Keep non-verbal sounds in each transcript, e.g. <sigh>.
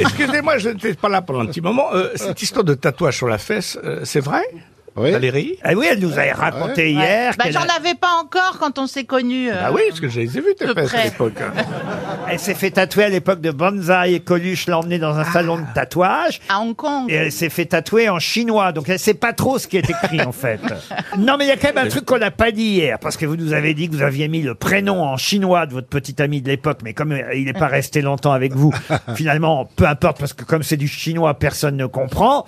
Excusez-moi, je n'étais pas là pendant un petit moment. Euh, cette histoire de tatouage sur la fesse, euh, c'est vrai Oui. Valérie Ah Oui, elle nous a raconté hier. Bah, qu'elle J'en a- avais pas encore quand on s'est connus. euh. Ah oui, parce que je les ai vues, tes De fesses à près. l'époque. hein. Elle s'est fait tatouer à l'époque de Banzai et Coluche l'a emmenée dans un salon de tatouage. À Hong Kong. Et elle s'est fait tatouer en chinois, donc elle sait pas trop ce qui est écrit en <laughs> fait. Non, mais il y a quand même un truc qu'on n'a pas dit hier, parce que vous nous avez dit que vous aviez mis le prénom en chinois de votre petit ami de l'époque, mais comme euh, il n'est pas resté longtemps avec vous, finalement, peu importe, parce que comme c'est du chinois, personne ne comprend.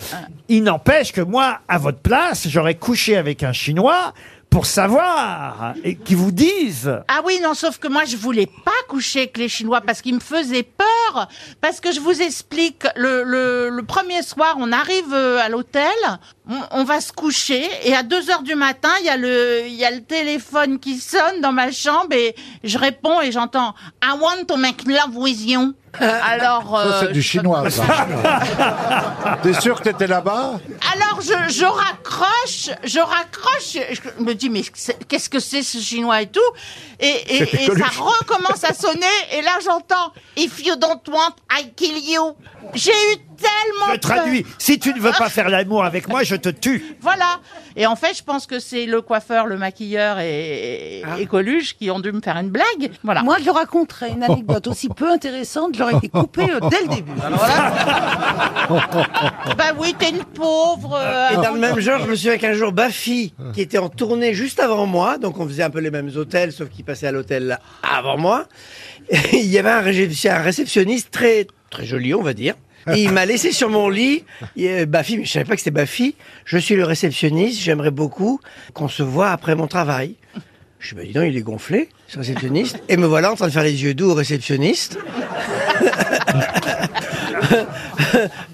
Il n'empêche que moi, à votre place, j'aurais couché avec un chinois pour savoir et qui vous dise. Ah oui, non, sauf que moi, je voulais pas coucher avec les Chinois parce qu'ils me faisaient peur. Parce que je vous explique, le, le, le premier soir, on arrive euh, à l'hôtel, on, on va se coucher, et à 2 heures du matin, il y, a le- il y a le téléphone qui sonne dans ma chambre, et je réponds et j'entends « I want to make love with you ». Alors, Ça, euh, c'est du je- chinois, ça. T'es sûr que t'étais là-bas Alors je, je raccroche, je raccroche, je me dis mais c'est- qu'est-ce que c'est ce chinois et tout Et, et- et ça recommence à sonner et là j'entends « If you don't want, I kill you ». J'ai eu tellement Je traduis. peur. Si tu ne veux pas faire l'amour avec moi, je te tue. Voilà. Et en fait je pense que c'est le coiffeur, le maquilleur et, et Ah. Coluche qui ont dû me faire une blague. Voilà. Moi, je leur raconterais une anecdote aussi peu intéressante, j'aurais été coupée euh, dès le <laughs> début. bah oui t'es une pauvre. euh, Et dans le même genre, je me souviens qu'un jour, Baffy, qui était en tournée juste avant moi, donc on faisait un peu les mêmes hôtels, sauf qu'il passait à l'hôtel avant moi, et il y avait un, récep- un réceptionniste très, très joli, on va dire. Et il m'a laissé sur mon lit. Et, euh, Baffy, mais je savais pas que c'était Baffy. Je suis le réceptionniste, j'aimerais beaucoup qu'on se voit après mon travail. Je me dis non, il est gonflé, ce réceptionniste. Et me voilà en train de faire les yeux doux au réceptionniste. <laughs>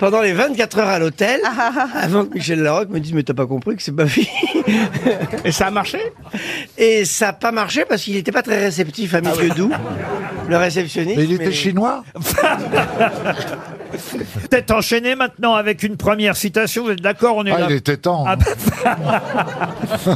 pendant les 24 heures à l'hôtel, <laughs> avant que Michel Larocque me dise Mais t'as pas compris que c'est ma <laughs> fille Et ça a marché Et ça n'a pas marché parce qu'il n'était pas très réceptif Ah à Monsieur Doux, le réceptionniste. Mais il était mais- chinois Peut-être enchaîner maintenant avec une première citation. Vous êtes d'accord On est Ah, là. il était temps. Ah, bah.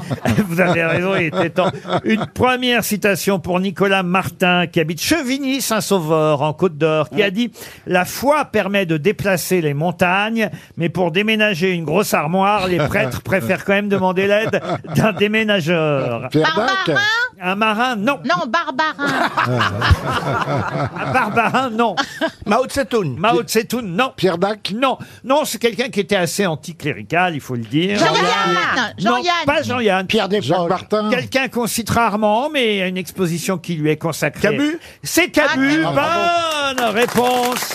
<laughs> Vous avez raison, il était temps. Une première citation pour Nicolas Martin, qui habite Chevigny-Saint-Sauveur, en Côte d'Or, qui a dit « La foi permet de déplacer les montagnes, mais pour déménager une grosse armoire, les <laughs> prêtres préfèrent quand même demander l'aide d'un déménageur. Pierre Dac Barbarin » Un marin, non. Non, Barbarin. <laughs> Un barbarin, non. Mao Tse-Tung. Mao Tse-Tung, non. Pierre Dac Non, non, c'est quelqu'un qui était assez anticlérical, il faut le dire. Jean-Yann. Non, Jean-Yann. pas Jean-Yann. Pierre Jacques Martin Quelqu'un qu'on cite rarement, mais il y a une exposition qui lui est consacrée. Cabu C'est Cabu. Ah, Bonne réponse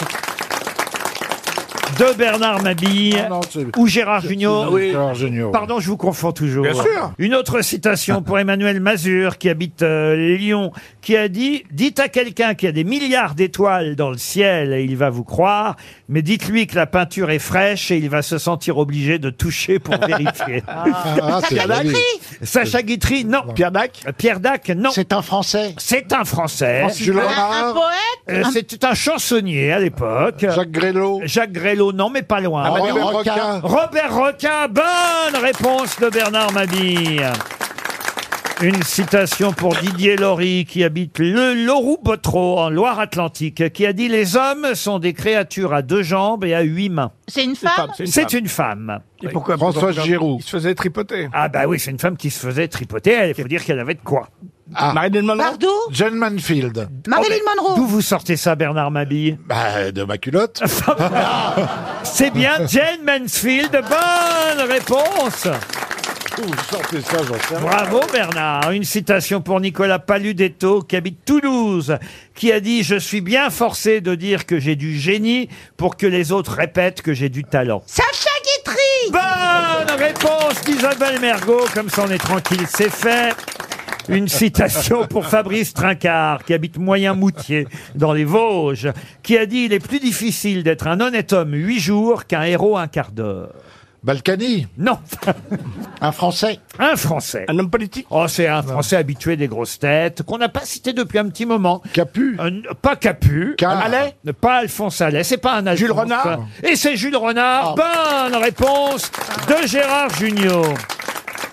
de Bernard Mabille Ah non, c'est- ou Gérard Junior. Pierre Junior. Pardon, je vous confonds toujours. Bien sûr. Une autre citation pour Emmanuel Mazur, qui habite euh, Lyon, qui a dit Dites à quelqu'un qui a des milliards d'étoiles dans le ciel et il va vous croire, mais dites-lui que la peinture est fraîche et il va se sentir obligé de toucher <laughs> pour vérifier. Ah, c'est joli. Sacha Guitry, non. Pierre Dac Pierre Dac, non. C'est un Français. C'est un Français. Jules Un, un Renard, poète Euh, C'était un chansonnier à l'époque. Jacques Grélot, Jacques Grélot, non, mais pas loin. Robert Roca. Roca. Robert Roca, bonne réponse de Bernard Mabille. Une citation pour Didier Laurie qui habite le Loroux-Botreau en Loire-Atlantique qui a dit Les hommes sont des créatures à deux jambes et à huit mains. C'est une femme C'est une femme. Et pourquoi François Giroud. Il se faisait tripoter. Ah bah oui, c'est une femme qui se faisait tripoter. Elle, Il faut dire qu'elle avait de quoi. Ah. Marilyn Monroe Bardot, John Manfield. Marilyn Oh, D'où Monroe. vous sortez ça, Bernard Mabille Bah, de ma culotte. <laughs> C'est bien Jane Mansfield. Bonne réponse. Où vous sortez ça, j'en sais rien. Bravo Bernard. Une citation pour Nicolas Paludetto qui habite Toulouse, qui a dit Je suis bien forcé de dire que j'ai du génie pour que les autres répètent que j'ai du talent. Sacha Guitry Bah Bonne réponse d'Isabelle Mergot, comme ça on est tranquille, c'est fait. Une citation pour Fabrice Trincard, qui habite Moyen-Moutier, dans les Vosges, qui a dit Il est plus difficile d'être un honnête homme huit jours qu'un héros un quart d'heure. Balkany, Non, Un Français. un Français. Un homme politique Oh, c'est un Français habitué des grosses têtes, qu'on n'a pas cité depuis un petit moment. Capu, Un- pas Capu. Car- Allais Pas Alphonse Allais, c'est pas un Alphonse. Jules Renard Et c'est Jules Renard. Bonne réponse de Gérard Junior.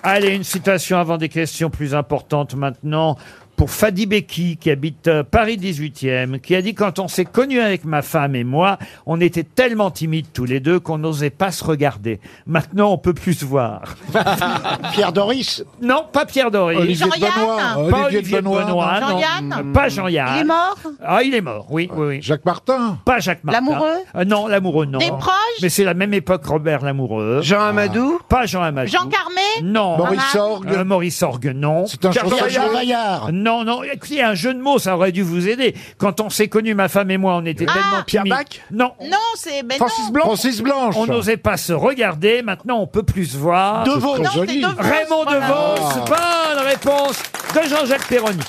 Allez, une citation avant des questions plus importantes maintenant pour Fadi Beki, qui habite euh, Paris 18e, qui a dit Quand on s'est connu avec ma femme et moi, on était tellement timides tous les deux qu'on n'osait pas se regarder. Maintenant, on peut plus se <laughs> voir. Pierre Doris. Non, pas Pierre Doris. Olivier de Jean-Yann. Benoît. Pas Olivier de Benoît, non. Mm. Jean-Yann. Pas Jean-Yann. Il est mort Ah, il est mort, oui, oui, oui. Jacques Martin. Pas Jacques Martin. L'amoureux Euh, Non, l'amoureux, non. Des proches Mais c'est la même époque, Robert l'amoureux. Ah. Jean Amadou Pas Jean Amadou. Jean Carmé Non. Maurice Orgue. Euh, Maurice Orgue, non. C'est un Pierre chanteur. Jean- Pierre Vaillard. Non, non, écoutez, un jeu de mots, ça aurait dû vous aider. Quand on s'est connus, ma femme et moi, on Ah. était tellement Pierre timides. Bach Non, Non, c'est ben Francis non. Blanche. Francis Blanche. on n'osait pas se regarder. Maintenant, on peut plus se voir. De Vos. Non, c'est De Vos, Raymond voilà. Devos, bonne réponse de Jean-Jacques Perroni.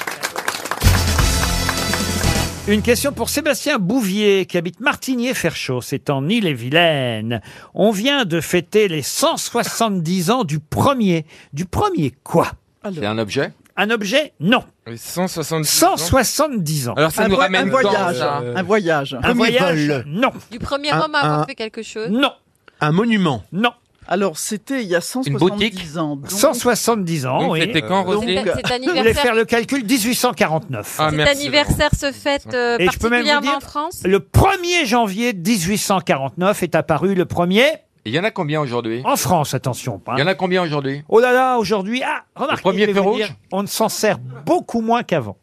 Une question pour Sébastien Bouvier, qui habite Martigné-Ferchaud, c'est en Île-et-Vilaine. On vient de fêter les 170 ans du premier. Du premier quoi C'est un objet Un objet Non. 170 170 ans. Alors ça un, nous vo- ramène un voyage. dans Un voyage. Un premier voyage vol. Non. Du premier homme à avoir fait quelque chose. Non. Un monument. Non. Alors, c'était il y a 170 Une boutique ans. donc- 170 ans, Donc oui. Euh, c'était quand Roselyne Cet, cet Vous voulez faire anniversaire, le calcul 1849. Ah, cet merci, anniversaire se fête euh, Et je peux même vous particulièrement dire- en France. <laughs> Le 1er janvier 1849 est apparu le premier Il y en a combien aujourd'hui en France, attention. hein. Il y en a combien aujourd'hui Oh là là, aujourd'hui, ah, remarquez, Le premier je vais feu vous rouge dire, on ne s'en sert beaucoup moins qu'avant.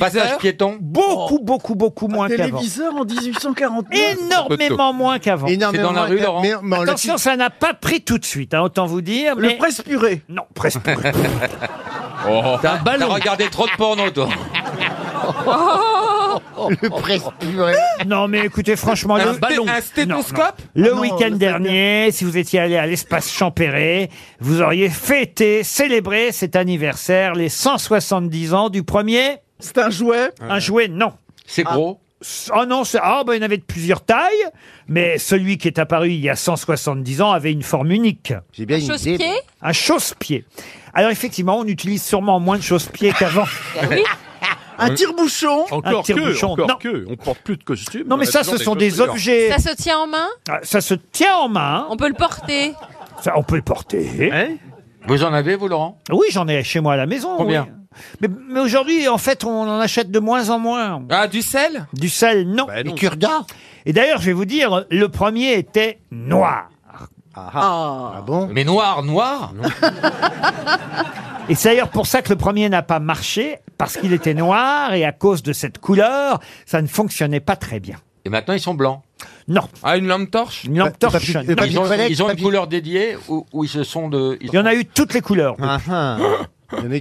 Passage piéton Beaucoup, beaucoup, beaucoup moins qu'avant. Ah, Téléviseur en 1849. Énormément moins qu'avant. C'est dans la rue, Laurent Mais, mais on l'a Attention, ça n'a pas pris tout de suite, hein, autant vous dire. Le mais- presse purée. Non, presque. <laughs> oh. T'as t'as regardé trop de porno toi Le presse purée. non, mais écoutez, franchement, Un le, ballon. Un Non, non. stéthoscope Ah Le non, week-end le dernier, si vous étiez allé à l'espace Champéret, vous auriez fêté, célébré cet anniversaire, les 170 ans du premier. C'est un jouet. Un jouet, non. C'est gros Oh non, c'est- ah ben, il y en avait de plusieurs tailles, mais celui qui est apparu il y a 170 ans avait une forme unique. J'ai bien une idée. Chausse-pied Un chausse-pied. Alors effectivement, on utilise sûrement moins de chausse-pied qu'avant. Un tire-bouchon. Encore que, Hein non. on porte plus de costume. non mais ça, ce sont des objets. Ça se tient en main Ah, Ça se tient en main. On peut le porter Ah, Ça, on peut le porter. Hein Vous en avez vous Laurent Oui, j'en ai chez moi à la maison. Combien oui. Mais, mais aujourd'hui, en fait, on en achète de moins en moins. Ah du sel Bah, Du sel, non. Les cure d'or. Et d'ailleurs, je vais vous dire, le premier était noir. Ah bon Mais noir, noir <laughs> Et c'est d'ailleurs pour ça que le premier n'a pas marché, parce qu'il était noir et à cause de cette couleur, ça ne fonctionnait pas très bien. Et maintenant ils sont blancs Non, Ah une lampe torche une lampe torche. non. papier ils ont, toilette, ils ont une papier- couleur dédiée ou, ou ils se sont de... ils- Il y en a eu toutes les couleurs. <gasps>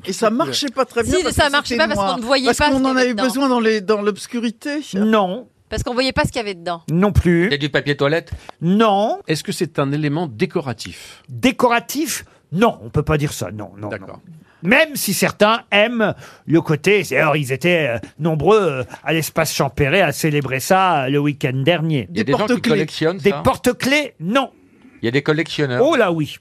Et ça marchait pas très bien. Si, parce ça que marchait c'était pas parce noir. qu'on ne voyait Parce pas qu'on ce qu'il y en avait avait dedans. besoin dans les dans l'obscurité. Non, Parce qu'on voyait pas ce qu'il y avait dedans. non plus. Il y a du papier toilette Non, Est-ce que c'est un élément décoratif décoratif. Non, on peut pas dire ça. Non, non. D'accord. Même si certains aiment le côté, alors ils étaient euh, nombreux euh, à l'espace Champéret à célébrer ça euh, le week-end dernier. Il y a Des des gens qui porte-clés. collectionnent Des ça porte-clés, non. Il y a des collectionneurs Oh là oui.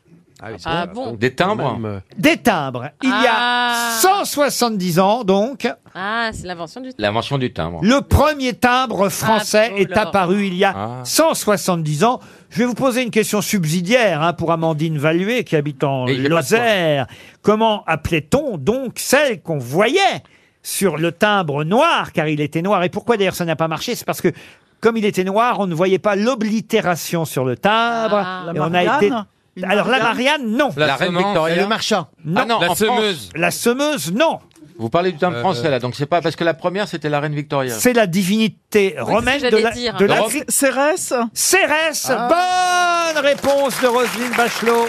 Ah bon Des timbres Même, euh, Des timbres. Il y a Ah. 170 ans, donc, Ah, c'est l'invention du... L'invention du timbre le premier timbre français Ah, est voilà. apparu il y a Ah. 170 ans. Je vais vous poser une question subsidiaire hein, pour Amandine Valuet qui habite en Et j'ai pas de Lozère. Comment appelait-on donc celle qu'on voyait sur le timbre noir, car il était noir Et pourquoi d'ailleurs ça n'a pas marché C'est parce que comme il était noir, on ne voyait pas l'oblitération sur le timbre. Ah. Et on a été... Marianne Une Alors la Marianne, non. La, reine semence. Victoria Le marchand. Non. Ah non, La en France. semeuse. La semeuse, non. Vous parlez du timbre français là, donc c'est pas parce que la première c'était la reine Victoria. C'est la divinité romaine c'est ce que de j'allais la, dire. de De la- Rome. Cérès. Cérès. Bonne réponse de Roselyne Bachelot.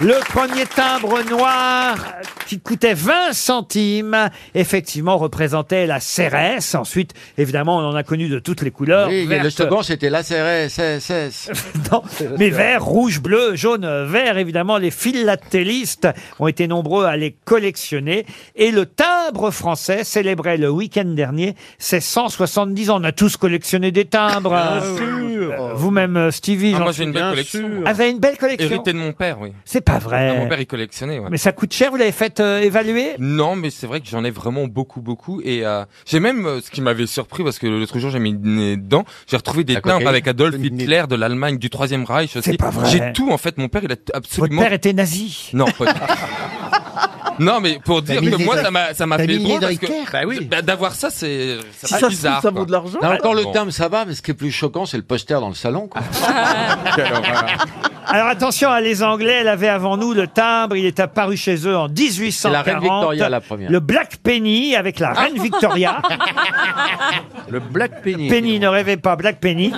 Le premier timbre noir euh, qui coûtait 20 centimes, effectivement, représentait la Cérès. Ensuite, évidemment, on en a connu de toutes les couleurs. Oui, mais le Verte, second c'était la E, CRSSS. <laughs> non, mais vert, rouge, bleu, jaune, euh, vert, évidemment, les philatélistes ont été nombreux à les collectionner. Et le timbre français célébrait le week-end dernier ses 170 ans. On a tous collectionné des timbres. Euh, euh, Vous-même, euh, Stevie. j'en- Ah, j'ai une belle collection. Ah, vous avez une belle collection. de mon père, oui. C'est pas vrai. il collectionnait. Mais ça coûte cher, vous l'avez fait euh, évaluer Non, mais c'est vrai que j'en ai vraiment beaucoup, beaucoup. Et euh, j'ai même, euh, ce qui m'avait surpris, parce que l'autre jour j'ai mis le nez dedans, j'ai retrouvé des La timbres cocaïne. avec Adolf Hitler de l'Allemagne, du Troisième Reich aussi. C'est pas vrai. J'ai tout en fait, mon père il a t- Votre absolument... père était nazi. Non, pas du tout. <laughs> Non, mais pour dire mis que des moi, doigts- ça m'a, ça m'a t'as fait mis drôle des parce que doigts clairs. Bah oui. d- d'avoir ça, c'est, Si c'est ça se bizarre. trouve, ça vaut de l'argent. Non, Encore Bon. le terme, ça va, mais ce qui est plus choquant, c'est le poster dans le salon. Quoi. Ah. <laughs> Alors attention, hein, les Anglais l'avaient avant nous, le timbre, il est apparu chez eux en 1840. La reine Victoria, la première. Le Black Penny avec la reine Victoria. le Black Penny. Penny, ne rêvez pas, Black Penny.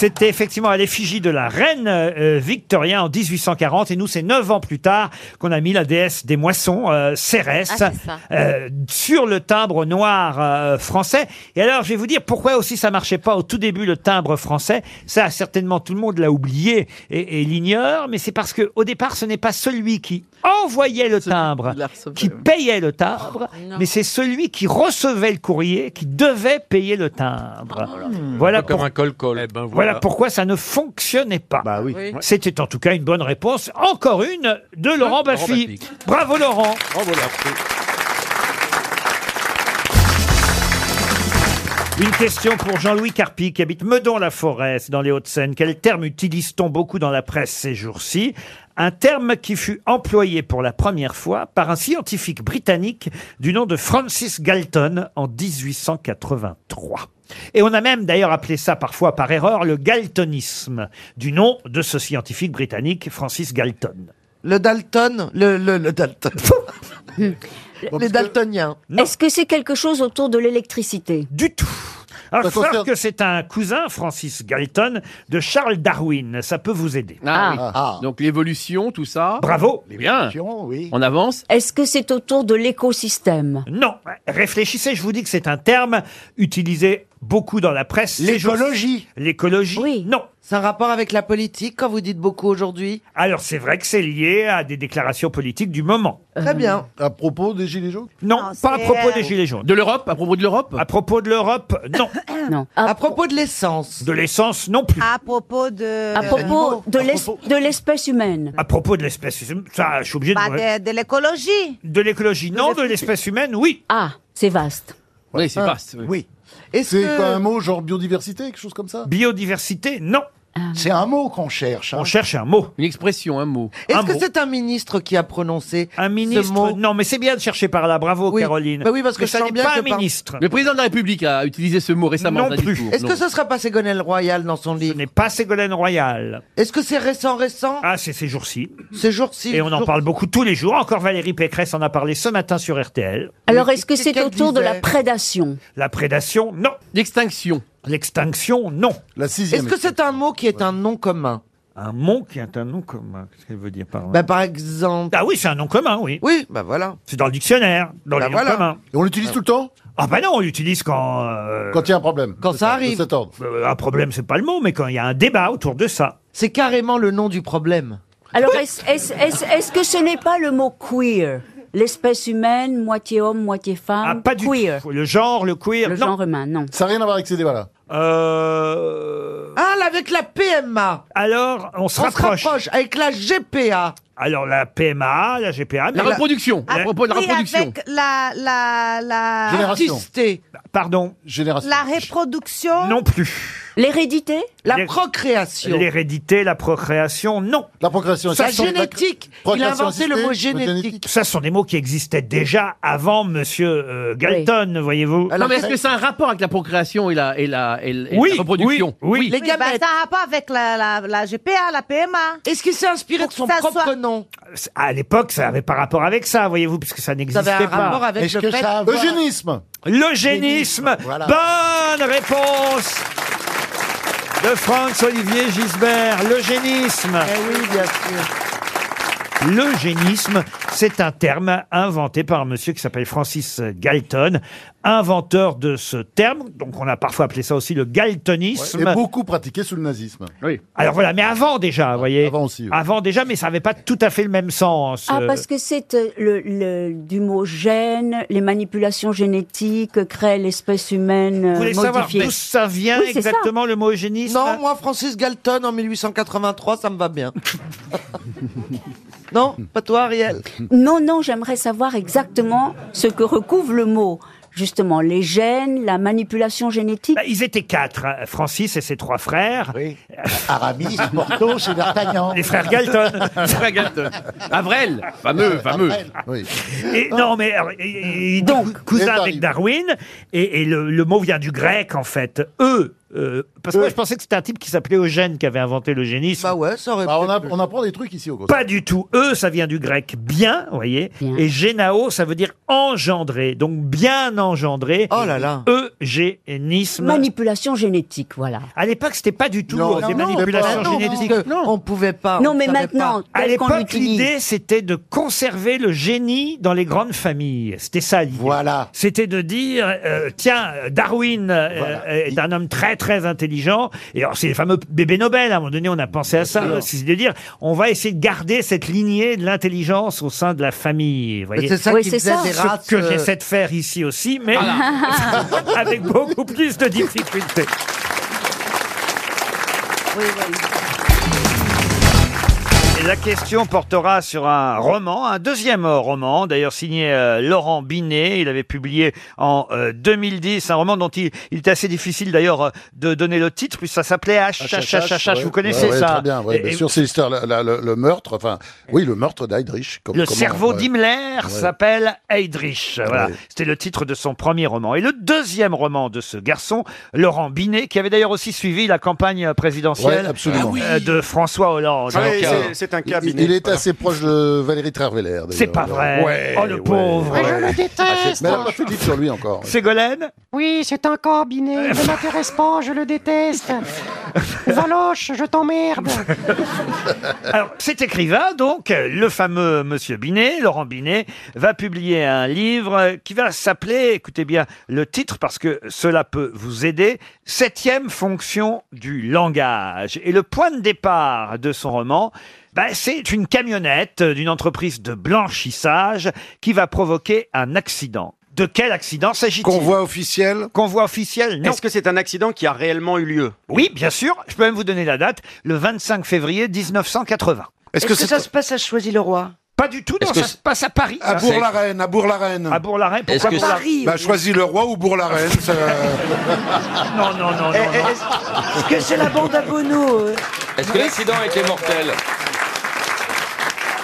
C'était effectivement à l'effigie de la reine euh, Victoria en 1840. Et nous, c'est neuf ans plus tard qu'on a mis la déesse des moissons, euh, Cérès, Ah, c'est ça. euh, sur le timbre noir euh, français. Et alors, je vais vous dire pourquoi aussi ça marchait pas au tout début le timbre français. Ça, certainement, tout le monde l'a oublié et, et l'ignore. Mais c'est parce que au départ, ce n'est pas celui qui envoyait le timbre, qui payait le timbre, Oh, mais c'est celui qui recevait le courrier qui devait payer le timbre. Ah, Voilà, comme pour- un col-col. voilà pourquoi ça ne fonctionnait pas. Oui. C'était en tout cas une bonne réponse. Encore une de Laurent Baffy. Baffy. Bravo Laurent. Oh, Une question pour Jean-Louis Carpi qui habite Meudon-la-Forêt, c'est dans les Hauts-de-Seine. Quel terme utilise-t-on beaucoup dans la presse ces jours-ci Un terme qui fut employé pour la première fois par un scientifique britannique du nom de Francis Galton en 1883. Et on a même d'ailleurs appelé ça parfois par erreur le galtonisme, du nom de ce scientifique britannique Francis Galton. Le Dalton, le, le, le Dalton. les Daltoniens. Est-ce que c'est quelque chose autour de l'électricité Du tout. Alors, Ça il faut savoir concerne- que c'est un cousin, Francis Galton, de Charles Darwin. Ça peut vous aider. Ah, oui. Donc l'évolution, tout ça. Bravo. Eh bien. Pion, oui. On avance. Est-ce que c'est autour de l'écosystème Non. Réfléchissez, je vous dis que c'est un terme utilisé beaucoup dans la presse. L'écologie. L'écologie. Oui. Non. C'est un rapport avec la politique, quand vous dites beaucoup aujourd'hui Alors, c'est vrai que c'est lié à des déclarations politiques du moment. Très bien. À propos des Gilets jaunes Non, pas à c'est, propos euh, des Gilets jaunes. De l'Europe À propos de l'Europe À propos de l'Europe, <coughs> non. non. À propos de l'essence. De l'essence, non plus. Euh, À propos de. À Animaux. propos de l'es- de l'espèce humaine. À propos de l'espèce humaine, ça, je suis obligé de... l'écologie. De l'écologie, non, de l'espèce humaine, oui. Ah, c'est vaste. Oui, Ah. c'est vaste, Oui. C'est pas un mot genre biodiversité, quelque chose comme ça Biodiversité, non. Ah C'est un mot qu'on cherche. On cherche un mot. Une expression, un mot. hein. Est-ce que c'est un ministre qui a prononcé Un ministre, non, mais c'est bien de chercher par là. Bravo, Oui. Caroline. Bah oui, parce que mais je ça sens n'est bien pas que un par- ministre. Le président de la République a utilisé ce mot récemment. Non dans un plus. discours. Est-ce Non. que ce sera pas Ségolène Royal dans son livre Ce n'est pas Ségolène Royal. Est-ce que c'est récent, récent Ah, c'est ces jours-ci. Ces jours-ci. Et on en jours- parle beaucoup tous les jours. Encore Valérie Pécresse en a parlé ce matin sur RTL. Alors, est-ce que c'est qu'elle autour de la disait prédation La prédation, non. L'extinction. L'extinction, non. La Est-ce que c'est un mot qui est un nom commun Un mot qui est un nom commun Qu'est-ce qu'elle veut dire par là Bah, par exemple. Ah oui, c'est un nom commun, oui. Oui, bah voilà. C'est dans le dictionnaire, dans Bah les noms voilà. communs. Et on l'utilise tout le temps Ah bah non, on l'utilise quand... Quand il y a un problème. Quand ça arrive. Euh, un problème, c'est pas le mot, mais quand il y a un débat autour de ça. C'est carrément le nom du problème. Alors, est-ce est-ce- est-ce- est-ce que ce n'est pas le mot queer L'espèce humaine, moitié homme, moitié femme. Ah, pas du queer. tout. Le genre, le queer. Le genre humain, non. Ça n'a rien à voir avec ces débats-là. Euh... Ah, là, avec la PMA. Alors, on se rapproche. avec la GPA. Alors la PMA, la GPA... La reproduction, Ah, à propos de la reproduction. la, la, euh, la... Pardon Génération. La reproduction. Non plus. L'hérédité La procréation. L'hérédité, la procréation, non. La procréation, La génétique. Il a inventé le mot génétique. Ça, ce sont des mots qui existaient déjà avant Monsieur euh, Galton, voyez-vous. non, mais est-ce que c'est un rapport avec la procréation et la, et la, et la- et Oui, la reproduction oui, oui. Les Oui, bah, ça n'a pas avec la, la, la GPA, la PMA. Est-ce qu'il s'est inspiré de son propre nom À l'époque, ça n'avait pas rapport avec ça, voyez-vous, puisque ça n'existait pas. avait un rapport avec Est-ce le que fait- ça a à voir- Eugénisme. L'eugénisme. Voilà. Bonne réponse de Franz-Olivier Gisbert. L'eugénisme. Eh oui, bien sûr. L'eugénisme, c'est un terme inventé par un monsieur qui s'appelle Francis Galton, inventeur de ce terme. Donc on a parfois appelé ça aussi le galtonisme. Ouais, et beaucoup pratiqué sous le nazisme. Alors voilà, mais avant déjà, vous voyez. Avant aussi. Avant déjà, mais ça n'avait pas tout à fait le même sens. Ah, euh. parce que c'est euh, le, le- du mot gène, les manipulations génétiques créent l'espèce humaine euh, Vous voulez savoir modifiée. d'où ça vient Oui, c'est ça. exactement le mot eugénisme Non, moi, Francis Galton en 1883, ça me va bien. non, pas toi, Ariel. Non, non, j'aimerais savoir exactement ce que recouvre le mot. justement les gènes, la manipulation génétique. Bah, ils étaient quatre, hein, Francis et ses trois frères. Aramis, Porthos et D'Artagnan. Les <laughs> frères Galton. <laughs> Frère Galton. Avrel, fameux, fameux. Et, non, mais alors, et- et Ah. donc, cousin avec Darwin, et, et le, le mot vient du grec, en fait. Eux. euh, parce que moi, je pensais que c'était un type qui s'appelait Eugène qui avait inventé l'eugénisme. Bah ouais, ça aurait on, a- on apprend des trucs ici au gros. Pas du tout. Eux, ça vient du grec bien, vous voyez. Et génao, ça veut dire engendré. Donc bien engendré. Oh là là. Eugénisme. Manipulation génétique, voilà. À l'époque, c'était pas du tout euh, des manipulations génétiques. Non, on pouvait pas. Non, on mais savait maintenant, pas. À l'époque, l'idée, c'était de conserver le génie dans les grandes familles. C'était ça l'idée. Voilà. C'était de dire, euh, tiens, Darwin euh, est un homme très, très intelligent. Et alors, c'est les fameux bébés Nobel. À un moment donné, on a pensé à ça. sûr. C'est de dire, on va essayer de garder cette lignée de l'intelligence au sein de la famille. vous voyez. C'est ça Oui, qui c'est faisait ça. des races, Ce que euh, j'essaie de faire ici aussi, mais Voilà. <laughs> avec beaucoup plus de difficultés. Et la question portera sur un roman, un deuxième roman, d'ailleurs signé euh, Laurent Binet. Il avait publié en euh, 2010 un roman dont il, il était assez difficile d'ailleurs euh, de donner le titre, puisque ça s'appelait HHHH. ouais. Vous connaissez Ouais, ouais, ça Très bien, ouais, Et- bien et- sûr, c'est l'histoire, la- la- le, le meurtre, enfin, oui, le meurtre d'Heydrich. comme- le comment- cerveau ouais. d'Himmler Ouais. s'appelle Heydrich. Voilà. Ouais. C'était le titre de son premier roman. Et le deuxième roman de ce garçon, Laurent Binet, qui avait d'ailleurs aussi suivi la campagne euh, présidentielle Ouais, absolument. euh, de François Hollande. euh, Ah oui, c'est- un Il- Il, est assez proche de Valérie Trierweiler. d'ailleurs. C'est pas vrai. Ouais, Oh, le ouais. pauvre. Ah, je le déteste. Mais elle n'a pas fait de livre sur lui encore. Ségolène Oui, c'est un cabinet, il ne m'intéresse pas, je <laughs> le déteste. Valoche, je t'emmerde. Alors, cet écrivain, donc, euh, le fameux Monsieur Binet, Laurent Binet, va publier un livre euh, qui va s'appeler, écoutez bien le titre parce que cela peut vous aider, Septième fonction du langage. Et le point de départ de son roman, bah, c'est une camionnette d'une entreprise de blanchissage qui va provoquer un accident. De quel accident s'agit-il Convoi officiel Convoi officiel, non. Est-ce que c'est un accident qui a réellement eu lieu Oui, bien sûr, je peux même vous donner la date, le 25 février 1980. Est-ce que Est-ce que c'est- ça se passe à Choisy-le-Roi Pas du tout, non, Est-ce que ça se passe à Paris. À hein. Bourg-la-Reine, à Bourg-la-Reine. À Bourg-la-Reine, pourquoi Bourg-la- Bah, choisis le roi ou Bourg-la-Reine. <laughs> ça- <laughs> Non, non, non, non. Eh, Est-ce que c'est la bande à Bono euh, Est-ce que l'accident a été mortel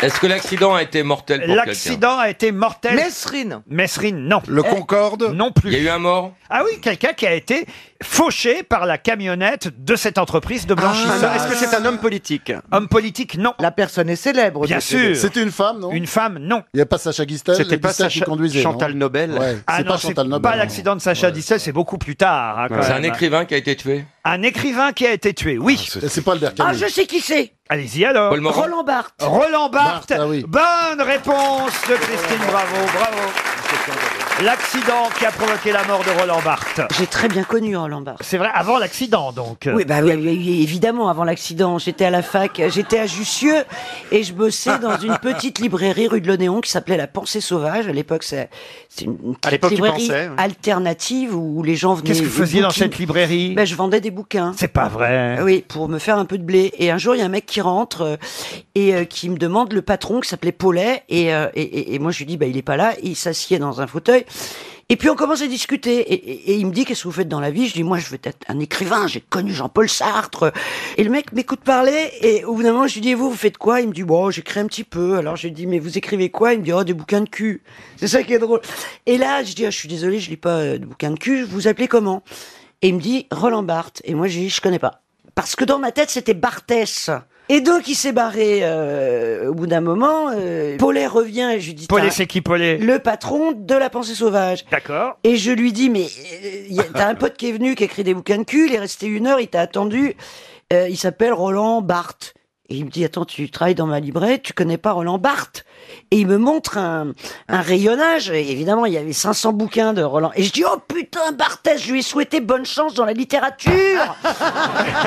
Est-ce que l'accident a été mortel pour quelqu'un L'accident a été mortel. Mesrine. Mesrine, non. Le Concorde Non plus. Il y a eu un mort Ah oui, quelqu'un qui a été fauché par la camionnette de cette entreprise de blanchissage. Ah, Est-ce que c'est un homme politique Homme politique, non. La personne est célèbre. Bien sûr. C'était une femme, non Une femme, non. Il n'y a pas Sacha Guistel C'était pas Guistel qui Sacha- conduisait, non Chantal Nobel Ouais, Ah c'est non, pas c'est Chantal Nobel. pas l'accident de Sacha Distel, c'est beaucoup plus tard. hein, quand C'est un même. écrivain qui a été tué. Un écrivain qui a été tué, oui. c'est pas le Ah, je sais qui c'est Allez-y alors. Paul Morand. ah Roland Barthes. Roland Barthes. Bonne réponse de Christine Bravo. Bravo. L'accident qui a provoqué la mort de Roland Barthes. J'ai très bien connu Roland Barthes. C'est vrai, avant l'accident donc. Oui, bah, oui, oui, oui, évidemment, avant l'accident. J'étais à la fac, euh, j'étais à Jussieu et je bossais dans <laughs> une petite librairie rue de l'Odéon qui s'appelait La Pensée Sauvage. À l'époque, c'est c'est une une petite l'époque, tu librairie pensais, ouais. alternative où les gens venaient. Qu'est-ce que vous faisiez dans cette librairie ben, Je vendais des bouquins. C'est pas vrai. Oui, pour me faire un peu de blé. Et un jour, il y a un mec qui rentre euh, et euh, qui me demande le patron qui s'appelait Paulet. Et, euh, et, et- et moi, je lui dis, bah, il est pas là. Et il s'assied dans un fauteuil. Et puis, on commence à discuter. Et, et- et il me dit, qu'est-ce que vous faites dans la vie Je dis, moi, je veux être un écrivain. J'ai connu Jean-Paul Sartre. Et le mec m'écoute parler. Et au bout d'un moment, je lui dis, Et vous, vous faites quoi Il me dit, bon, j'écris un petit peu. Alors, je lui dis, mais vous écrivez quoi Il me dit, oh, des bouquins de cul. C'est ça qui est drôle. Et là, je dis, Ah, je suis désolé, je lis pas euh, de bouquins de cul. Vous appelez comment et il me dit Roland Barthes. Et moi, je dis, je connais pas. Parce que dans ma tête, c'était Barthès. Et donc, il s'est barré euh, au bout d'un moment. euh, Paulet revient et je lui dis Paulet, T'as- c'est qui Paulet Le patron de la pensée sauvage. D'accord. Et je lui dis Mais euh, y a- t'as un pote qui est venu, qui a écrit des bouquins de cul, il est resté une heure, il t'a attendu. euh, il s'appelle Roland Barthes. Et il me dit Attends, tu travailles dans ma librairie, tu connais pas Roland Barthes Et il me montre un, un rayonnage. Et évidemment, il y avait 500 bouquins de Roland. Et je dis Oh putain, Barthès, je lui ai souhaité bonne chance dans <laughs> la littérature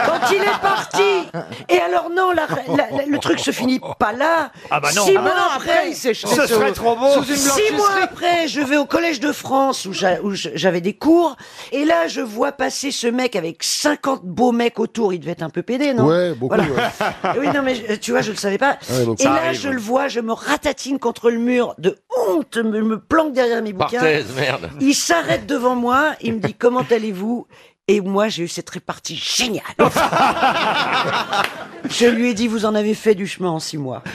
quand il est parti. Et alors non, la- la- la- le truc se finit pas là. Ah bah non. Six Ah bah mois non, après, après, il s'est jeté ce sur- serait trop beau. Sous une Six blanchisserie. mois après, je vais au collège de France où j'a- où je- j'avais des cours. Et là, je vois passer ce mec avec 50 beaux mecs autour. Il devait être un peu pédé, non Ouais, beaucoup, ouais. <laughs> Oui, oui, non, mais je- tu vois, je le savais pas. Ouais, donc et ça là, arrive, je ouais. le vois, je me ratatine contre le mur de honte, je me, me planque derrière mes bouquins. Barthez, merde. Il s'arrête devant moi, il me dit comment allez-vous Et moi, j'ai eu cette <laughs> répartie géniale. je lui ai dit, vous en avez fait du chemin en six mois. <laughs>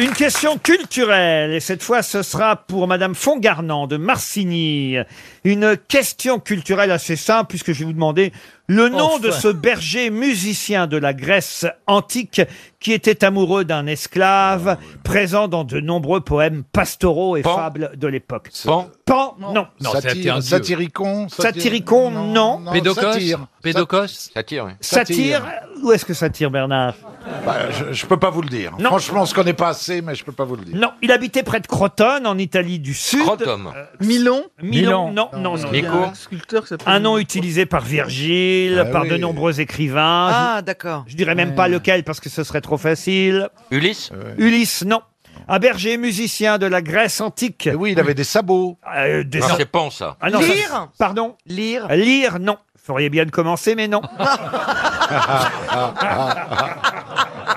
Une question culturelle, et cette fois ce sera pour Madame Fongarnand de Marcigny. Une question culturelle assez simple, puisque je vais vous demander le nom Enfin. de ce berger musicien de la Grèce antique qui était amoureux d'un Ah esclave, présent dans de nombreux poèmes pastoraux et fables de l'époque. Pan Pan Non. Non, c'est Satire, un dieu. Satiricon Satiricon, non. Satire, oui. Satire, où est-ce que ça tire, Bernard Euh, Bah, je, je peux pas vous le dire. Franchement, on se connaît pas assez, mais je peux pas vous le dire. Non, il habitait près de Crotone, en Italie du Sud. Crotone. Euh, Milon Milon, Milon. non, non, Non, non. il y a un sculpteur Un nom utilisé par Virgile, Ah par oui. de nombreux écrivains. Ah, Je- Je dirais même pas <laughs> lequel parce que ce serait trop facile. Ulysse Euh, Ulysse, non. Un berger musicien de la Grèce antique. Oui, il avait des sabots. des Non, sa- c'est pan, ça. Ah non, ça- Lyre Pardon Lire. Lire, non. Feriez bien de commencer, mais non. Ah.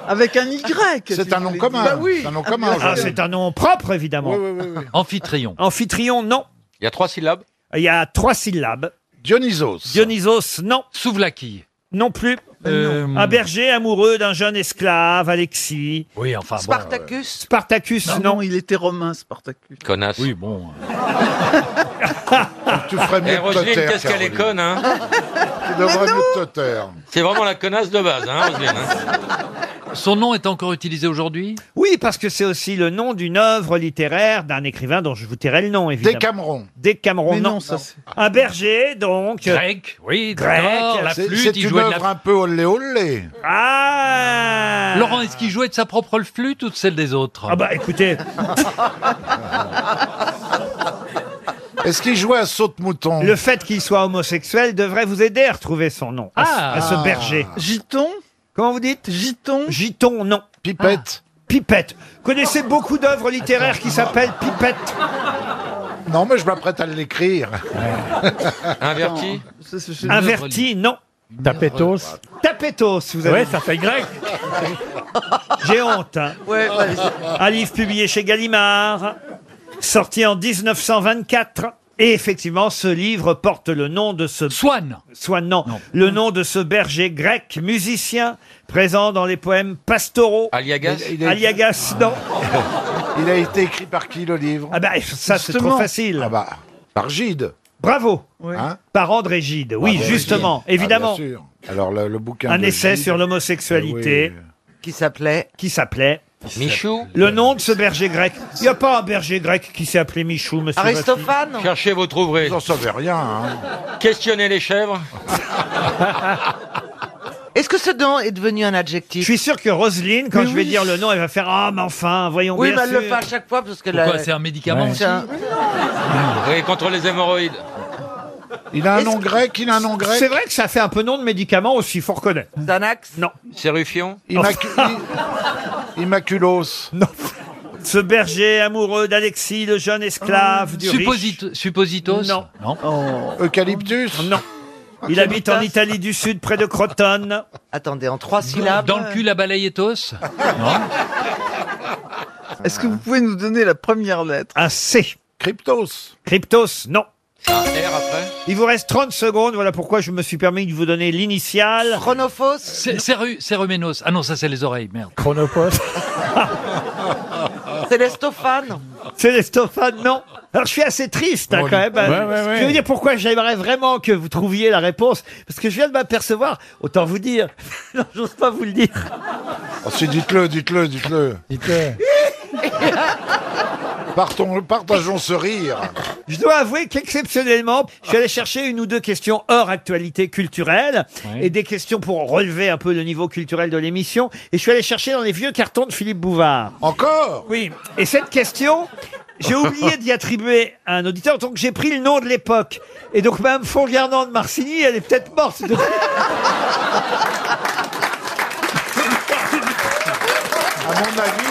Avec un Y. Ah. C'est un nom commun. Bah oui. Ah, commun, ah, je- c'est un nom propre, évidemment. Amphitryon. Amphitryon, non. Il y a trois syllabes Il y a trois syllabes. Dionysos. Dionysos, non. Souvlaki. Non plus. Euh, Un berger amoureux d'un jeune esclave, Alexis. Oui, enfin bon, Spartacus. Spartacus, non, non. il était romain, Spartacus. Connasse. Oui, bon. Ah. Tu ferais mieux Eh, de Roselyne, te taire, qu'est-ce qu'elle est <laughs> conne, hein Tu devrais Bah mieux te taire. C'est vraiment la connasse de base, hein, Roselyne hein Son nom est encore utilisé aujourd'hui Oui, parce que c'est aussi le nom d'une œuvre littéraire d'un écrivain dont je vous tairai le nom, évidemment. Décameron. Décameron, Mais non. non, ça, c'est- Un berger, donc. euh, Grec, oui, Grec. d'accord, la C'est- flûte, c'est il une jouait de la... œuvre un peu olé olé. Ah Laurent, est-ce qu'il jouait de sa propre flûte ou de celle des autres Ah bah écoutez, Est-ce qu'il jouait à saut de mouton le fait qu'il soit homosexuel devrait vous aider à retrouver son nom, à, Ah. à ce berger. Giton Comment vous dites Giton Giton, non. Pipette Pipette. Connaissez beaucoup d'œuvres littéraires qui s'appellent Pipette Non, mais je m'apprête à l'écrire. Inverti Averti, non. Tapetos. Tapetos, vous avez Ouais, ça fait grec. J'ai honte. hein. Ouais, vas-y. Un livre publié chez Gallimard, sorti en 1924. Et effectivement, ce livre porte le nom de ce... Swann Swann, non. Le nom de ce berger grec, musicien, présent dans les poèmes pastoraux. Aliagas Il- il est- Aliagas, non. <laughs> Il a été écrit par qui le livre Ah bah ça c'est Justement. trop facile. Ah bah, par Gide. Bravo. Hein Par André Gide, oui, Par André justement, Gide. évidemment. Ah, bien sûr. Alors le, le bouquin. un de essai Gide. sur l'homosexualité. Eh oui. Qui s'appelait Qui s'appelait Michou Le nom de ce berger grec. Il n'y a pas un berger grec qui s'est appelé Michou, monsieur. Bastille. Cherchez, vous trouverez. Vous n'en savez rien. hein. Questionnez les chèvres. Est-ce que ce nom est devenu un adjectif Je suis sûr que Roselyne, quand Mais je vais oui. dire le nom, elle va faire Ah, mais enfin, voyons Oui, bien. mais elle le sûr. fait à chaque fois parce que Pourquoi, la- c'est un médicament C'est un- Oui, contre les hémorroïdes. Il a un nom grec, il a un nom grec. C'est vrai que ça fait un peu nom de médicament aussi, faut reconnaître. Xanax Non. Séruphion <laughs> <laughs> Immaculos. Non. Ce berger amoureux d'Alexis, le jeune esclave du riche. Supposito- Suppositos Non. Oh. Eucalyptus Non. Ah, Il habite en Italie du Sud, près de Crotone. Attendez, en trois syllabes. Dans le cul, la balayetos <laughs> Est-ce que vous pouvez nous donner la première lettre Un C. Cryptos. Cryptos, non. Un R après Il vous reste 30 secondes, voilà pourquoi je me suis permis de vous donner l'initiale. Chronophos Céruménos. Ah non, ça c'est les oreilles, merde. Chronopost. Ah. Célestophane Célestophane, non. Alors je suis assez triste hein, Bon, quand même. ouais, ouais, ouais. Je vais vous dire pourquoi j'aimerais vraiment que vous trouviez la réponse. Parce que je viens de m'apercevoir, autant vous dire. <laughs> non, j'ose pas vous le dire. Oh, si, dites-le, dites-le, dites-le. Dites-le. Partons, partageons ce rire. Je dois avouer qu'exceptionnellement, je suis allé chercher une ou deux questions hors actualité culturelle et des questions pour relever un peu le niveau culturel de l'émission. Et je suis allé chercher dans les vieux cartons de Philippe Bouvard. Encore Oui. Et cette question, j'ai oublié d'y attribuer à un auditeur, donc j'ai pris le nom de l'époque. Et donc Madame Fongarnand de Marcigny, elle est peut-être morte. <laughs> depuis. À mon avis,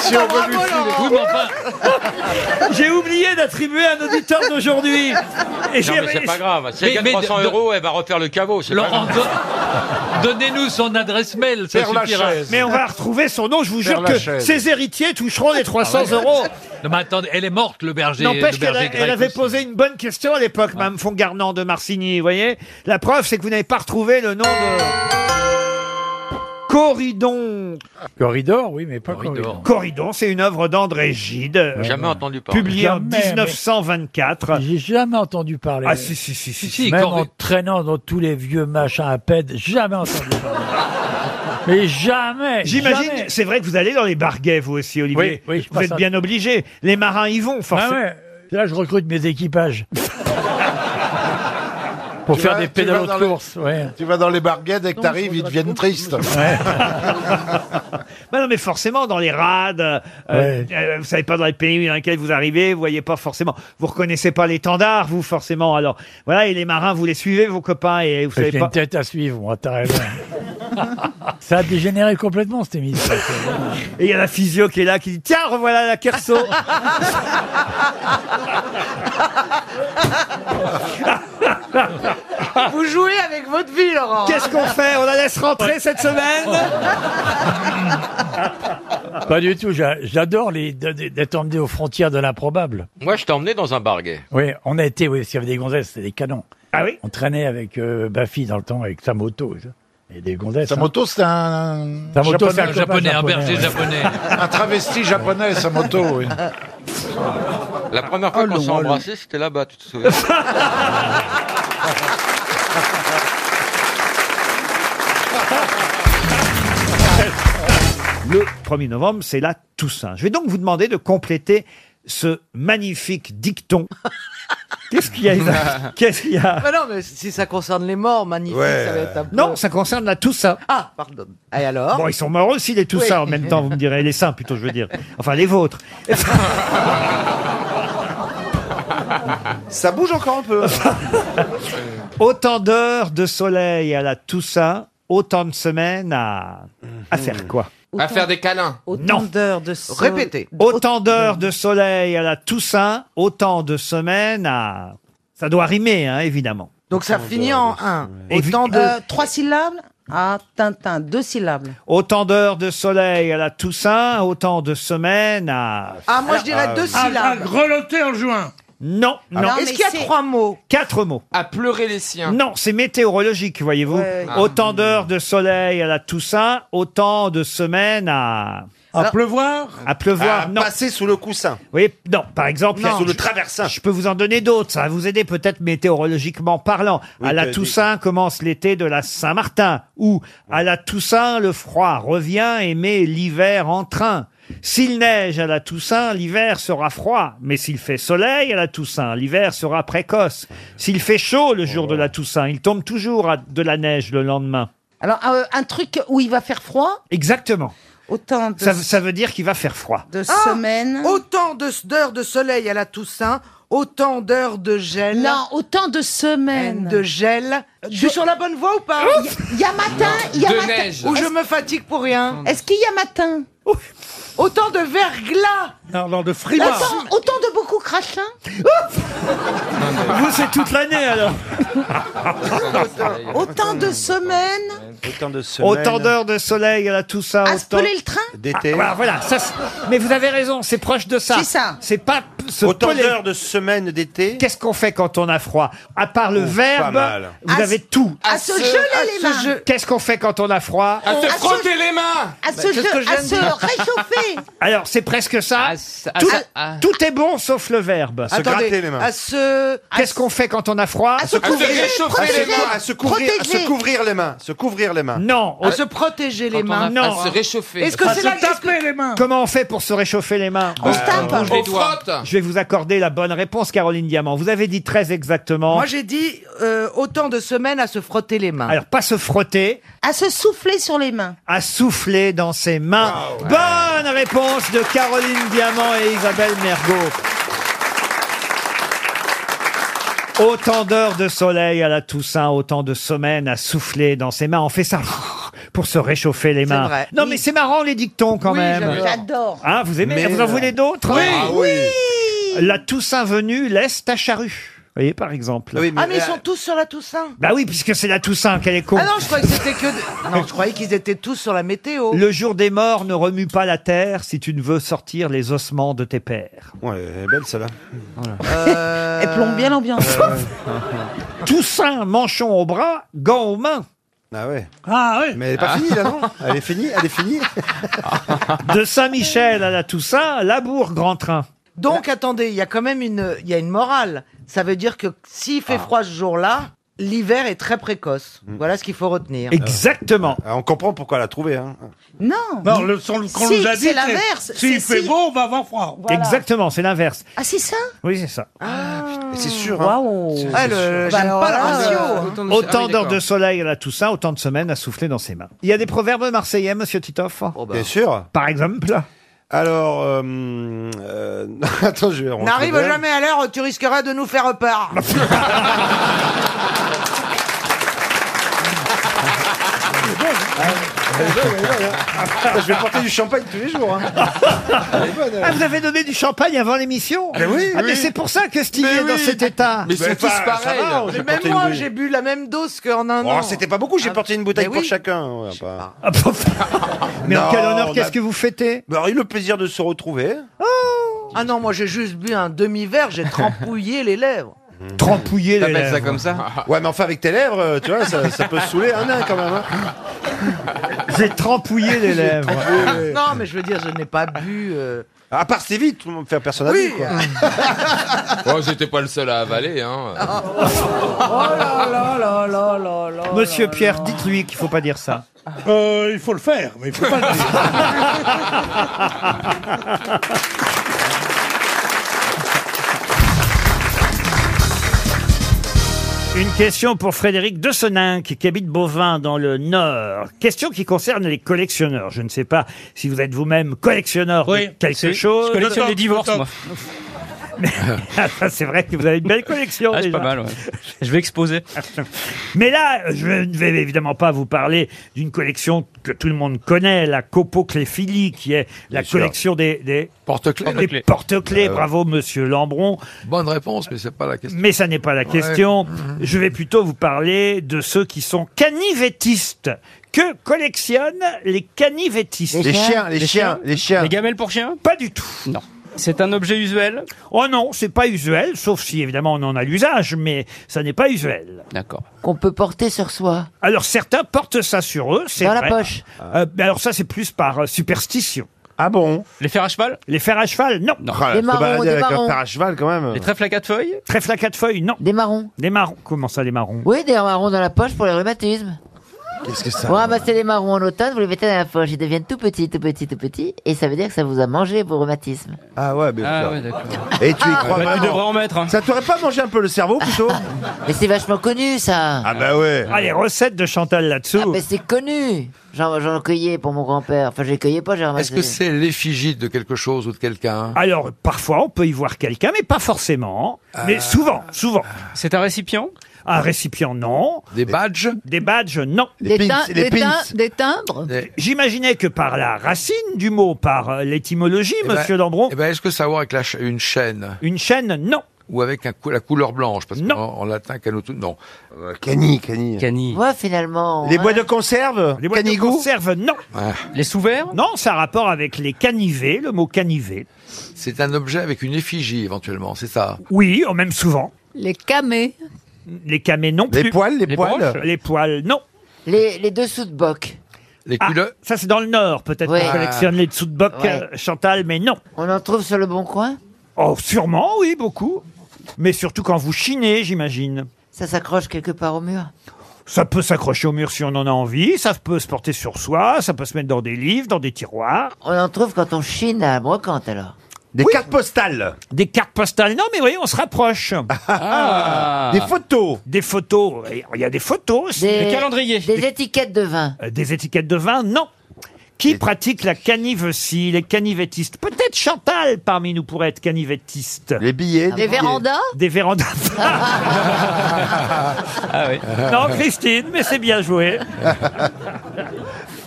Si on veut lui Oui, mais enfin, J'ai oublié d'attribuer un auditeur d'aujourd'hui. Et Non, j'ai- mais c'est pas grave. Si elle Mais- gagne mais- 300 de- euros, elle va refaire le caveau. Laurent, donnez-nous son adresse mail, ça suffira. Mais on va retrouver son nom, je vous Père jure que Lachaise. ses héritiers toucheront les 300 euros. Non, mais attendez, elle est morte, le berger. N'empêche le qu'elle berger a- elle grec avait aussi. posé une bonne question à l'époque, Mme Fongarnant de Marcigny, vous voyez La preuve, c'est que vous n'avez pas retrouvé le nom de... Corridon. Corridor, Oh oui, mais pas corridor. Corridon, c'est une œuvre d'André Gide. Jamais euh, entendu parler. Publiée Jamais, en 1924. J'ai jamais entendu parler. Ah, si, si, si, si. Même Corri- en traînant dans tous les vieux machins à pède, jamais entendu parler. mais jamais. J'imagine, jamais. c'est vrai que vous allez dans les barguets, vous aussi, Olivier. Oui, oui, je vous passe êtes à- bien obligé. Les marins y vont, Ah forcément. ouais. Là, je recrute <laughs> mes équipages. Pour Tu faire vas- des tu pédalos vas dans de le- course, ouais. Tu vas dans les barguettes, dès que Non, t'arrives, ils deviennent tristes. <laughs> Bah non, mais forcément, dans les rades, euh, Ouais. euh, vous savez pas dans les pays dans lesquels vous arrivez, vous voyez pas forcément, vous reconnaissez pas l'étendard, vous, forcément. Alors, voilà, et les marins, vous les suivez, vos copains, et vous J'ai savez pas. une tête à suivre, moi, t'as raison. Ça a dégénéré complètement, cette émission. <laughs> Et il y a la physio qui est là, qui dit, tiens, revoilà la <laughs> Kerso. Vous jouez avec votre vie, Laurent. Qu'est-ce qu'on fait On la laisse rentrer cette semaine <laughs> Pas du tout, j'a- j'adore les- d- d'être emmené aux frontières de l'improbable. Moi, je t'ai emmené dans un barguet. Oui, on a été, oui, parce qu'il y avait des gonzesses, c'était des canons. Ah oui On traînait avec euh, ma fille dans le temps, avec sa moto. ça. Et des gonzesses. Sa hein. moto, c'est un. Sa moto, c'est un Japonais. copain Japonais, un japonais, berger ouais. japonais. un travesti japonais, sa moto, oui. La première Oh, fois qu'on s'est embrassé, c'était là-bas, tu <laughs> te souviens <laughs> Le 1er novembre, c'est la Toussaint. Je vais donc vous demander de compléter ce magnifique dicton. Qu'est-ce qu'il y <laughs> a <laughs> Qu'est-ce qu'il y a Mais non, mais si ça concerne les morts, magnifique, ça va être un peu... Non, ça concerne la Toussaint. Ah, pardon. Et alors Bon, ils sont morts aussi, les Toussaint, en Oui. même temps, vous me direz, les saints plutôt, je veux dire. Enfin, les vôtres. <laughs> Ça bouge encore un peu. <laughs> Autant d'heures de soleil à la Toussaint, autant de semaines à. à Mhm. faire quoi À faire des câlins. Autant d'heures de soleil. Répétez. Autant d'heures de soleil à la Toussaint, autant de semaines à. Ça doit rimer, hein, évidemment. Donc ça Fini en un. Autant de- Euh, trois syllabes Ah, Tintin, deux syllabes. Autant d'heures de soleil à la Toussaint, autant de semaines à. <laughs> Ah, moi, je dirais deux syllabes. ah, grelotté en juin. Non, non. Non, Est-ce mais qu'il y a c'est- trois mots Quatre mots. À pleurer les siens. Non, c'est météorologique, voyez-vous. Ouais. Ah. Autant d'heures de soleil à la Toussaint, autant de semaines à... À Alors- pleuvoir À pleuvoir, À non. passer sous le coussin. Oui, non, par exemple... Non. Sous le je- traversin. Je peux vous en donner d'autres, ça va vous aider peut-être météorologiquement parlant. à la t'as dit. Toussaint commence l'été de la Saint-Martin, ou à la Toussaint, le froid revient et met l'hiver en train. S'il neige à la Toussaint, l'hiver sera froid, mais s'il fait soleil à la Toussaint, l'hiver sera précoce. S'il fait chaud le jour de la Toussaint, il tombe toujours à de la neige le lendemain. Alors, euh, un truc où il va faire froid Exactement. Autant de, Ça, ça veut dire qu'il va faire froid. de Ah semaines. Autant de- d'heures de soleil à la Toussaint, autant d'heures de gel. Non, autant de semaines. Euh, De gel. Je suis sur la bonne voie ou pas Il y a matin, il y a matin. Ou je me fatigue pour rien. Est-ce qu'il y a matin Autant de verglas. Non, non, de autant, autant de beaucoup crachin Vous, c'est toute l'année alors <laughs> Autant de semaines Autant de Autant d'heures de soleil à la Toussaint. À se autant... peler le train Ah, voilà, voilà, ça, c'est- mais vous avez raison, c'est proche de ça. C'est ça. C'est pas p- se Autant peler- d'heures de semaine d'été. Qu'est-ce qu'on fait quand on a froid À part le Ouf, pas verbe, mal. vous À avez se- tout. à À se se- geler à les se mains. ge- Qu'est-ce qu'on fait quand on a froid À se frotter les mains. Bah, À se, c'est ce que je- je à viens de se dire. réchauffer Alors, c'est presque ça. tout, tout est bon sauf le verbe. Attendez, À se... Qu'est-ce qu'on fait quand on a froid À se couvrir. À se, cou- à se couvrir, à Protéger. se couvrir les mains. Se couvrir les mains. Non. À se protéger les mains. Non. Est-ce que c'est la les mains Comment on fait pour se réchauffer les mains On se Bah, tape. on bouge les doigts. Je vais vous accorder la bonne réponse, Caroline Diamant. Vous avez dit très exactement. Moi, j'ai dit euh, autant de semaines à se frotter les mains. Alors, pas se frotter, À se souffler sur les mains. à souffler dans ses mains. Bonne réponse de Caroline Diamant et Isabelle Mergot. Autant d'heures de soleil à la Toussaint, autant de semaines à souffler dans ses mains. On fait ça pour se réchauffer les mains. vrai. Non, mais c'est marrant les dictons quand Oui, même. j'adore. J'adore. Hein, vous aimez Mais Vous en alors. voulez d'autres Oui. Ah oui. La Toussaint venue laisse ta charrue. Vous voyez, par exemple. ah, euh, mais ils sont tous sur la Toussaint. Bah oui, puisque c'est la Toussaint qu'elle est con. Ah non, je croyais que c'était que. de- Non, je croyais qu'ils étaient tous sur la météo. Le jour des morts ne remue pas la terre si tu ne veux sortir les ossements de tes pères. Ouais, elle est belle celle-là. Euh, Euh, Elle plombe bien Euh, l'ambiance. <laughs> Toussaint, manchon au bras, gants aux mains. Ah ouais. Ah oui. Mais elle est pas <laughs> finie là, non Elle est finie, elle est finie. De Saint-Michel à la Toussaint, Labourg, grand train. Donc attendez, il y a quand même une, il y a une morale. Ça veut dire que s'il Ah. fait froid ce jour-là, l'hiver est très précoce. Voilà ce qu'il faut retenir. Mm. Ah, Exactement. bah on comprend pourquoi elle a trouvé. Hein. Non. Non, le, son, qu'on Si, nous a c'est dit, c'est- l'inverse. S'il C'est fait si- beau, on va avoir froid. Exactement, c'est l'inverse. Ah, c'est ça Oui, c'est ça. c'est sûr. hein. Ah, le- Bah j'aime alors pas le là, ratio. euh, hein. Autant d'heures de soleil à la Toussaint, autant de semaines à souffler dans ses mains. Il y a des proverbes marseillais, monsieur Titoff Oh, bah. Bien sûr. Par exemple Alors, euh, euh, <laughs> attends, je vais rentrer N'arrive dedans. jamais à l'heure, tu risqueras de nous faire <laughs> peur. Je vais porter du champagne tous les jours. hein. Ah, vous avez donné du champagne avant l'émission <laughs> Mais oui, Ah, mais oui. c'est pour ça que Stevie Mais est dans oui. cet état. Mais c'est Mais tous pas- pareils. ça va, on Mais s'est même porté moi, une- j'ai bu la même dose qu'en un an. Ah, Oh, c'était pas beaucoup, j'ai porté une bouteille mais pour oui. chacun. ouais, pas- Ah, Mais en Non, quel honneur, on qu'est-ce a- que vous fêtez Bah, on a eu le plaisir de se retrouver. Ah non, moi j'ai juste bu un <laughs> demi-verre, j'ai trempouillé les lèvres. Mmh. Trempouiller les T'appelles ça lèvres. comme ça <laughs> Ouais, mais enfin, avec tes lèvres, euh, tu vois, ça, ça peut saouler un nain quand même. hein. J'ai trempouillé les lèvres. euh, non, mais je veux dire, je n'ai pas bu. euh, À part c'est vite, tout le monde fait personne à Oui. <laughs> lui, quoi. Oh, j'étais pas le seul à avaler, hein. Monsieur Pierre, dites-lui qu'il faut pas dire ça. Euh, il faut le faire, mais il faut pas le <laughs> <laughs> Une question pour Frédéric Desseninck, qui habite Bovin dans le Nord. Question qui concerne les collectionneurs. Je ne sais pas si vous êtes vous-même collectionneur de quelque chose. <laughs> Ah, ça, c'est vrai que vous avez une belle collection. Ah, c'est déjà. pas mal, ouais. Je vais exposer. <laughs> Mais là, je ne vais évidemment pas vous parler d'une collection que tout le monde connaît, la Copocléphilie, qui est la sûr. collection des, des porte-clés. Des Porte-clés. porte-clés. Ben Euh, Bravo, monsieur Lambron. Bonne réponse, mais c'est pas la question. Mais ça n'est pas <laughs> la question. Je vais plutôt vous parler de ceux qui sont canivetistes. Que collectionnent les canivetistes Les chiens, les Les chiens, chiens les chiens. Les gamelles pour chiens Pas du tout. Non. C'est un objet usuel Oh non, c'est pas usuel, sauf si évidemment on en a l'usage, mais ça n'est pas usuel. D'accord. Qu'on peut porter sur soi. Alors certains portent ça sur eux, c'est Dans la vrai. poche. Euh, mais alors ça c'est plus par euh, superstition. Ah bon Les fers à cheval Les fers à cheval, non. Oh là, Des faut pas marrons, balader des avec un marrons. fer à cheval, quand même. Les trèfles à quatre feuilles Trèfles à quatre feuilles, non. Des marrons Des marrons, comment ça des marrons Oui, des marrons dans la poche pour les rhumatismes. Qu'est-ce que Vous ramassez les marrons en automne, vous les mettez dans la poche, ils deviennent tout petits, tout petits, tout petits, et ça veut dire que ça vous a mangé vos rhumatismes. Ah ouais, mais. Ah putain. ouais, d'accord. Et tu y crois Ouais, bah, tu vraiment devrais en mettre. Ça t'aurait pas mangé un peu le cerveau plutôt <laughs> Mais c'est vachement connu ça Ah bah ouais. Ah, les recettes de Chantal là-dessous. Ah, mais c'est connu J'en j'en cueillais pour mon grand-père. Enfin, je les cueillais pas, j'ai ramassé. Est-ce que c'est l'effigie de quelque chose ou de quelqu'un Alors, parfois, on peut y voir quelqu'un, mais pas forcément. Mais souvent, souvent. C'est un récipient Un récipient, non. Des badges Des badges, non. timbres J'imaginais que par la racine du mot, par euh, l'étymologie, Eh ben- monsieur Lambron. Eh ben, est-ce que ça a à voir avec la cha- une chaîne Une chaîne, non. Ou avec un cou- la couleur blanche, parce qu'en en latin, canotto, non. Euh, Cani, cani. Cani. Ouais, finalement. Les boîtes de conserve Les boîtes de conserve, non. Les sous-verts Non, ça a rapport avec les canivés, le mot canivet. C'est un objet avec une effigie, éventuellement, c'est ça Oui, oh, même souvent. Les camés. Les camés, non Les plus. poils, les Les poils broches Les poils, non. Les, les dessous de boc. Les culottes Ça, c'est dans le Nord, peut-être Ouais. qu'on collectionne les dessous de boc, Ouais. euh, Chantal, mais non. On en trouve sur le bon coin Oh, sûrement, oui, beaucoup. Mais surtout quand vous chinez, j'imagine. Ça s'accroche quelque part au mur Ça peut s'accrocher au mur si on en a envie, ça peut se porter sur soi, ça peut se mettre dans des livres, dans des tiroirs. On en trouve quand on chine à la brocante, alors. Des cartes postales. Des cartes postales, non, mais voyez, on se rapproche. Ah. Des photos. Des photos, il y a des photos aussi. Des, Des étiquettes de vin. Euh, Des étiquettes de vin, non. Qui pratique la canivecie, les canivettistes Peut-être Chantal parmi nous pourrait être canivettiste. Les billets. Des vérandas Des vérandas. Ah. Ah, non, Christine, mais c'est bien joué. <laughs>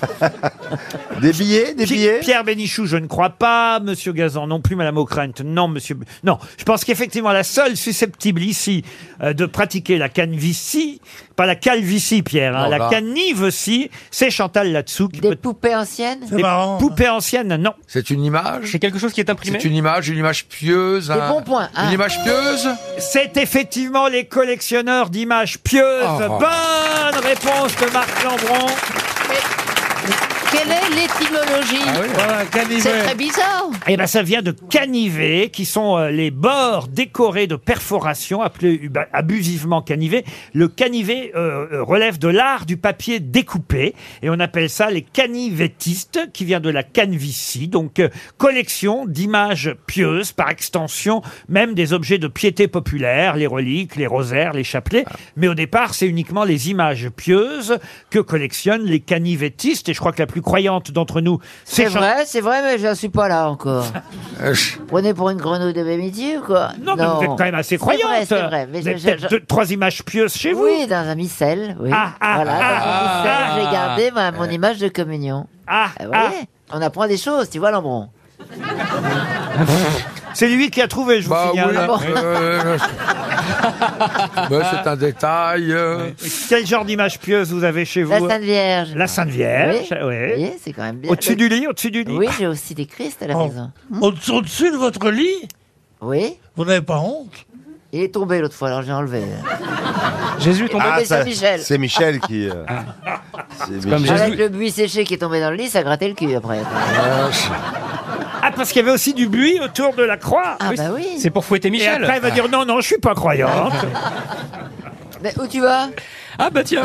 Des billets, des billets. Pierre Bénichou, je ne crois pas. Monsieur Gazan non plus. Madame O'Krent, non. Monsieur, B- non. Je pense qu'effectivement la seule susceptible ici euh, de pratiquer la canvicie, pas la calvicie, Pierre, hein, Oh la là. canivecie, c'est Chantal là-dessous. Des Poupée ancienne Des poupées anciennes, non. C'est une image C'est quelque chose qui est imprimé C'est une image, une image pieuse. Des un- bons points, hein. Une image pieuse C'est effectivement les collectionneurs d'images pieuses. Oh. Bonne réponse de Marc Lambron. Quelle est l'étymologie Ah C'est très bizarre. Eh ben, ça vient de canivés, qui sont euh, les bords décorés de perforations, appelés euh, bah, abusivement canivés. Le canivet euh, euh, relève de l'art du papier découpé, et on appelle ça les canivettistes, qui vient de la canvicie, donc euh, collection d'images pieuses, par extension, même des objets de piété populaire, les reliques, les rosaires, les chapelets. Mais au départ, c'est uniquement les images pieuses que collectionnent les canivettistes, et je crois que la plus croyante d'entre nous, C'est Chan- vrai, c'est vrai, mais je ne suis pas <laughs> là encore. Prenez pour une grenouille de bémitier ou quoi Non, mais vous êtes quand même assez C'est vrai, croyante. C'est vrai, mais vous je- avez je- peut-être je- deux, trois images pieuses chez vous. Oui, dans un missel, oui. Ah, ah, voilà, dans ah, un missel, ah. j'ai gardé ma- mon image de communion. Eh, Ah, vous voyez On apprend des choses, tu <laughs> vois, Lambron C'est lui qui a trouvé, je vous <laughs> Bah signale. oui, Ah bon euh, mais c'est un détail. euh. Ah. Quel genre d'image pieuse vous avez chez vous La Sainte Vierge. La Sainte Vierge, Oui. oui. Vous voyez, c'est quand même bien. Au-dessus du lit, au-dessus du Oh. lit. Oui, j'ai aussi des Christ à la maison. Au- Au-dessus de votre lit Oui. Vous n'avez pas honte Il est tombé l'autre fois, alors j'ai enlevé. Ah, Jésus tombé des ça- Saint-Michel. C'est Michel Ah. qui. euh, c'est Avec Michel. le buis séché qui est tombé dans le lit, ça grattait le cul <laughs> après. Ah, parce qu'il y avait aussi du buis autour de la croix. Ah bah oui. C'est pour fouetter Et Michel. après, elle va dire non, non, je suis pas croyante. <laughs> Mais où tu vas Ah. Ah <laughs> bah tiens,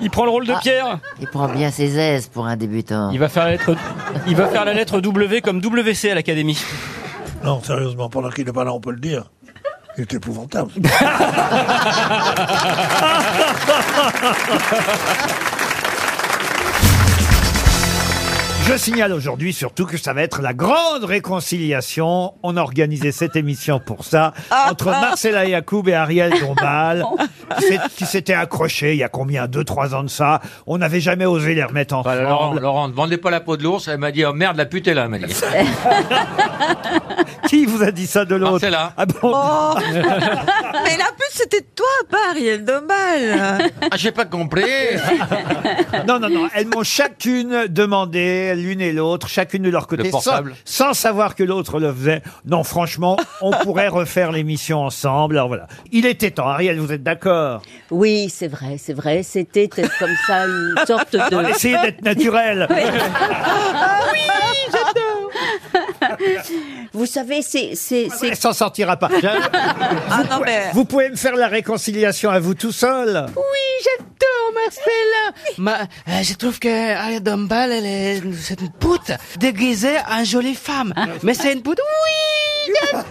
il prend le rôle de Pierre. Il prend bien ses aises pour un débutant. Il va faire la lettre, il va faire la lettre W comme WC à l'académie. Non, sérieusement, pendant qu'il n'est pas là, on peut le dire. C'est épouvantable. Je signale aujourd'hui surtout que ça va être la grande réconciliation. On a organisé cette émission pour ça entre Marcella Yacoub et Ariel Dombal, qui s'est- qui s'étaient accrochés il y a combien deux trois ans de ça. On n'avait jamais osé les remettre Oh ensemble. Laurent, Laurent, ne vendez pas la peau de l'ours. Elle m'a dit, oh merde, la pute est là, elle m'a dit. <laughs> Qui vous a dit ça de l'autre Marcella. Ah bon Mais la plus c'était toi, pas Ariel <laughs> Dombal. Ah, j'ai pas compris. <laughs> Non, non, non. Elles m'ont chacune demandé, l'une et l'autre, chacune de leur côté, sans, portable. sans savoir que l'autre le faisait. Non, franchement, <laughs> on pourrait refaire l'émission ensemble. Alors voilà. Il était temps. Ariel, vous êtes d'accord Oui, c'est vrai, c'est vrai. C'était peut-être comme ça <laughs> une sorte Ah, On de. va essayer d'être naturel. oui, j'adore. Vous savez, c'est c'est c'est. Elle s'en sortira pas. Ah non mais. Vous pouvez me faire la réconciliation à vous tout seul Oui, j'adore Marcella. Ma- euh, je trouve que Ariel Dombal, elle est, c'est une pute déguisée en jolie femme. Ah. Mais c'est une pute. Oui, j'adore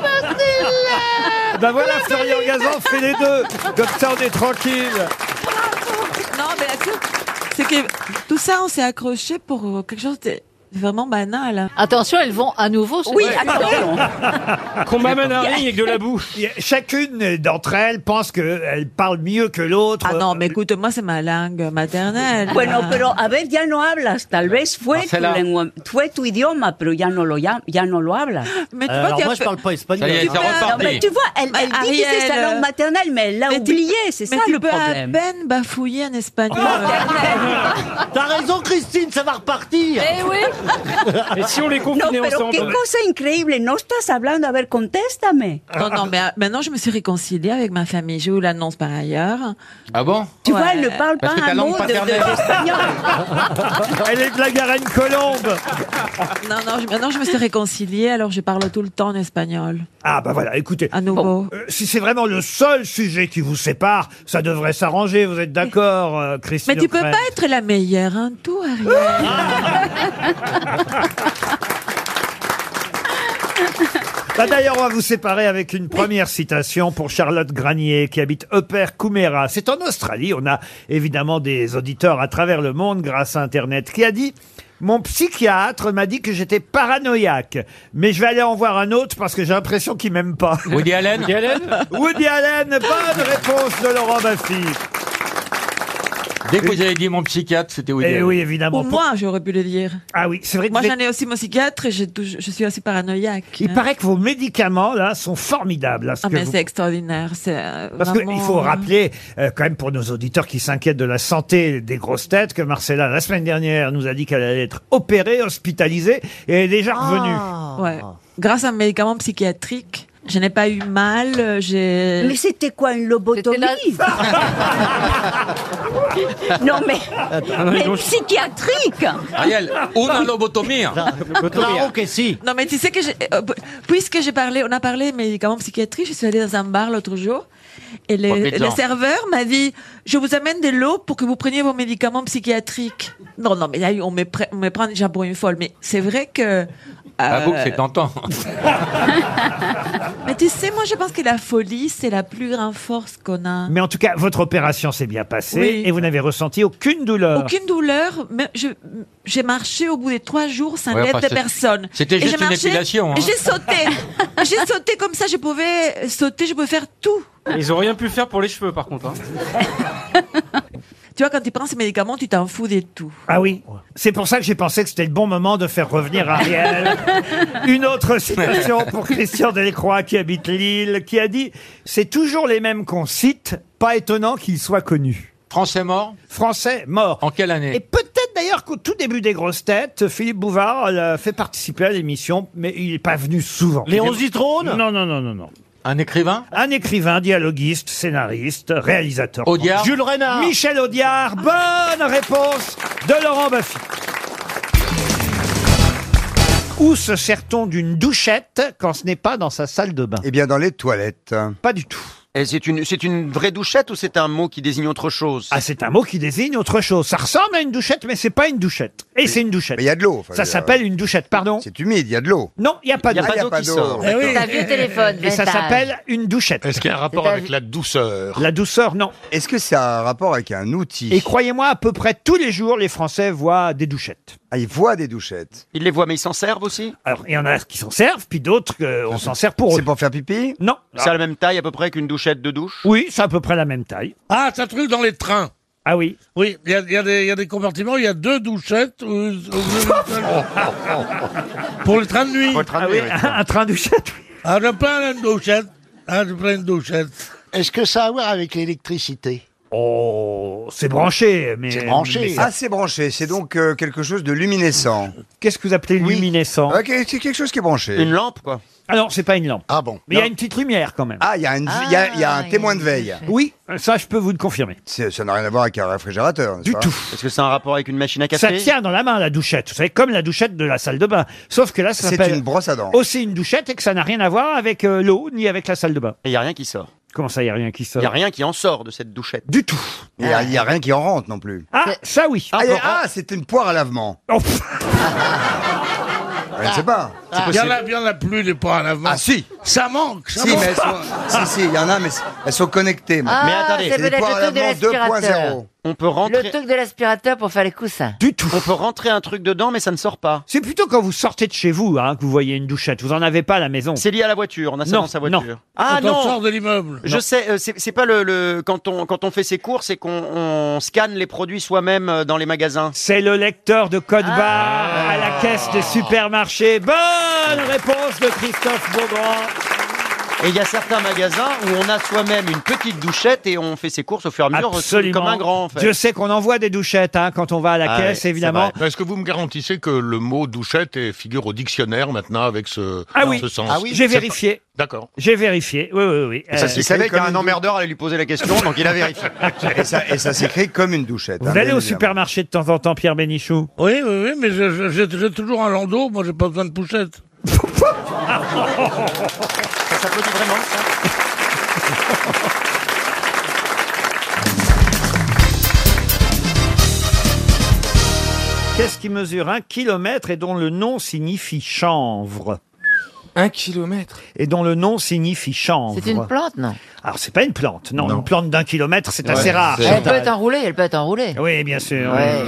Marcella. Ben voilà, Florian Gazan fait les deux. Comme ça, on est tranquille. non, mais attends, c'est que tout ça, on s'est accroché pour euh, quelque chose de vraiment banal. Attention, elles vont à nouveau. se- Oui, Ouais. attention. Qu'on m'amène un ring avec de la boue. Chacune d'entre elles pense qu'elle parle mieux que l'autre. Ah non, mais écoute, moi, c'est ma langue maternelle. Bueno, pero a ver, ya no hablas. Tal vez fue tu Marcela. lengua, fue tu idioma, pero ya no lo ya, ya no lo hablas. Mais tu Euh, vois Alors, qu'il y a moi, je peu- parle pas espagnol. Tu Ça y est, peux- c'est reparti. Non, mais tu vois, elle, Mais elle dit que c'est sa Ariel. langue maternelle, mais elle l'a Mais tu- oublié. C'est ça mais tu le peux problème. à peine bafouiller en espagnol. <laughs> T'as raison, Christine, ça va repartir. Eh oui. no, pero qué cosa increíble. No estás hablando. A ver, contéstame. Non, non, mais euh, maintenant, je me suis réconciliée avec ma famille. Je vous l'annonce par ailleurs. Ah bon Tu vois, elle ne parle Parce pas que ta un langue mot de, de- paternelle. d'espagnol. <laughs> Elle est de la Garenne Colombe. Non, non, je- maintenant, je me suis réconciliée, alors je parle tout le temps en espagnol. Ah bah voilà, écoutez. À nouveau. Euh, si c'est vraiment le seul sujet qui vous sépare, ça devrait s'arranger, vous êtes d'accord, euh, Christine Mais tu peux O'Krent pas être la meilleure en tout, Ah. Ariel. Bah, D'ailleurs, on va vous séparer avec une première citation pour Charlotte Granier, qui habite Upper Coomera. C'est en Australie. On a évidemment des auditeurs à travers le monde grâce à Internet qui a dit Mon psychiatre m'a dit que j'étais paranoïaque. Mais je vais aller en voir un autre parce que j'ai l'impression qu'il m'aime pas. Woody Allen Woody Allen Woody Allen, bonne réponse de Laurent Baffy. Dès que vous avez dit mon psychiatre, c'était Eh Woody Allen. Pour moi, j'aurais pu le dire. Ah oui, c'est vrai que Moi, vous êtes- j'en ai aussi mon psychiatre et je, touche- je suis aussi paranoïaque. Il hein. paraît que vos médicaments, là, sont formidables. là, ce Ah, que mais vous- c'est extraordinaire. C'est euh, Parce vraiment... qu'il faut rappeler, euh, quand même, pour nos auditeurs qui s'inquiètent de la santé des grosses têtes, que Marcella, la semaine dernière, nous a dit qu'elle allait être opérée, hospitalisée, et elle est déjà Ah. revenue. Ah. Ouais. Grâce à un médicament psychiatrique, je n'ai pas eu mal. euh, J'ai. Mais c'était quoi une lobotomie <laughs> Non mais, non, ils mais ont- psychiatrique. <laughs> Ariel, una lobotomie. hein. hein. Non, Non, mais tu sais que j'ai- euh, p- puisque j'ai parlé, on a parlé médicaments psychiatriques, je suis allée dans un bar l'autre jour et le, Profite-en. le serveur m'a dit "Je vous amène de l'eau pour que vous preniez vos médicaments psychiatriques." Non, non, mais là on me, pre- on me prend déjà pour une folle. Mais c'est vrai que. euh, Avoue que Ah, <laughs> c'est tentant. mais tu sais, moi je pense que la folie c'est la plus grande force qu'on a. Mais en tout cas, votre opération s'est bien passée Oui. et vous n'avez ressenti aucune douleur. Aucune douleur. mais je- J'ai marché au bout des trois jours sans Ouais, l'aide enfin, de c'est- personne. c'était Et juste j'ai une marché, épilation, hein. et <laughs> J'ai sauté. j'ai sauté comme ça. Je pouvais sauter. Je pouvais faire tout. Ils ont rien pu faire pour les cheveux, par contre. hein. Tu vois, quand tu prends ces médicaments, tu t'en fous des tout. Ah oui C'est pour ça que j'ai pensé que c'était le bon moment de faire revenir <laughs> Ariel. Une autre citation pour Christian Delcroix qui habite Lille, qui a dit « C'est toujours les mêmes qu'on cite, pas étonnant qu'ils soient connus. » Français mort Français mort. En quelle année Et peut-être d'ailleurs qu'au tout début des grosses têtes, Philippe Bouvard l'a fait participer à l'émission, mais il n'est pas venu souvent. Léon Zitrone Non, non, non, non, non. Un écrivain Un écrivain, dialoguiste, scénariste, réalisateur. Audiard Jules Renard. Michel Audiard. Bonne réponse de Laurent Baffy. Où se sert-on d'une douchette quand ce n'est pas dans sa salle de bain Eh bien, dans les toilettes. Pas du tout. Et c'est une, c'est une vraie douchette ou c'est un mot qui désigne autre chose Ah, c'est un mot qui désigne autre chose. Ça ressemble à une douchette, mais c'est pas une douchette. Et c'est une douchette. Mais il y a de l'eau. je veux Ça dire. s'appelle une douchette, pardon. C'est humide, il y a de l'eau. Non, il n'y a pas Il y a d'eau. pas Ah, il y a d'eau pas qui d'eau, sort. Eh oui. T'as vieux téléphone, Et ça vintage. s'appelle une douchette. Est-ce qu'il y a un rapport avec la douceur La douceur, non. Est-ce que ça a un rapport avec un outil Et croyez-moi, à peu près tous les jours, les Français voient des douchettes. Ah, ils voient des douchettes. Ils les voient, mais ils s'en servent aussi Alors, il y en a qui s'en servent, puis d'autres, euh, on s'en sert pour eux. C'est pour faire pipi Non. Ah, C'est à la même taille à peu près qu'une douchette de douche Oui, c'est à peu près la même taille. Ah, ça truc dans les trains. Ah oui Oui, il y a, il y a des- il y a des compartiments, il y a deux douchettes. où- où- <laughs> pour le train de nuit. Ah oui, un train de douchette. Ah, je prends une douchette. Ah, je prends une douchette. Est-ce que ça a à voir avec l'électricité Oh, c'est branché, mais. C'est branché. mais ça- Ah, c'est branché. C'est donc euh, quelque chose de luminescent. Qu'est-ce que vous appelez luminescent C'est quelque chose qui est branché. Une lampe, quoi. Ah non, c'est pas une lampe. Ah bon Mais il y a une petite lumière quand même. Ah, il y a, une- il y a- il y a un témoin de veille. Oui, ça, je peux vous le confirmer. Ça n'a rien à voir avec un réfrigérateur. Du tout. Est-ce que c'est un rapport avec une machine à Ça tient dans la main la douchette, vous savez, comme la douchette de la salle de bain. Sauf que là, ça C'est s'appelle une brosse à dents. aussi une douchette et que ça n'a rien à voir avec euh, l'eau ni avec la salle de bain. Il n'y a rien qui sort. Comment ça, il n'y a rien qui Il sort n'y a rien qui en sort de cette douchette. Du tout. Il n'y a, il y a rien qui en rentre non plus. Ah, ça oui. Ah, il y a- ah, c'est une poire à <laughs> lavement. Oh, Je ne sais pas. Ah. C'est Il y, en possible. a, il y en a plus, les points à l'avant. Ah, si. Ça manque. Ça Si, manque. mais <laughs> elles sont, si, si, il y en a, mais c- elles sont connectées. maintenant. <laughs> Ah, c'est des peut-être poires à le truc de lavement 2.0. l'aspirateur. On peut rentrer. Le truc de l'aspirateur pour faire les coussins. Du tout. On peut rentrer un truc dedans, mais ça ne sort pas. C'est plutôt quand vous sortez de chez vous hein, que vous voyez une douchette. Vous en avez pas à la maison. C'est lié à la voiture. On a ça Non, dans sa voiture. non. Ah Quand on non. sort de l'immeuble. Je sais, euh, c'est c'est pas le, le- quand on quand on fait ses courses et qu'on on scanne les produits soi-même euh, dans les magasins. Ah. C'est le lecteur de code barre à la caisse des supermarchés. Bonne réponse de Christophe Beaugrand. Et il y a certains magasins où on a soi-même une petite douchette et on fait ses courses au fur et à mesure Absolument. comme un grand. En fait. Je <laughs> sais qu'on envoie des douchettes hein, quand on va à la Ah caisse, ouais, évidemment. Est-ce que vous me garantissez que le mot douchette est- figure au dictionnaire maintenant avec ce, Ah oui. ce sens Ah oui. J'ai C'est pas- vérifié. D'accord. J'ai vérifié. Oui, oui, oui. Et ça Euh, s'écrit Il savait comme qu'un une- emmerdeur allait lui poser la question, donc il a vérifié. et ça, et <laughs> ça s'écrit comme une douchette. hein, Vous allez au supermarché de temps en temps, Pierre Bénichou Oui, oui, oui, mais je- je- j'ai j'ai toujours un landau. Moi, j'ai pas besoin de poussette. Ça s'applaudit vraiment, ça Qu'est-ce qui mesure un kilomètre et dont le nom signifie chanvre Un kilomètre Et dont le nom signifie chanvre. C'est une plante, non Alors, c'est pas une plante, non. Une plante d'un kilomètre, c'est Ouais, assez rare. Elle peut Chantal. être enroulée, elle peut être enroulée. Oui, bien sûr. Ouais.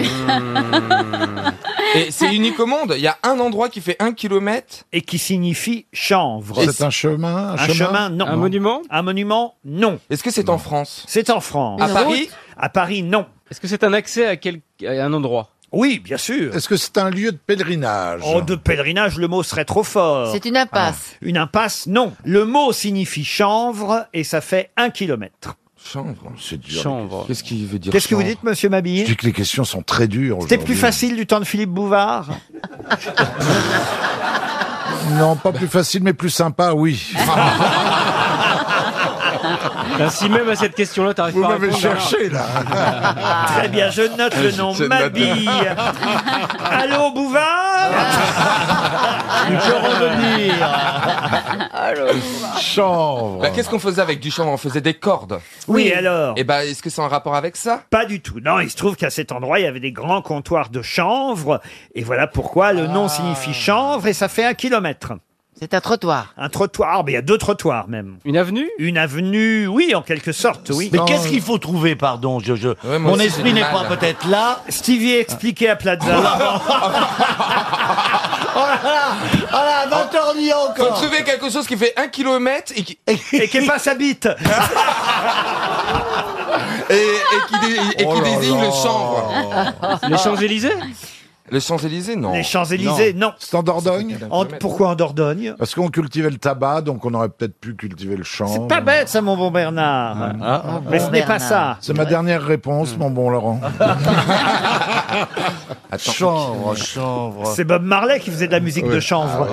Et c'est unique au monde. Il y a un endroit qui fait un kilomètre. Et qui signifie chanvre. Et C'est un chemin Un, chemin, non. monument Un monument, non. Est-ce que c'est en France C'est en France. À Une Paris route À Paris, non. Est-ce que c'est un accès à, quel... à un endroit Oui, bien sûr. Est-ce que c'est un lieu de pèlerinage Oh, de pèlerinage, le mot serait trop fort. C'est une impasse. Ah. Une impasse, non. Le mot signifie chanvre et ça fait un kilomètre. Chanvre, c'est dur. Chanvre. Qu'est-ce qu'il veut dire Qu'est-ce que vous chanvre dites, monsieur Mabillé Je dis que les questions sont très dures. C'était plus aujourd'hui. facile du temps de Philippe <laughs> Bouvard Non, pas plus facile, mais plus sympa, oui. Ah, Bah, Ben, si même à cette question-là, t'arrives Vous pas à m'avez répondre, cherché, alors. Très bien, je note le nom. C'est de la- Mabille. <laughs> Allô, Bouvard Ah. Il peut revenir. Chanvre. Bah, Qu'est-ce qu'on faisait avec du chanvre On faisait des cordes. Oui, Eh ben, Oui. alors. Et bah, est-ce que c'est en rapport avec ça Pas du tout. Non, il se trouve qu'à cet endroit, il y avait des grands comptoirs de chanvre. Et voilà pourquoi le nom signifie chanvre et ça fait un kilomètre. Ah. C'est un trottoir. Un trottoir, mais il y a deux trottoirs même. Une avenue Une avenue, oui, en quelque sorte, oui. Mais qu'est-ce qu'il faut trouver, pardon, je, je- moi Mon aussi, j'ai esprit du n'est mal. pas peut-être là. Stevie, expliquez à Plaza. Oh là là Oh là, va t'en dire Faut encore trouver quelque chose qui fait un kilomètre et qui. <laughs> et qui est pas sa <laughs> bite Et, et qui, dé- et qui Oh là désigne là. le Ah. chanvre. Les Champs-Élysées Les Champs-Élysées, non. Les Champs-Élysées, non. C'est en Dordogne En- pourquoi en Dordogne Parce qu'on cultivait le tabac, donc on aurait peut-être pu cultiver le champ. C'est pas bête, ça, mon bon Bernard. Ah, Ah, Mais ce n'est pas ça. C'est ma dernière réponse, mon bon Laurent. Ah. Chanvre, Ah, chanvre. C'est Bob Marley qui faisait de la musique de chanvre.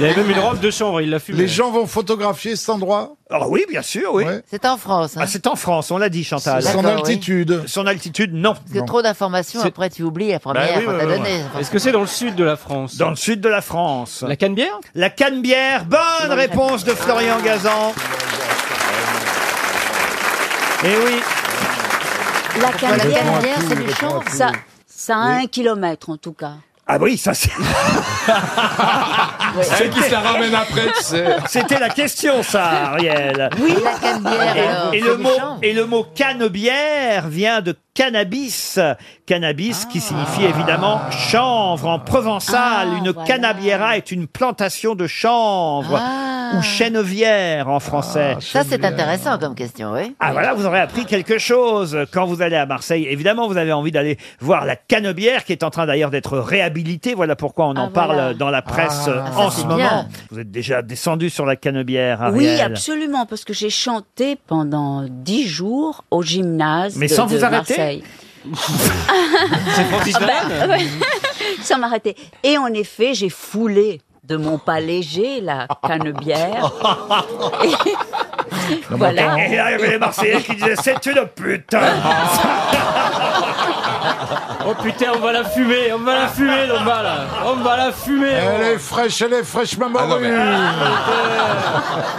Il avait même une robe de chanvre, il l'a fumée. Les gens vont photographier cet endroit <laughs> Ah oui, bien sûr, oui. C'est en France. hein. Ah, c'est en France, on l'a dit, Chantal. Son D'accord, oui. Son altitude, non. Bah Parce que trop d'informations, après tu oublies la première qu'on t'a donnée. Est-ce que c'est dans le sud de la France Dans le sud de la France. La Canebière La Canebière, bonne réponse de Florian Gazan. Et oui. La Pourquoi la carrière, carrière, c'est tout, du le champ. tout. Ça, ça a un kilomètre en tout cas. Ah oui, ça c'est. Ah, Celle qui se la ramène après, tu sais. C'était la question, ça, Ariel. Oui, la canebière, Et- alors, Et, c'est le du mot, chanvre. et le mot canebière vient de cannabis. Cannabis qui signifie Ah. évidemment chanvre. En provençal, une cannabiera est une plantation de chanvre ou chènevière en français. Ah. Ah, Ça, c'est intéressant comme question, oui. Ah voilà, vous aurez appris quelque chose quand vous allez à Marseille. Évidemment, vous avez envie d'aller voir la canebière qui est en train d'ailleurs d'être réhabilitée. Voilà pourquoi on en Ah, voilà. parle dans la presse Ah, euh, ça, en c'est ce bien. moment. Vous êtes déjà descendu sur la canebière, Oui, Ariel. absolument, parce que j'ai chanté pendant dix jours au gymnase. Mais de- sans vous de arrêter Marseille. Ah ben, <laughs> ouais, Sans m'arrêter. Et en effet, j'ai foulé de mon pas léger la <laughs> canebière. Et- voilà. Ah. Et là, il y avait les Marseillais qui disaient C'est une pute Ah, Oh putain, on va la fumer, on va la fumer, on va là. On va la fumer. Elle oh. est fraîche, elle est fraîche, Ah, maman. Ah,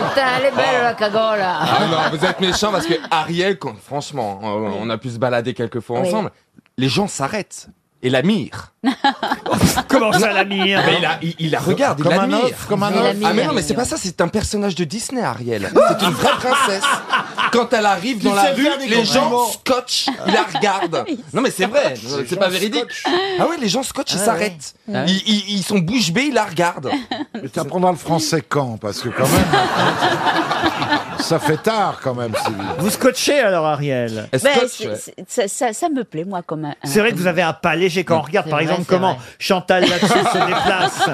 Putain, elle est belle, la cagole, là. Ah non, vous êtes méchant parce que Ariel, quand- franchement, hein, on on a pu se balader quelques fois Oui. ensemble. Les gens s'arrêtent et la <laughs> mirent. Comment ça, la mire hein Mais il, la- il- il la regarde, Comme il un l'admire. œuf, comme un Elle œuf. Ah mais non, l'admire. mais c'est pas ça, c'est un personnage de Disney, Ariel. C'est <laughs> une vraie princesse. Quand elle arrive dans Qui la sait rue, faire des les gens compliments. scotchent, ils la <laughs> <laughs> regardent. Non mais c'est vrai, Les c'est gens pas véridique. Ah ouais, les gens scotchent, ils Ah ouais. s'arrêtent. Ah ouais. Ils, ils- ils sont bouche bée, ils la regardent. Mais t'apprendras le français quand Parce que quand même. <laughs> ça fait tard quand même, Sylvie. Vous scotchez alors, Ariel Ben, c'est- c'est- ça, ça- ça me plaît, moi, comme un. C'est vrai que vous avez un pas léger quand on regarde C'est par vrai, exemple c'est comment vrai. Chantal là se déplace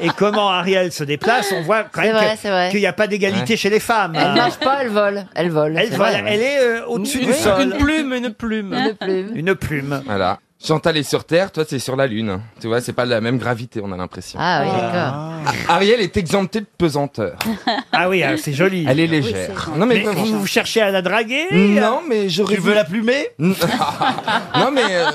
et comment Ariel se déplace, on voit quand C'est même vrai, que- c'est vrai. qu'il n'y a pas d'égalité Ouais. chez les femmes. Elle hein. marche pas, elle vole. Elle vole. Elle c'est vole, vrai, ouais. elle est euh, au-dessus du sol. une plume. Une plume. Une plume. Voilà. Chantal est sur Terre, toi c'est sur la Lune. Tu vois, c'est pas la même gravité, on a l'impression. Ah oui, d'accord. Ah, Ariel est exemptée de pesanteur. Ah oui, ah, c'est joli. Elle est Oui, légère. c'est non mais, Mais vraiment. vous, vous cherchez à la draguer euh Non, mais j'aurais Tu voulu- veux la <laughs> plumer non mais euh,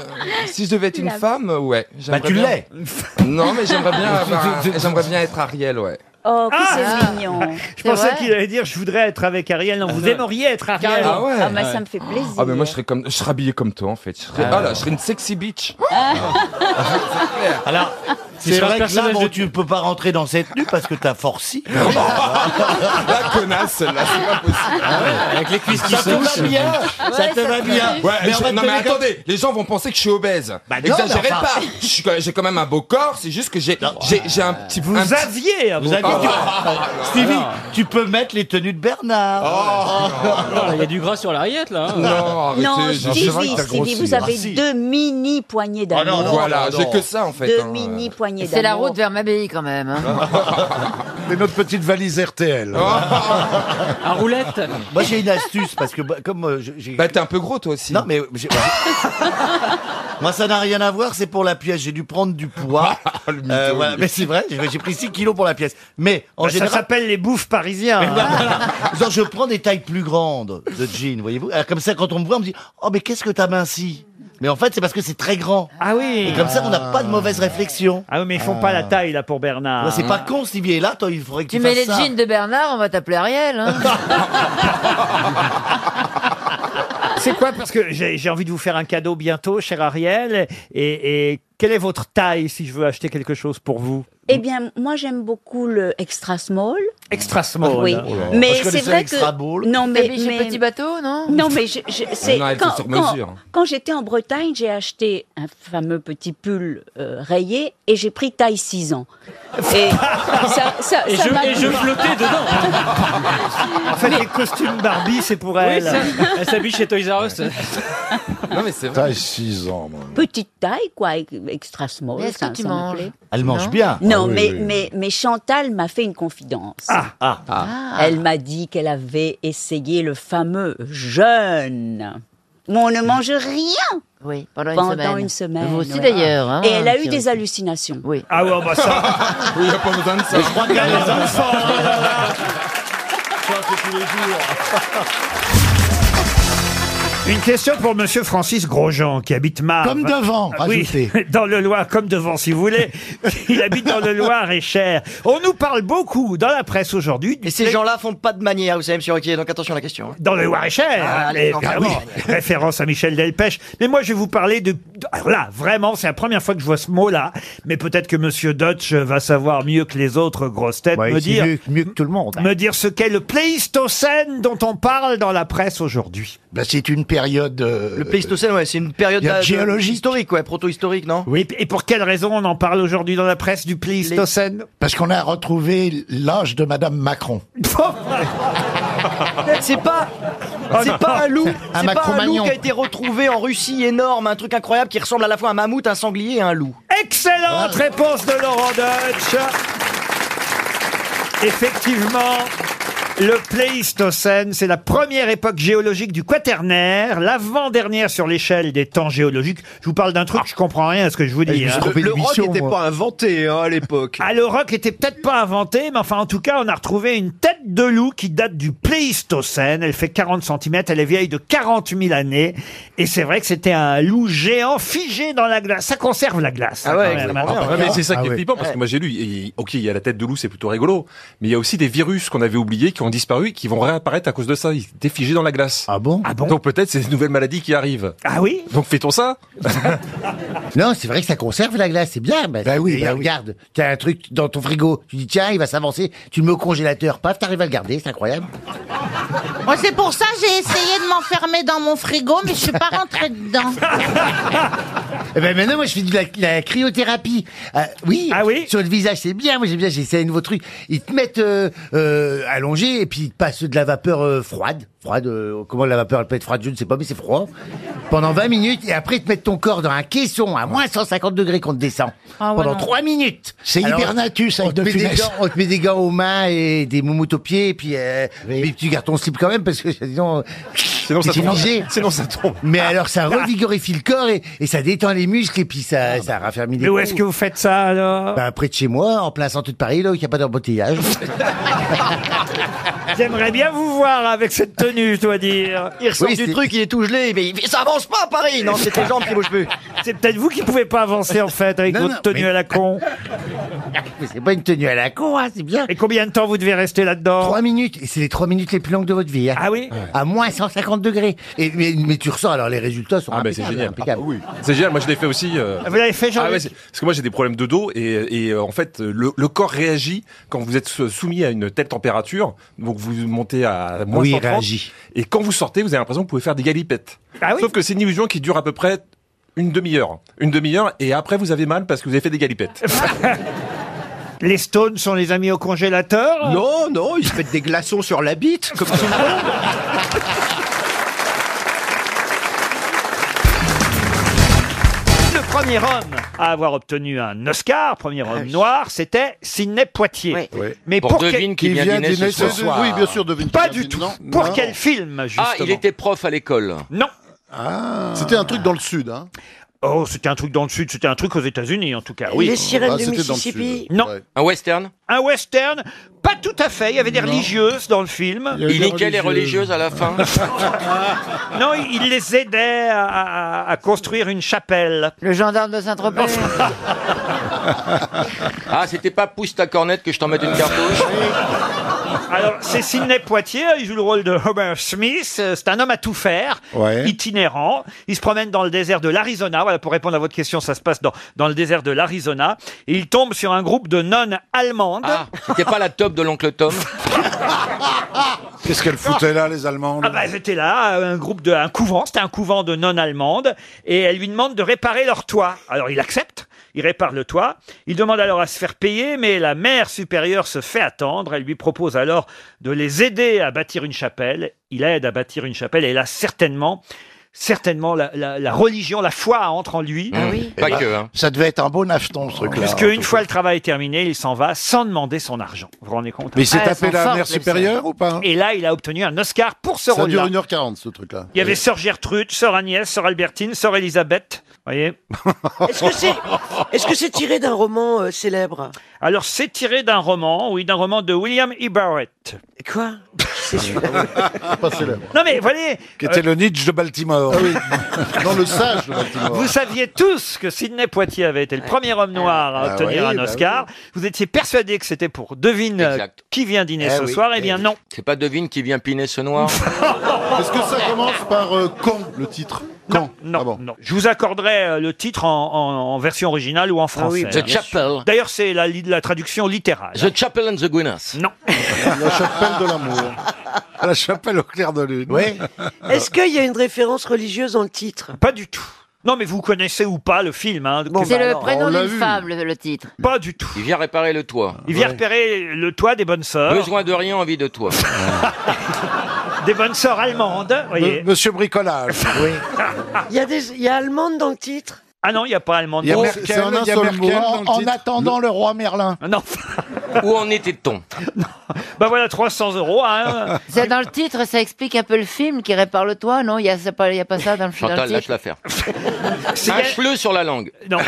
si je devais être une femme, euh, ouais. j'aimerais tu bien- l'es. <laughs> Non mais j'aimerais bien, avoir un- j'aimerais bien être Ariel, ouais. Oh, que c'est mignon. Ah Je Ah pensais qu'il allait dire je voudrais être avec Ariel. Ah Non, vous aimeriez être Ariel. Ah ouais. Ah, mais ça me fait plaisir. Ah mais moi je serais comme, je serais habillé comme toi en fait. Je serais, <laughs> Ah. ah là, je serais une sexy bitch. Ah. Alors, C'est vrai que là, oh, bon, tu peux pas rentrer dans cette nuit parce que t'as <laughs> forci. La connasse, celle-là, c'est pas possible. Ah Ah, Avec les cuisses qui Ça te sautent. va bien, ça Ouais, te ça va te va bien. bien. mais Mais on va te non mais télé- attendez, les gens vont penser que je suis obèse. Bah, non, Exagérez mais enfin- pas. Je suis quand- J'ai quand même un beau corps, c'est juste que j'ai j'ai j'ai un petit. Vous un petit- aviez un beau Vous aviez- corps. Ah. tu- Stevie, tu peux mettre les tenues de Oh. Bernard. Il y a du gras sur l'ariette, là. hein. non, Stevie, Stevie, vous avez deux mini poignées Ah d'amour. non, Voilà, non. j'ai que ça, en fait, Deux hein. mini poignées d'amour. C'est la route vers Mabéi quand même. Ah. hein. <laughs> C'est notre petite valise <laughs> RTL. À roulette. Moi, j'ai une astuce parce que bah, comme euh, je- j'ai. Bah, t'es un peu gros toi aussi. Non, mais j'ai- <laughs> moi, ça n'a rien à voir. C'est pour la pièce. J'ai dû prendre du poids. Euh, voilà, mais c'est vrai. J'ai j'ai pris 6 kilos pour la pièce. Mais en Bah, ça général, s'appelle les bouffes parisiens. hein. non, je prends des tailles plus grandes de jeans, voyez-vous. Alors, Comme ça, quand on me voit, on me dit Oh, mais qu'est-ce que t'as minci Mais en fait, c'est parce que c'est très grand. Ah oui. Et comme ça, on n'a pas de mauvaise réflexion. Ah oui, mais ils font pas la taille là pour Bernard. Ouais, c'est pas con, Stevie. Et là, toi, il faudrait que tu, Tu mets les fasses ça. jeans de Bernard, on va t'appeler Ariel. hein. <laughs> C'est quoi Parce que j'ai j'ai envie de vous faire un cadeau bientôt, cher Ariel. Et, et quelle est votre taille si je veux acheter quelque chose pour vous Eh bien, moi j'aime beaucoup le extra small. Extra small. Oui, Oh là là. mais Moi, je c'est connaissais vrai l'extra que ball. non mais T'habilles chez mais- Petit Bateau, non Non mais je, je- c'est Non, elle fait quand, sur quand- mesure. quand j'étais en Bretagne, j'ai acheté un fameux petit pull euh, rayé et j'ai pris taille 6 ans. Et ça, ça, Et ça je- m'a et je plu. flottais En fait, les costumes Barbie, c'est pour elle. ça- elle s'habille chez Toys R Us. Non, mais c'est vrai. T'as 6 ans, moi. Petite taille quoi, ex- extra small. Mais est-ce ça- que tu ça me manges plaît. Elle mange Non. bien. Non, Ah oui, mais, oui, oui. mais, mais Chantal m'a fait une confidence. Ah. Elle m'a dit qu'elle avait essayé le fameux jeûne. Mais on ne mange rien Oui, pendant une pendant semaine. une semaine. Vous aussi, ouais. d'ailleurs, hein, Et elle a eu Cyril. des hallucinations. Oui. Ah ouais, bah ça. <laughs> Oui, y a pas besoin de ça. Mais je crois qu'il y a des enfants. Une question pour Monsieur Francis Grosjean qui habite Marne. Comme devant, Ah oui, <laughs> dans le Loir, comme devant si vous voulez. Il habite dans le Loir et Cher. On nous parle beaucoup dans la presse aujourd'hui. Et Ces gens-là font pas de manière, vous savez, monsieur Roquier, donc attention à la hein. question. Dans le Loir-et-Cher, Ah, hein, mais d'accord. évidemment. référence à Michel Delpech. Mais moi, je vais vous parler de. de- Alors là, vraiment, c'est la première fois que je vois ce mot-là. Mais peut-être que Monsieur Dutch va savoir mieux que les autres grosses têtes Ouais, me c'est dire. mieux- que tout le monde. hein. Me dire ce qu'est le Pléistocène dont on parle dans la presse aujourd'hui. c'est une période. Le Pléistocène, ouais, c'est une période euh, Il y a de- de- géologique. historique, ouais, proto-historique, non Oui, et pour quelle raison on en parle aujourd'hui dans la presse du Pléistocène Parce qu'on a retrouvé l'âge de Madame Macron. C'est pas. Oh C'est pas un loup, Un c'est pas un loup Macron-Magnon. qui a été retrouvé en Russie énorme, un truc incroyable qui ressemble à la fois à un mammouth, un sanglier et un loup. Ah, Excellente réponse de Laurent Deutsch. Effectivement. Le Pléistocène, c'est la première époque géologique du Quaternaire, l'avant-dernière sur l'échelle des temps géologiques. Je vous parle d'un truc, je comprends rien à ce que je vous dis. hein. inventé hein, à l'époque. Ah, le rock était peut-être pas inventé, mais enfin, en tout cas, on a retrouvé une tête de loup qui date du Pléistocène. Elle fait 40 cm, elle est vieille de 40 000 années. Et c'est vrai que c'était un loup géant figé dans la glace. Ça conserve la glace. hein, Ah ouais, quand même, exactement. hein. Ouais, mais c'est Ah ça qui est flippant Eh. parce que moi j'ai lu. et- et- ok, il y a la tête de loup, c'est plutôt rigolo, mais il y a aussi des virus qu'on avait oubliés, qui ont disparu, et qui vont réapparaître à cause de ça. Ils étaient figés dans la glace. Ah bon Donc peut-être c'est des nouvelles maladies qui arrivent. Ah oui Donc fait-on <laughs> ça Non, c'est vrai que ça conserve la glace, c'est bien. Bah, oui, regarde, t'as un truc dans ton frigo, tu dis tiens, il va s'avancer, tu le mets au congélateur, paf, t'arrives à le garder, c'est incroyable. Moi, c'est pour ça que j'ai essayé de m'enfermer dans mon frigo, mais je suis pas rentrée dedans. Et ben maintenant, moi, je fais de la, la cryothérapie. Ah, oui, sur le visage, c'est bien. Moi, j'aime bien, j'ai essayé un nouveau truc. Ils te mettent euh, euh, allongé et puis ils te passent de la vapeur euh, froide. Froide, euh, comment la vapeur, elle peut être froide, je ne sais pas, mais c'est froid. Pendant 20 minutes, et après, ils te mettent ton corps dans un caisson à moins 150 degrés qu'on te descend. Ah ouais, Pendant non. 3 minutes. C'est Alors, Hibernatus avec on te De met des Funès. gants- On te met des gants aux mains et des moumoutes aux pieds, et puis, euh, mais tu gardes ton slip quand même, parce que sinon, Sinon, ça t'es tombe. figé. Sinon, ça tombe. Ah. Mais alors, ça revigorifie le corps et, et ça détend les muscles et puis ça, ça raffermit Ah, les bah. Mais où est-ce que vous faites ça alors ben, Près de chez moi, en plein centre de Paris, là où il n'y a <laughs> pas d'embouteillage. J'aimerais bien vous voir avec cette tenue, je dois dire. Il ressort du truc, il est tout gelé, mais il- ça avance pas à Paris Non, c'est tes jambes qui bougent plus. C'est peut-être vous qui pouvez pas avancer en fait avec Non, votre non, tenue mais- à <laughs> la con. Mais c'est pas une tenue à la con, hein, c'est bien. Et combien de temps vous devez rester là-dedans Trois minutes. Et c'est les trois minutes les plus longues de votre vie. Ah oui À moins 150 50 degrés. Et, mais, mais tu ressors, alors les résultats sont Ah, ben, c'est impeccables. génial. <laughs> impeccables. C'est génial, moi je l'ai fait aussi. euh. Vous l'avez fait, Jean-Luc Ah ouais, c'est- Parce que moi j'ai des problèmes de dos et, et, euh, en fait le, le corps réagit quand vous êtes sou- soumis à une telle température. Donc vous montez à moins Oui, il 130, réagit. Et quand vous sortez, vous avez l'impression que vous pouvez faire des galipettes. Ah oui Sauf que c'est une illusion qui dure à peu près une demi-heure. Une demi-heure et après vous avez mal parce que vous avez fait <laughs> des galipettes. <laughs> Les Stones sont les amis au congélateur Non, non, ils se mettent des glaçons sur la bite, comme tout le monde. Le premier homme à avoir obtenu un Oscar, premier Ah, homme noir, c'était Sidney Poitier. Mais On devine qui vient dîner ce soir. Oui, bien sûr, devine qui Pas vient du tout. dîner. Non. Pour Non. quel film, justement Ah, il était prof à l'école. Non. Ah. C'était un truc dans le sud, hein. Oh, c'était un truc dans le sud, c'était un truc aux États-Unis en tout cas. Oui. Les sirènes Ah, du c'était dans le Mississippi. sud, Non. Un western Un western, pas tout à fait. Il y avait des religieuses dans le film. Il niquait les religieuses à la fin. <laughs> non, il il les aidait à, à- à construire une chapelle. Le gendarme de <laughs> Saint-Tropez. <laughs> Ah, c'était pas pousse ta cornette que je t'en mette une cartouche. Eh Alors, c'est Sidney Poitier, il joue le rôle de Homer Smith. Euh, C'est un homme à tout faire, Ouais. itinérant. Il se promène dans le désert de l'Arizona. Voilà, pour répondre à votre question, ça se passe dans, dans le désert de l'Arizona. Et il tombe sur un groupe de nonnes allemandes. Ah, C'était pas la top de <laughs> l'oncle Tom. Qu'est-ce qu'elles foutaient là, les Allemandes Ah bah elles étaient là, euh, un groupe de un couvent, c'était un couvent de non allemandes, et elle lui demande de réparer leur toit. Alors il accepte, il répare le toit. Il demande alors à se faire payer, mais la mère supérieure se fait attendre. Elle lui propose alors de les aider à bâtir une chapelle. Il aide à bâtir une chapelle, et là certainement, certainement la, la- la religion, la foi entre en lui. Ah bah, Eh ben, hein. hein. Ça devait être un beau nacheton, ce truc-là. Puisque une fois le travail terminé, il s'en va sans demander son argent. Vous vous rendez compte hein Mais il s'est Ah, tapé elles sont la fortes, mère les supérieure sœurs. ou pas, hein Et là, il a obtenu un Oscar pour ce Ça rôle-là. dure 1h40, ce truc-là. Il y avait Sœur Gertrude, Sœur Agnès, Sœur Albertine, Sœur Elisabeth. Voyez. Est-ce que c'est est-ce que c'est tiré d'un roman euh, célèbre Alors c'est tiré d'un roman, oui, d'un roman de William E. Barrett. Quoi C'est Pas Ah célèbre. <laughs> Non mais voyez. <laughs> Qui était le Nietzsche de Baltimore. Dans Non, le sage de Baltimore. Vous saviez tous que Sidney Poitier avait été le premier homme noir à Ah obtenir oui, un bah Oscar. Vous étiez persuadé que c'était pour devine euh, qui vient dîner ce soir. Eh bien non. C'est pas devine qui vient piner ce <laughs> noir. Est-ce que ça commence Par quand le titre Non, non, non. Je vous accorderai euh, le titre en, en- en version originale ou en Ah oui, français. The hein, bien sûr. Chapel. D'ailleurs, c'est la, li- la traduction littérale. The Chapel and the Guinness. Non. La chapelle de l'amour. À <laughs> la chapelle au clair de lune. Oui. <laughs> Est-ce qu'il y a une référence religieuse dans le titre Pas du tout. Non, mais vous connaissez ou pas le film hein, que- C'est le prénom d'une femme, le, le titre. Pas du tout. Il vient réparer le toit. Il vient repérer le toit des bonnes sœurs. Besoin de rien, envie de toi. <laughs> Des bonnes sœurs allemandes, voyez. Monsieur Bricolage. Oui. <laughs> Il y a des il y a allemande dans le titre Ah non, il n'y a pas allemande. Il y a Oh, Merkel, c'est un il y a seul Merkel dans mot. le En- en titre. Ah attendant le roi Merlin. Non. Où en était-on <laughs> Bah voilà, 300 euros. hein. C'est dans le titre, ça explique un peu le film qui répare le toit, non Il n'y a, c'est pas- il y a pas ça dans le, dans le <laughs> Chantal, lâche <laughs> titre. l'affaire. Hache-le sur la langue. Non. <laughs>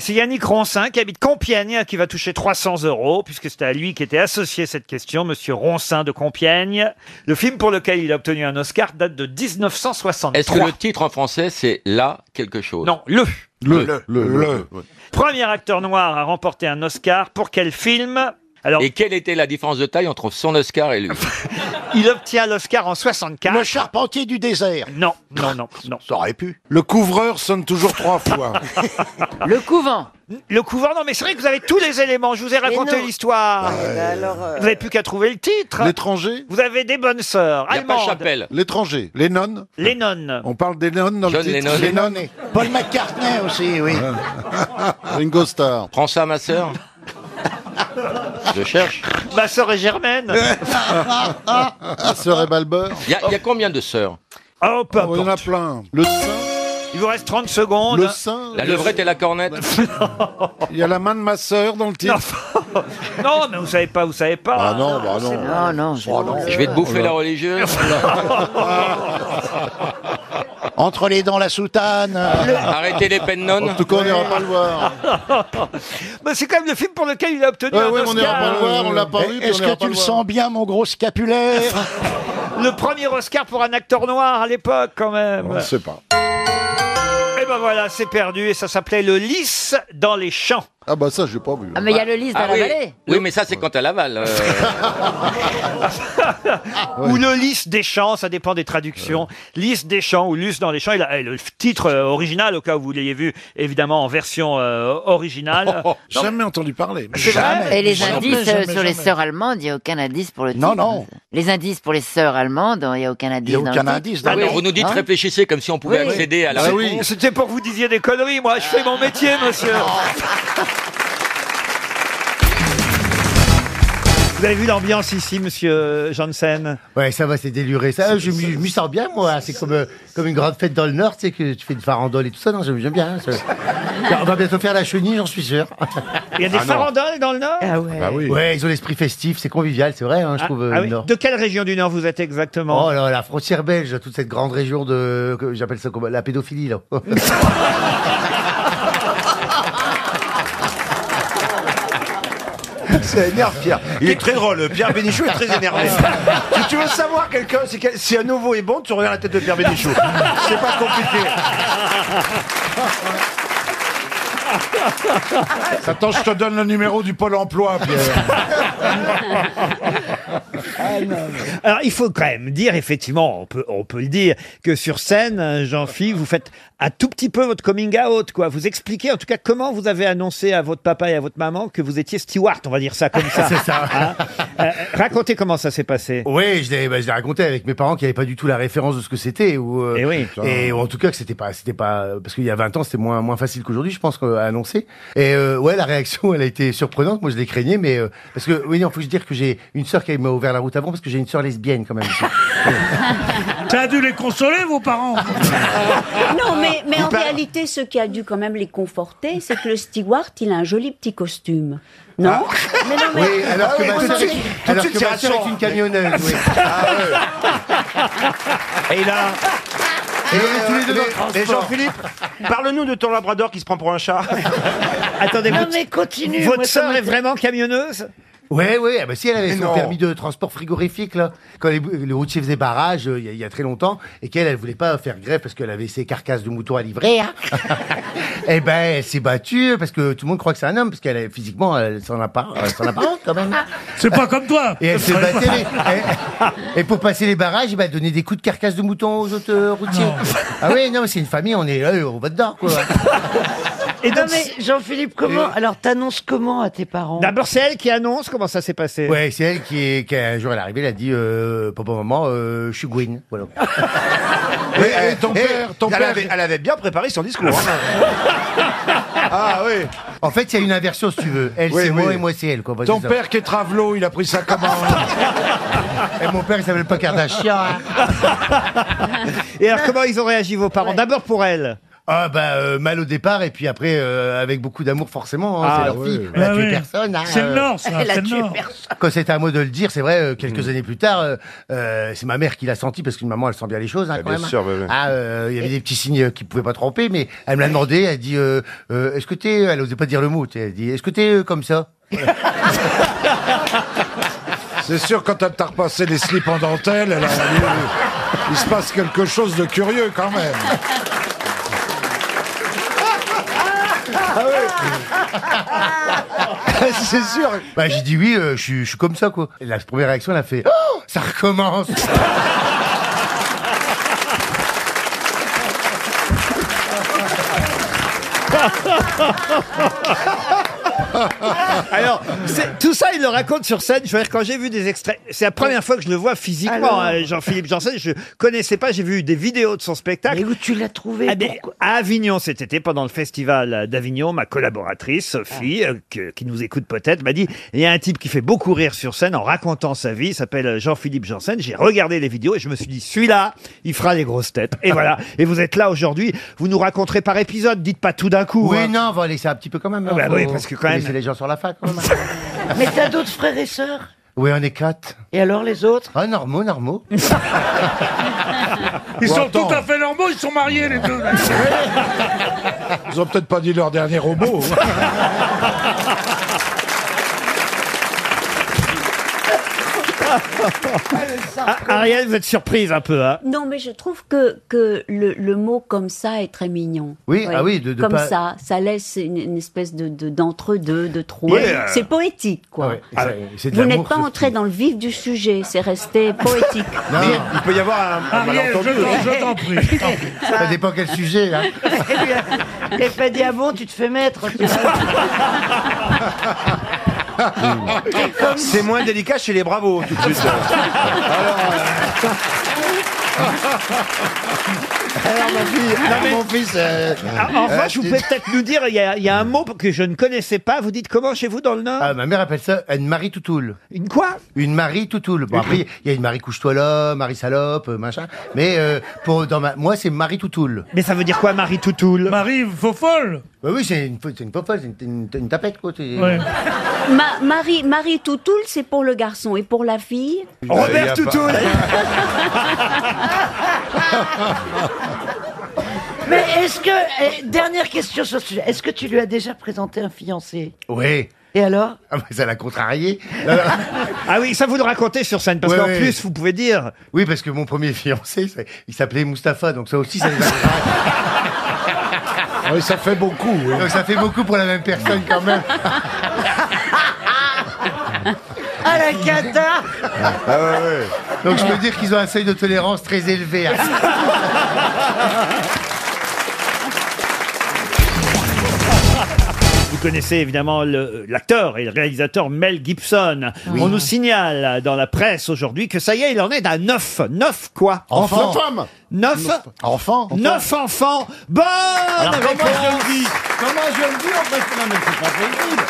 C'est Yannick Roncin qui habite Compiègne qui va toucher 300 euros puisque c'était à lui qui était associé cette question, Monsieur Roncin de Compiègne. Le film pour lequel il a obtenu un Oscar date de 1963. Est-ce que le titre en français, c'est là quelque chose Non, le. Le. Premier acteur noir à remporter un Oscar pour quel film Alors, Et quelle était la différence de taille entre son Oscar et lui <laughs> il obtient l'Oscar en 64. Le charpentier du désert. Non, non, non, non. Ça aurait pu. Le couvreur sonne toujours trois fois. <laughs> Le couvent. Le couvent, non, mais c'est vrai que vous avez tous les éléments. Je vous ai raconté non. l'histoire. Bah. Vous n'avez plus qu'à trouver le titre. L'étranger Vous avez des bonnes sœurs. Y a pas Allemandes. chapelle. L'étranger. Les nonnes. Les nonnes. On parle des nonnes dans John le titre. Lennon. Les nonnes. Paul McCartney aussi, <laughs> oui. Ringo Starr. Prends ça, ma sœur. Je <laughs> cherche. Ma sœur est germaine. Sœur et Balbeur. Il y, a- il y a combien de sœurs Oh, peu Il y en a plein. Le sein. Il vous reste 30 secondes. Le sein. La levrette et la cornette Il y a la main de ma sœur dans le titre. Non, <laughs> mais vous savez pas, vous savez pas. Ah non, bah non. Non, non. Je vais te bouffer Oh là. <laughs> la religieuse. <laughs> Entre les dents, la soutane. Arrêtez les peines nonnes. En tout cas, on ira pas <laughs> le voir. <laughs> Mais c'est quand même le film pour lequel il a obtenu un Oscar. Est-ce que tu le sens bien, mon gros scapulaire Le premier Oscar pour un acteur noir à l'époque, quand même. Eh On ne sait pas. Et ben voilà, c'est perdu et ça s'appelait Le Lys dans les champs. Ah bah ça, j'ai pas vu. Ah, mais il y a le lys dans Ah la oui. vallée. Oui, mais ça, c'est quand euh. à Laval. Ah. Ou le lys des champs, ça dépend des traductions. Lys des champs ou lys dans les champs. Et la- et le titre euh, original, au cas où vous l'ayez vu, évidemment en version euh, originale. <laughs> Jamais entendu parler. C'est vrai Et les Jamais, indices euh, jamais, sur jamais. les sœurs allemandes, il n'y a aucun indice pour le titre. Non, non. Les indices pour les sœurs allemandes, il n'y a aucun indice. Il y a dans aucun le titre. indice dans Ah le non, titre. vous nous dites Hein réfléchissez comme si on pouvait Oui. accéder à la C'est- réponse. Ah, C'était pour que vous disiez des conneries, moi, je fais mon métier, <laughs> monsieur. Vous avez vu l'ambiance ici, monsieur Janssen Ouais, ça va, c'est déluré. Ça, je m'y je m'y sens bien, moi. C'est comme, euh, comme une grande fête dans le Nord, tu sais, que tu fais une farandole et tout ça. Non, j'aime j'aime bien. hein, <laughs> ça. On va bientôt faire la chenille, j'en suis sûr. Il y Ah, a des farandoles dans le Nord Ah Bah oui. Ouais, ils ont l'esprit festif, c'est convivial, c'est vrai, hein, je Ah, trouve. euh, ah le oui. Nord. De quelle région du Nord vous êtes exactement Oh là, là, la frontière belge, toute cette grande région de, que j'appelle ça comment, la <laughs> pédophilie là. <laughs> Ça énerve Pierre. Il est très drôle. Pierre Bénichou est très <laughs> énervé. si tu veux savoir quelqu'un, c'est quel- si un nouveau est bon, tu reviens à la tête de Pierre Bénichou. C'est pas <laughs> compliqué. <laughs> Attends, je te donne le numéro du Pôle emploi, Pierre. Alors, il faut quand même dire, effectivement, on peut, on peut le dire, que sur scène, euh, Jean-Phi, vous faites un tout petit peu votre coming out, quoi. Vous expliquez, en tout cas, comment vous avez annoncé à votre papa et à votre maman que vous étiez steward, on va dire ça <laughs> comme ça. C'est ça. Hein Euh, racontez comment ça s'est passé. Oui, je l'ai, bah, je l'ai raconté avec mes parents qui n'avaient pas du tout la référence de ce que c'était ou euh, et, ou en tout cas que c'était pas c'était pas parce qu'il y a 20 ans c'était moins moins facile qu'aujourd'hui je pense qu'à annoncer et euh, ouais la réaction <laughs> elle a été surprenante moi je l'ai craignée mais euh, parce que oui non faut que je dire que j'ai une sœur qui m'a ouvert la route avant parce que j'ai une sœur lesbienne quand même. <laughs> T'as dû les consoler, vos parents <laughs> Non, mais, mais Vous en parlez- réalité, ce qui a dû quand même les conforter, c'est que le steward, il a un joli petit costume. Non <laughs> mais non, mais- Oui, alors que Ah oui, ma tout de sœur est, suite, alors tout de que suite, ma c'est sœur est rassurant. une camionneuse. oui. Et là. Et, tous les deux dans le mais- transport. mais Jean-Philippe, parle-nous de ton labrador qui se prend pour un chat. <laughs> Attendez, Non, votre- mais continue, Votre moi, ça sœur est m'intéresse. vraiment camionneuse Ouais, ouais, ah bah si elle avait Mais son non. permis de transport frigorifique là, quand les, le routier faisait barrage euh, il y, a- il y a très longtemps et qu'elle elle voulait pas faire grève parce qu'elle avait ses carcasses de moutons à <laughs> livrer. Hein. et ben elle s'est battue parce que tout le monde croit que c'est un homme parce qu'elle est- physiquement elle s'en a pas, euh, elle s'en a pas honte, quand même. C'est pas comme toi. Et elle s'est battue. mais- et, et pour passer les barrages, ben, elle donnait des coups de carcasse de moutons aux autres euh, routiers. Ah oui, non, mais c'est une famille, on est là, on va dedans quoi. Et non, mais Jean-Philippe, comment Et- Alors, t'annonces comment à tes parents D'abord, c'est elle qui annonce comment ça s'est passé. Ouais, c'est elle qui est, qui un jour elle est arrivée, elle a dit euh, papa maman, euh, je suis Gwyn. <laughs> Voilà. Eh, ton eh, père, ton elle père. Avait, elle avait bien préparé son discours. hein. <laughs> Ah oui. En fait, il y a une inversion si tu veux. Elle Oui, c'est moi oui. et moi c'est elle quoi. Bah, Ton c'est ça. père qui est travelot, il a pris ça comment Et mon père il s'appelle pas Kardashian. hein. <laughs> Et alors, comment ils ont réagi, vos parents D'abord pour elle. Ah bah euh, mal au départ et puis après euh, avec beaucoup d'amour forcément. hein, Ah, c'est leur oui. fille. Elle a Ah tué oui. personne. hein, C'est le euh, Nord, ça, elle a c'est le tué Nord. personne. Quand c'était à moi de le dire, c'est vrai. euh, quelques années plus tard, euh, euh, c'est ma mère qui l'a senti parce qu'une maman elle sent bien les choses. Hein, quand bien même. sûr, bah, ouais. Ah, euh, il y avait des petits signes euh, qui pouvaient pas tromper, mais elle me l'a demandé. Elle dit, euh, euh, est-ce que t'es, elle osait pas dire le mot. tu sais, Elle dit, est-ce que t'es euh, comme ça C'est sûr, quand elle t'a repassé les slips en dentelle, elle a- il se passe quelque chose de curieux quand même. <laughs> C'est sûr. Bah, j'ai dit oui, euh, je suis- je suis comme ça, quoi. Et la première réaction, elle a fait Oh, ça recommence. <laughs> Alors, c'est- tout ça, il le raconte sur scène. Je veux dire, quand j'ai vu des extraits, c'est la première fois que je le vois physiquement, Alors hein, Jean-Philippe Janssen. Je connaissais pas, j'ai vu des vidéos de son spectacle. Ah, Mais où tu l'as Ah trouvé ben, À Avignon cet été, pendant le festival d'Avignon, ma collaboratrice, Ah. Sophie, euh, que- qui nous écoute peut-être, m'a dit il y a un type qui fait beaucoup rire sur scène en racontant sa vie, il s'appelle Jean-Philippe Janssen. J'ai regardé les vidéos et je me suis dit celui-là, il fera les grosses têtes. Et <laughs> voilà. Et vous êtes là aujourd'hui, vous nous raconterez par épisode, dites pas tout d'un coup. oui, hein. non, on va laisser un petit peu quand même. hein, Ah bah faut- oui, parce que quand faut même- laisser les gens sur la fac, quand même. hein. <laughs> euh, Mais t'as d'autres frères et sœurs oui, on est quatre. Et alors les autres Ah, normaux, <laughs> normaux. Ils Bon, sont attends, tout à fait normaux, ils sont mariés les <laughs> deux. Ils ont peut-être pas dit leur dernier robot. <laughs> Ah, Ariel, vous êtes surprise un peu, hein Non, mais je trouve que, que le, le mot comme ça est très mignon. Oui, ah oui, de- de comme pas- ça, ça laisse une, une espèce de de- d'entre-deux, de, trop. Ouais, euh. C'est poétique, quoi. Ah ouais, c'est de Vous l'amour, n'êtes pas ce entré dans le vif du sujet, c'est resté poétique. Non. Il peut y avoir un, malentendu. Ah, hein. je t'en- je t'en prie. <laughs> Ça dépend quel sujet, hein. là. T'es pas dit avant, tu te fais mettre. tu <laughs> vois. Mmh. C'est moins délicat chez les bravos, tout de suite. Alors, ma fille, alors, mon fils. euh, Ah, enfin, euh, je vous pouvez peut-être nous dire, il y, a- il y a un mot que je ne connaissais pas. Vous dites comment chez vous dans le Nord Ah, ma mère appelle ça une Marie Toutoule. Une quoi Une Marie Toutoule. Bon, après, il y a une Marie Couche-toi là, Marie Salope, euh, machin. Mais euh, pour, dans ma, moi, c'est Marie Toutoule. Mais ça veut dire quoi, Marie Toutoule Marie folle bah Oui, c'est une, fo- c'est une fofolle, c'est une, une- une tapette, quoi. c'est- Ma- Marie, Marie Toutoul, c'est pour le garçon et pour la fille. Robert y a pas- <laughs> Toutoul. Mais est-ce que. eh, Dernière question sur ce sujet. Est-ce que tu lui as déjà présenté un fiancé Oui. Et alors Ah, bah, ça l'a contrarié. ah oui, ça vous le racontez sur scène, parce qu'en plus, vous pouvez dire. Oui, parce que mon premier fiancé, ça- il s'appelait Mustapha, donc ça aussi, ça les a- Ah oui, ça fait beaucoup. Donc ça fait beaucoup pour la même personne quand même. Ah la <laughs> cata Ah, Donc je peux dire qu'ils ont un seuil de tolérance très élevé. hein. Vous connaissez évidemment le- l'acteur et le réalisateur Mel Gibson. On nous signale dans la presse aujourd'hui que ça y est, il en est à neuf. Neuf quoi Enfants. Neuf Enfant Neuf enfants. Bonne réponse. Comment je Euh, le dis en fait Non, mais c'est pas possible.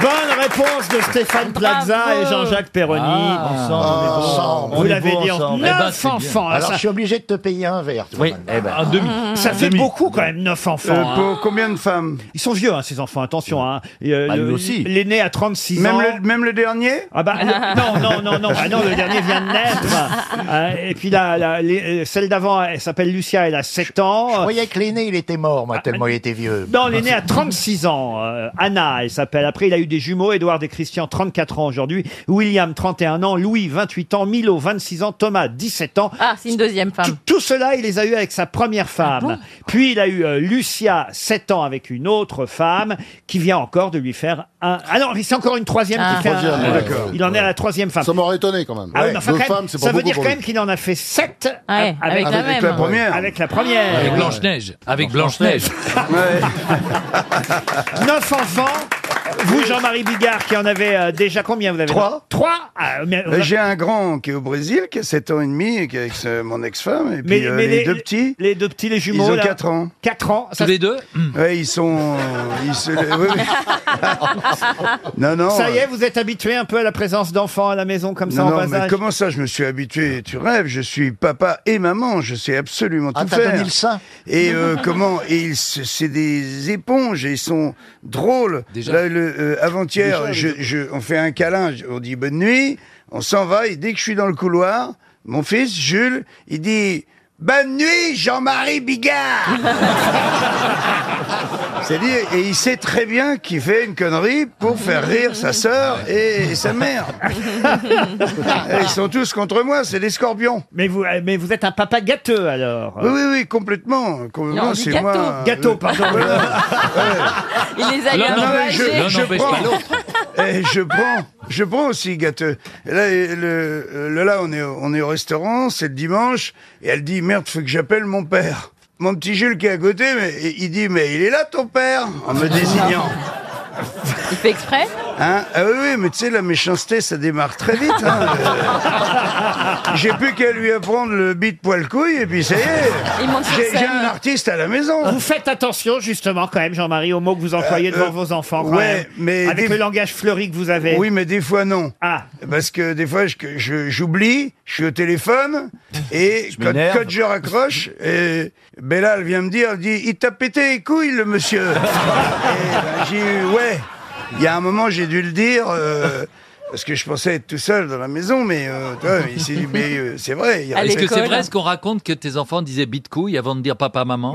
Bonne réponse de Stéphane Plaza et Jean-Jacques Perroni. Ah, ensemble. Eh ben, Vous l'avez dit ensemble. Neuf enfants. hein, Alors ça- je suis obligé de te payer un verre. toi, Oui, madame. un demi. Ça fait beaucoup quand même, neuf enfants. ben. Euh, pour combien de femmes Ils sont vieux, hein, ces enfants, attention. Hein. Et, euh, Bah, le- nous aussi. L'aîné a 36 Même ans. le- même le dernier Ah bah le- non, non, non, non, bah non, le dernier vient de naître. Euh, et puis là, là, les- euh, celle d'avant, elle s'appelle Lucia, elle a 7 ans. Je croyais que l'aîné, il était mort, moi, tellement il était vieux. Ah, Non, l'aîné a 36 ans. euh, Anna, elle s'appelle. Après, il a eu des jumeaux. Édouard et Christian, 34 ans aujourd'hui. William, 31 ans. Louis, 28 ans. Milo, 26 ans. Thomas, 17 ans. Ah, c'est une deuxième femme. Ah Tout cela, il les a eus avec sa première femme. Puis, il a eu euh, Lucia, 7 ans, avec une autre femme qui vient encore de lui faire un... Ah non, mais c'est encore une troisième Ah. qui fait un- Troisième, euh, d'accord. Il en est à la troisième femme. Ça m'aurait étonné quand même. Ah oui, mais enfin, Deux quand même, femmes, c'est pas ça veut beaucoup dire pour quand lui. même qu'il en a fait 7 Ouais, avec la Avec la même. première. Avec la première. Avec Oui. Blanche-Neige. Avec Blanche-Neige. <laughs> Neuf enfants. Vous, Jean-Marie Bigard, qui en avez euh, déjà combien vous avez Trois. Trois Ah, mais- Euh, J'ai un grand qui est au Brésil, qui a 7 ans et demi, et qui est avec ce- mon ex-femme, et puis Mais- euh, mais les, les- deux petits. Les deux petits, les jumeaux, Ils ont là. 4 ans. 4 ans. ça- Ouais, ils sont. <laughs> ils se- oui, oui. Non, non. Ça y euh, est, vous êtes habitué un peu à la présence d'enfants à la maison comme ça non, en non, bas mais âge comment ça, je me suis habitué Tu rêves, je suis papa et maman, je sais absolument Ah, tout t'as faire. donné le sein. Et euh, comment Et ils, se- c'est des éponges, et ils sont drôles. Là, le, euh, avant-hier, Déjà, je, je- on fait un câlin, je- on dit bonne nuit, on s'en va, et dès que je suis dans le couloir, mon fils Jules, il dit bonne nuit, Jean-Marie <laughs> Bigard. C'est-à-dire, et il sait très bien qu'il fait une connerie pour faire rire sa sœur et, et <laughs> sa mère. <laughs> Et ils sont tous contre moi, c'est des scorpions. Mais vous, euh, mais vous êtes un papa gâteux alors. Oui, oui, oui, complètement. complètement, Non, on dit c'est gâteau. moi. euh, Gâteau, <laughs> pardon. Il les a Non, non, mais gâteaux. je, je prends, Eh, je prends, je prends aussi gâteux. Et Là, et le, le- là, on est, au- on est au restaurant, c'est le dimanche, et elle dit merde, faut que j'appelle mon père. Mon petit Jules qui est à côté, mais il dit mais il est là ton père en me désignant. Il fait exprès Hein ah oui, oui, mais tu sais, la méchanceté, ça démarre très vite. hein. Ah. Euh, J'ai plus qu'à lui apprendre le beat poil couille, et puis ça y est. <laughs> Il monte sur J'ai- J'ai scène. un artiste à la maison. Vous faites attention justement quand même, Jean-Marie, aux mots que vous employez Euh, devant euh, vos enfants. quand ouais, même. mais hein. avec des- le langage fleuri que vous avez. Oui, mais des fois non. Ah. Parce que des fois, je- je- j'oublie, je, suis au téléphone, et quand, m'énerve. quand je raccroche, et Bella, elle vient me dire, elle dit, il t'a pété les couilles, le monsieur. et ben, j'ai eu, ouais. Il y a un moment, j'ai dû le dire, euh, parce que je pensais être tout seul dans la maison, mais, euh, tu vois, il s'est dit, mais euh, c'est vrai. il y a- Allez. Est-ce que c'est l'école. vrai <laughs> Ah, ce qu'on raconte que tes enfants disaient bite couille avant de dire papa maman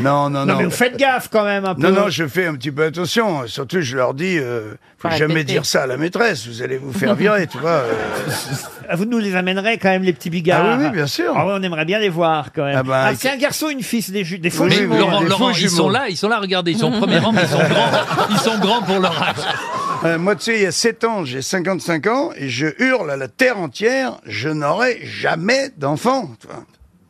Non, non, non. Non, mais vous faites gaffe quand même un peu. Non, non, je fais un petit peu attention. Surtout, je leur dis, euh, faut Faut jamais répéter. dire ça à la maîtresse. Vous allez vous <laughs> faire virer, tu vois. euh. Ah, Vous nous les amènerez quand même, les petits bigards. Ah oui, oui, bien sûr. Ah ouais, on aimerait bien les voir quand même. Ah, bah, c'est un garçon, une fille, c'est des, ju- des faux Mais jumeaux. Laurent, Laurent, ils sont là, ils sont là, regardez, ils sont au premier rang, mais ils sont <laughs> grands, ils sont grands pour leur âge. Euh, moi, tu sais, il y a 7 ans, j'ai 55 ans, et je hurle à la terre entière, je n'aurai jamais d'enfant. tu vois.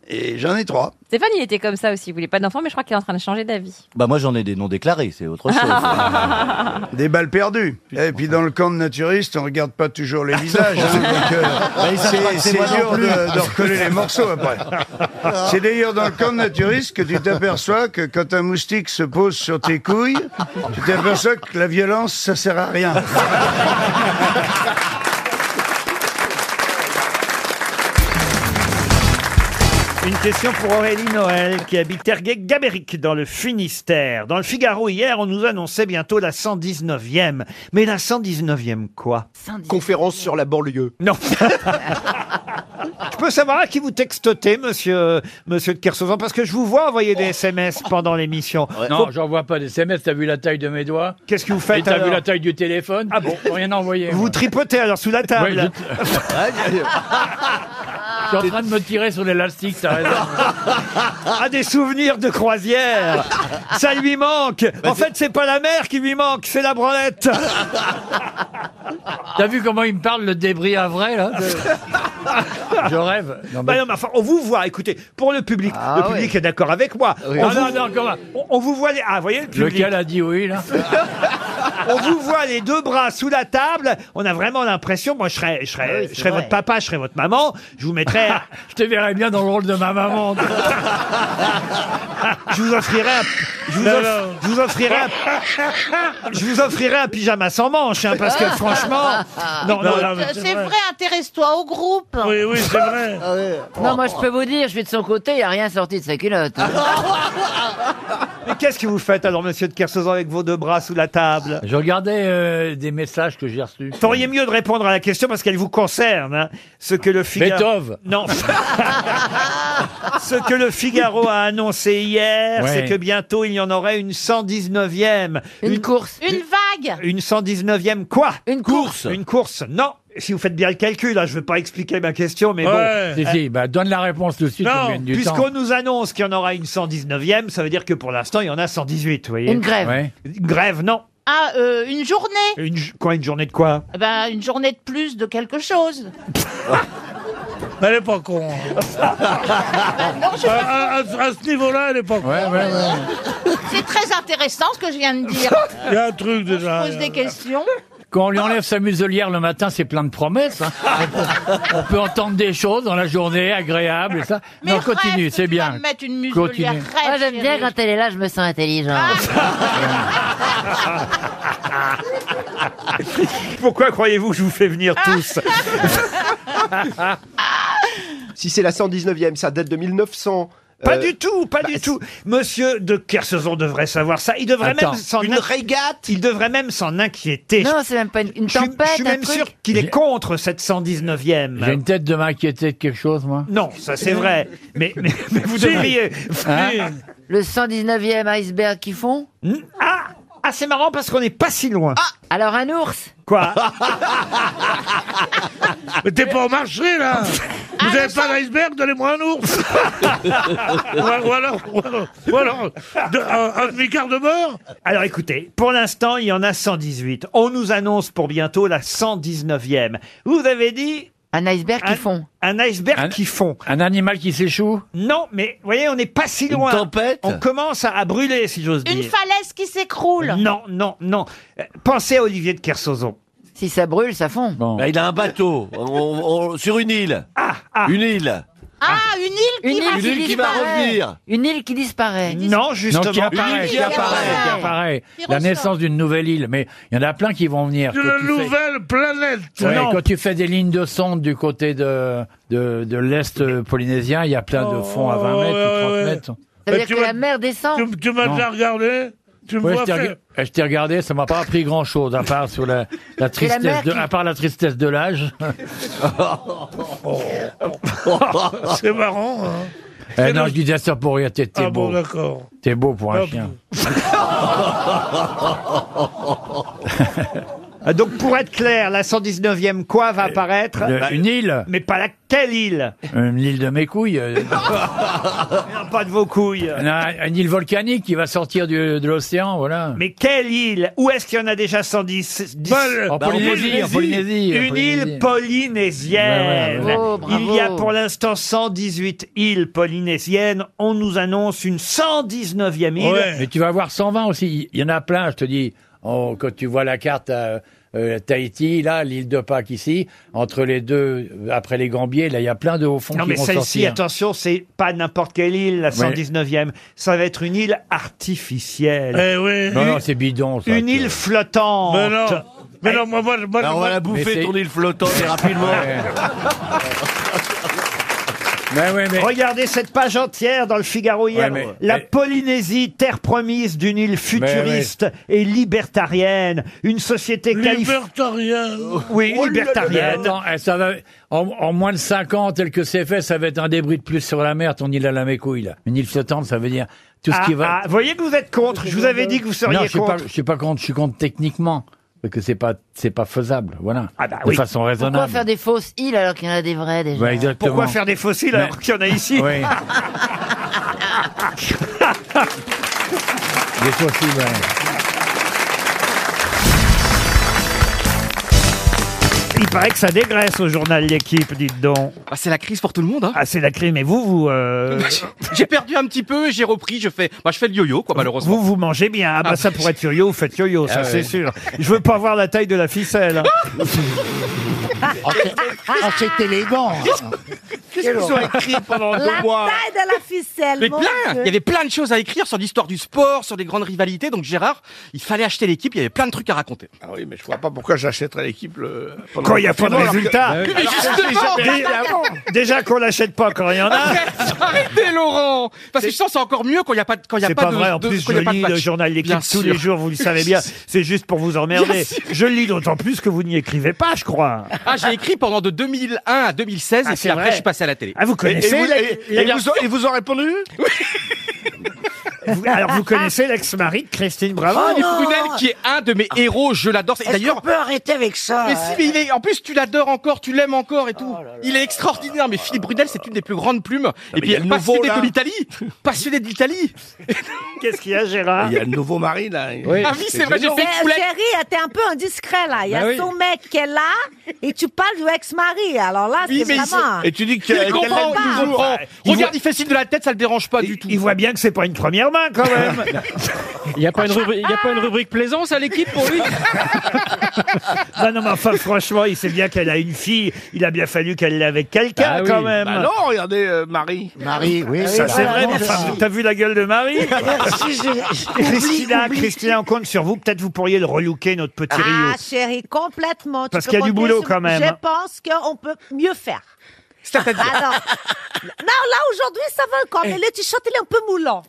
Et j'en ai trois. Stéphane, il était comme ça aussi. Il voulait pas d'enfant, mais je crois qu'il est en train de changer d'avis. Bah moi, j'en ai des non déclarés, c'est autre Ah, <laughs> Des balles perdues. Et puis dans le camp de naturistes, on regarde pas toujours les visages. hein, donc, euh, Bah, ils savent pas c'est que c'est c'est moi non dur plus. de, de recoller les morceaux <laughs> après. C'est d'ailleurs dans le camp de naturiste que tu t'aperçois que quand un moustique se pose sur tes couilles, tu t'aperçois que la violence, ça sert à rien. Une question pour Aurélie Noël qui habite Terguet-Gabéric dans le Finistère. Dans le Figaro hier, on nous annonçait bientôt la 119e. Mais la 119e quoi Conférence sur la banlieue. Non. <laughs> Je peux savoir à qui vous textotez, monsieur, monsieur de Kersauzon, parce que je vous vois envoyer des SMS pendant l'émission. Non, j'en vois pas des SMS. T'as vu la taille de mes doigts Qu'est-ce que vous faites Et t'as alors vu la taille du téléphone Ah bon Rien envoyé. Vous moi. tripotez alors sous la table. Ouais, <laughs> je- Je suis en train de me tirer sur l'élastique, <laughs> t'as raison. Ah, des souvenirs de croisière Ça lui manque En fait, c'est pas la mer qui lui manque, c'est la branlette T'as vu comment il me parle, le débris à vrai, là <laughs> Je rêve. Bah non, mais enfin, on vous voit, écoutez, pour le public, Ah le public est d'accord avec moi. Oui. on, Ah non, vous, non, comment on- on vous voit les... Ah, voyez le public. Lequel a dit oui, <laughs> là On vous voit les deux bras sous la table. On a vraiment l'impression, moi je serais, je serais, je serais votre papa, je serais votre maman. Je vous mettrais. je te verrais bien dans le rôle de ma maman. je vous offrirais. un- Je vous, Non, off- non. je vous offrirais. un- Je vous offrirais un pyjama sans manches, hein, parce que franchement. Non, non, non, mais- C'est c'est vrai, intéresse-toi au groupe. Oui, oui, c'est vrai. Non, moi je peux vous dire, je suis de son côté, il n'y a rien sorti de sa culotte. Ah, Mais qu'est-ce que vous faites alors, monsieur de Kersauzon, avec vos deux bras sous la table Je regardais euh, des messages que j'ai reçus. Feriez mieux de répondre à la question parce qu'elle vous concerne. hein. Ce que le Figaro. Beethoven. Non. Ce que le Figaro a annoncé hier, Ouais. c'est que bientôt il y en aurait une 119e. Une, course. Une vague. Une 119e quoi Une course. Une course. Non. Si vous faites bien le calcul, là, je ne vais pas expliquer ma question, mais bon. Si, Euh, si, bah, donne la réponse tout de suite. on non, gagne du temps. puisqu'on nous annonce qu'il y en aura une 119e, ça veut dire que pour l'instant, il y en a 118, vous voyez. Une grève. Ouais. Une grève, non. Ah, euh, une journée. Une, j- quoi, une journée de quoi Eh Ben, une journée de plus de quelque chose. Elle est pas con. hein. à, à- à ce niveau-là, elle est pas con. C'est très intéressant ce que je viens de dire. Il y a un truc Je déjà. pose des questions. Quand on lui enlève sa muselière le matin, c'est plein de promesses. hein. on peut entendre des choses dans la journée agréables et ça. non, continue, c'est bien. Mettre une Continue. muselière crève. Moi j'aime bien chérie. Ah, quand elle est là, je me sens intelligent. Ah, Pourquoi croyez-vous que je vous fais venir <laughs> tous Ah. Si c'est la 119e, ça date de 1900. Pas du tout, pas bah, du tout. Monsieur de Kersauzon devrait savoir ça. Il devrait Attends. même s'en Une régate. Il devrait même s'en inquiéter. Non, c'est même pas une, une tempête. je suis un même truc. sûr qu'il est contre cette 119e. J'ai une tête de m'inquiéter de quelque chose, moi. Non, ça c'est vrai. Mais, mais, mais vous Si. devriez. ah, Hein Le 119e iceberg qu'ils font Ah, ah, c'est marrant parce qu'on n'est pas si loin. Alors Ah, un ours <laughs> Quoi Mais t'es pas au marché, là Ah, Vous avez pas l'iceberg, donnez-moi un <laughs> ours ou, ou alors, ou alors, ou alors, de- un, un demi-quart de mort Alors écoutez, pour l'instant, il y en a 118. On nous annonce pour bientôt la 119e. Vous avez dit un iceberg qui fond. Un iceberg qui fond. Un animal qui s'échoue Non, mais vous voyez, on n'est pas si loin. tempête On commence à, à brûler, si j'ose Une dire. falaise qui s'écroule. Non, non, non. Euh, Pensez à Olivier de Kersauzon. Si ça brûle, ça fond. Bah, il a un bateau on- on- sur une île. Une île. Ah, une île qui Une va île, Une île qui va disparaît. revenir. Une île qui disparaît. Non, Non, qui apparaît, qui apparaît, qui apparaît. La naissance d'une nouvelle île, mais il y en a plein qui vont venir. quand tu Une fais- nouvelle planète Ouais, Non. quand tu fais des lignes de sonde du côté de, de, de l'Est polynésien, il y a plein de fonds à 20 mètres ou 30 mètres. Ça veut Oh, Mais dire tu que m'as- la mer descend. Tu, tu m'as Non. déjà regardé Tu me Ouais, je vois t'ai faire... rega- eh, je t'ai regardé, ça m'a pas appris grand chose, à part sur <laughs> la, la tristesse mer de, qui- à part la tristesse <laughs> de l'âge. C'est marrant. hein. Eh non, je disais ça pour rien, t'es t'es Ah beau. bon, d'accord. T'es beau pour un Hop. <laughs> chien. Ah, Donc pour être clair, la 119e quoi va apparaître le- Bah, une île. Mais pas laquelle île Une île de mes couilles. euh, <laughs> <laughs> Non, Pas de vos couilles. une, une île volcanique qui va sortir du- de l'océan, voilà. Mais quelle île Où est-ce qu'il y en a déjà 110 dix- En Bah, en Polynésie, Polynésie. en Polynésie, en Une île Polynésie. polynésienne. Ouais, ouais, ouais. Oh, bravo. Il y a pour l'instant 118 îles polynésiennes. On nous annonce une 119e île. Mais tu vas avoir 120 aussi. Il y en a plein, je te dis. Oh, quand tu vois la carte euh, euh, Tahiti, là, l'île de Pâques ici, entre les deux, euh, après les Gambiers, là, il y a plein de hauts fonds Non, qui mais vont celle-ci, sortir. attention, c'est pas n'importe quelle île, la Ouais. 119e. Ça va être une île artificielle. Eh oui. Non, non, Une- c'est bidon. Ça, Une île flottante. Mais non. Mais non, moi, moi, moi, Alors, Bah, on moi- va la bouffer, Mais c'est- ton île flottante, <laughs> et rapidement. Ouais. Regardez cette page entière dans le Figaro hier. Ouais, mais- La mais- Polynésie, terre promise d'une île futuriste et libertarienne. Une société qualif- Libertarienne. Oh Oui, libertarienne. Mais attends, eh, ça va, en, en moins de 5 ans, tel que c'est fait, ça va être un débris de plus sur la mer, ton île à la mécouille, là. Une île flottante, ça veut dire tout ce Ah, qui va. ah, voyez que vous êtes contre. Je vous avais dit que vous seriez non, je suis contre. Pas, je suis pas contre, je suis contre techniquement. Parce que c'est pas, c'est pas faisable, voilà. Ah bah de oui. façon Pourquoi raisonnable. faire des fausses îles alors qu'il y en a des vraies déjà Ouais, exactement. Pourquoi faire des fossiles Mais- alors qu'il y en a ici Oui. Des fossiles, ouais. Il paraît que ça dégraisse au journal L'équipe, dites donc. c'est la crise pour tout le monde. hein. Ah, c'est la crise, mais vous, vous. <laughs> euh, <laughs> J'ai perdu un petit peu, j'ai repris, je fais, bah, je fais le yo-yo, quoi, malheureusement. Vous, vous mangez bien. Ah, bah, Ah. ça pourrait être yo-yo, vous faites yo-yo, ça, Ah ouais. c'est sûr. Je veux pas voir la taille de la ficelle. hein. <laughs> Ah, c'est élégant. Qu'est-ce qu'ils ont écrit pendant deux mois de la ficelle. Mais mon plein Dieu. Il y avait plein de choses à écrire sur l'histoire du sport, sur les grandes rivalités. Donc Gérard, il fallait acheter l'équipe, il y avait plein de trucs à raconter. Ah oui, mais je vois pas pourquoi j'achèterais l'équipe le... pendant Quand le il n'y a pas de confinement, alors que- résultat. Mais justement Dé- Déjà qu'on l'achète pas quand il y Ah, en a. Arrêtez Laurent Parce que je sens que c'est encore mieux quand il n'y a pas de quand il y a C'est pas, pas de, vrai, en de- plus quand il je y a pas de lis le match. journal L'équipe Bien tous les sûr. jours, vous le savez bien, c'est juste pour vous emmerder. Bien sûr. Je le lis d'autant plus que vous n'y écrivez pas, je crois. <laughs> Ah, j'ai écrit pendant de 2001 à 2016 Ah, et c'est puis après vrai. je suis passé à la télé. Ah, vous connaissez Et- et vous- la- et- la et vous- version- et vous en répondez Vous- Alors <laughs> vous connaissez l'ex-mari de Christine Bravo Ah, les Oh, prunelles qui est un de mes héros, je l'adore. C'est Ah. Est-ce qu'on D'ailleurs, peut arrêter avec ça, Oh Mais ouais. si, mais il est. En plus, tu l'adores encore, tu l'aimes encore et tout. Il est extraordinaire. Mais Philippe Brunel, c'est une des plus grandes plumes. mais Et il puis y a le nouveau, passionné là. de l'Italie, passionné de l'Italie. Qu'est-ce qu'il y a, Gérard Il y a le nouveau mari, là. Ah oui, c'est vrai, j'ai génial. fait une Mais- poulette. Chérie, t'es un peu indiscret, là. Il y a Bah oui. son mec qui est là. Et tu parles du ex-mari, alors là, Oui, c'est mais il vraiment... se- il comprend, il comprend. Il Regarde, voit- il fait signe de la tête, ça le dérange pas du tout. Il voit bien que c'est pas une première main <laughs> quand <laughs> même. Il n'y a pas une rubrique, plaisance à l'équipe pour lui <laughs> Non, non, mais enfin, franchement, il sait bien qu'elle a une fille. Il a bien fallu qu'elle l'ait avec quelqu'un, Bah oui. quand même. Bah non, regardez euh, Marie. Marie, Oui, ça c'est vrai. mais enfin, T'as vu la gueule de Marie <laughs> Merci, j'ai- Christina, oublie, oublie. Christina, on compte sur vous. Peut-être vous pourriez le relooker, notre petit Ah, Rio. chérie, complètement. Tu Parce peux qu'il y a du compter boulot, sur- quand même. Je pense qu'on peut mieux faire. C'est-à-dire <laughs> Eh. Alors, non, là, aujourd'hui, ça va encore, mais le t-shirt, il est un peu moulant.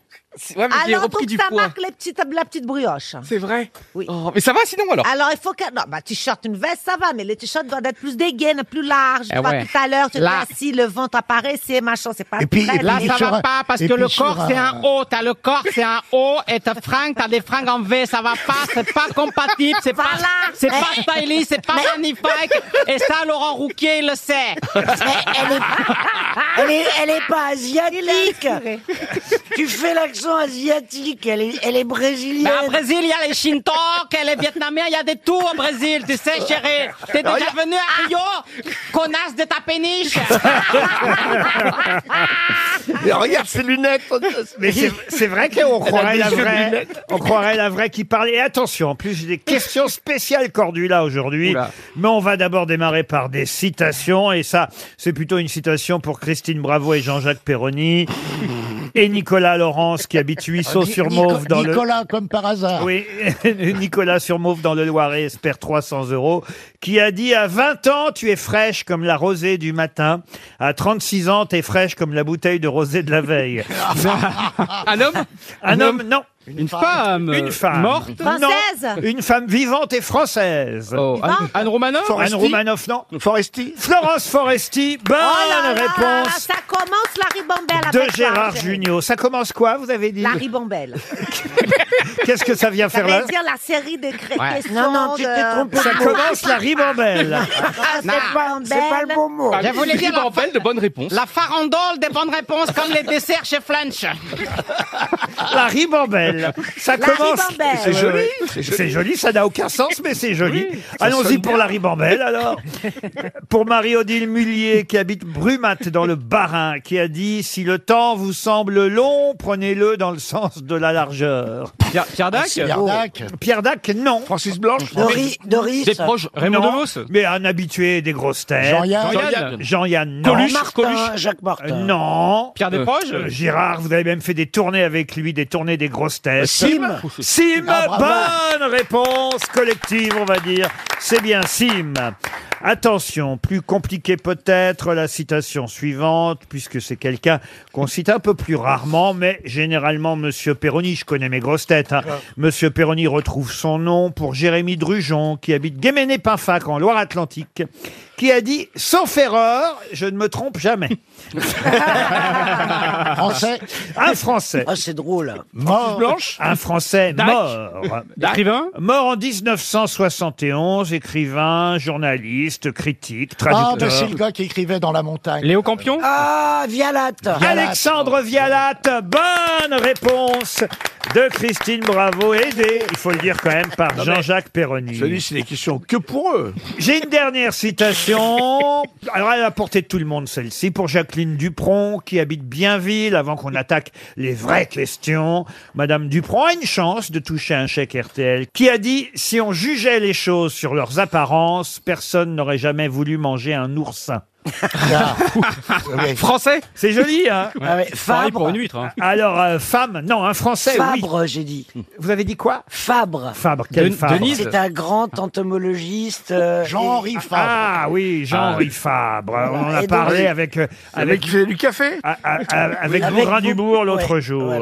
ouais, mais j'ai alors, repris donc, du ça poids. marque les petites, la petite brioche. C'est vrai Oh, Oui. mais ça va sinon, alors Alors, il faut que... Non, bah, t-shirt, une veste, ça va, mais le t-shirt doit être plus dégaine, plus large. Eh Tu vois, ouais. tout à l'heure, tu es Là. assis, le ventre apparaît, c'est machin, c'est pas... Et puis- très et puis bien. sur un- et puis sur un- haut, t'as le corps, c'est un haut, et t'as fringue, t'as des fringues en V, ça va pas, c'est pas compatible, c'est Voilà. Mais- stylish, c'est pas magnifique, et ça, Laurent Rouquier, il le sait. elle est, elle est, elle est pas asiatique. tu fais l'accent asiatique. Elle est, elle est brésilienne. Mais au Brésil, il y a les Shintok, les Vietnamiens, il y a de tout au Brésil, tu sais, chérie. T'es Alors, déjà il Euh, oh, y a- venu à Rio, connasse de ta péniche. Mais regarde ses lunettes. Mais c'est- c'est vrai qu'on Elle a croirait des la yeux de vraie, lunettes. on croirait la vraie qui parle. Et attention, en plus j'ai des questions spéciales Cordula aujourd'hui, mais on va d'abord démarrer par des citations et ça, c'est plutôt une citation pour Christine Bravo et Jean-Jacques Perroni et Nicolas Laurence qui habite Huisseau-sur-Mauve dans le Nicolas, comme par hasard. Oui, <laughs> Nicolas Surmauve dans le Loiret espère 300 euros, qui a dit à 20 ans, tu es fraîche comme la rosée du matin. À 36 ans, t'es fraîche comme la bouteille de rosée de la veille. Un homme Un homme, non. Une, femme. Une femme. Morte. Non, Une femme vivante et française. Anne- Anne Romanoff Anne Romanoff, non. Foresti. Florence Foresti. Bonne Ah, réponse Oh ça commence la ribambelle de avec ça, Gérard Angèle. Junior. Ça commence quoi, vous avez dit La ribambelle. Qu'est-ce que ça vient Ça faire là veut dire la série des cré- Ouais. questions. Non, non, tu t'es euh, de- trompé de <laughs> Ça mot. commence la ribambelle. Ah, c'est pas- c'est pas le bon mot. Je voulais dire la, de bonnes réponses. la farandole des bonnes réponses comme les desserts chez French. La ribambelle. Ça La commence. ribambelle. C'est joli. Ouais, C'est joli. ça n'a aucun sens, mais c'est joli. Allons-y pour la ribambelle, alors. pour Marie-Odile Mullier, qui habite Brumat dans le Barin, qui a dit Si le temps vous semble long, prenez-le dans le sens de la largeur. Pierre, Dac Pierre Dac. Pierre Dac, non. Francis Blanche Doris- Doris. Des proches. Raymond Non, Devos Mais un habitué des grosses têtes. Jean-Yann. Jean-Yann. Jean-Yann, non. Coluche, Martin, Coluche. Jacques Martin. Non. Pierre Desproges Euh, Gérard, vous avez même fait des tournées avec lui, des tournées des grosses têtes. Euh, Sim. Sim, Ah, bravo. bonne réponse collective, on va dire. C'est bien Sim. Attention, plus compliqué peut-être la citation suivante, puisque c'est quelqu'un qu'on cite un peu plus rarement, mais généralement Monsieur Perroni, je connais mes grosses têtes, hein. Monsieur Perroni retrouve son nom pour Jérémy Drujon, qui habite Guéméné-Pinfac en Loire-Atlantique, qui a dit « Sauf erreur, je ne me trompe jamais ». <laughs> Français. Un Français. Ah, c'est drôle. Mort. Blanche. Un Français Dac. mort. Dac. Écrivain Mort en 1971, écrivain, journaliste, critique, Ah, traducteur. de c'est le gars qui écrivait dans la montagne. euh, Léo Campion Ah, Vialatte. Alexandre Vialatte, bonne réponse de Christine Bravo, aidée, il faut le dire quand même, par Jean-Jacques Perroni. Celui, c'est des questions que pour eux. J'ai une dernière citation. Alors, elle a porté tout le monde, celle-ci, pour Jacqueline Dupron, qui habite Bienville, avant qu'on attaque les vraies questions. Madame Dupron a une chance de toucher un chèque RTL, qui a dit « Si on jugeait les choses sur leurs apparences, personne n'aurait jamais voulu manger un oursin. » Français C'est joli, <laughs> hein Ah ouais, Pareil Fabre. pour une huître, hein. Alors, euh, femme, non, un Français, oui. Fabre, j'ai dit. Vous avez dit quoi Fabre. Fabre, quel Den- Fabre C'est un grand entomologiste. euh, Jean-Henri Fabre. Ah oui, Jean-Henri Fabre. On en Ah Et a donc- parlé avec, euh, Avec avec, du café a- a- a- Ah, avec Oui, avec Bourrin vous- Dubourg l'autre ouais, jour.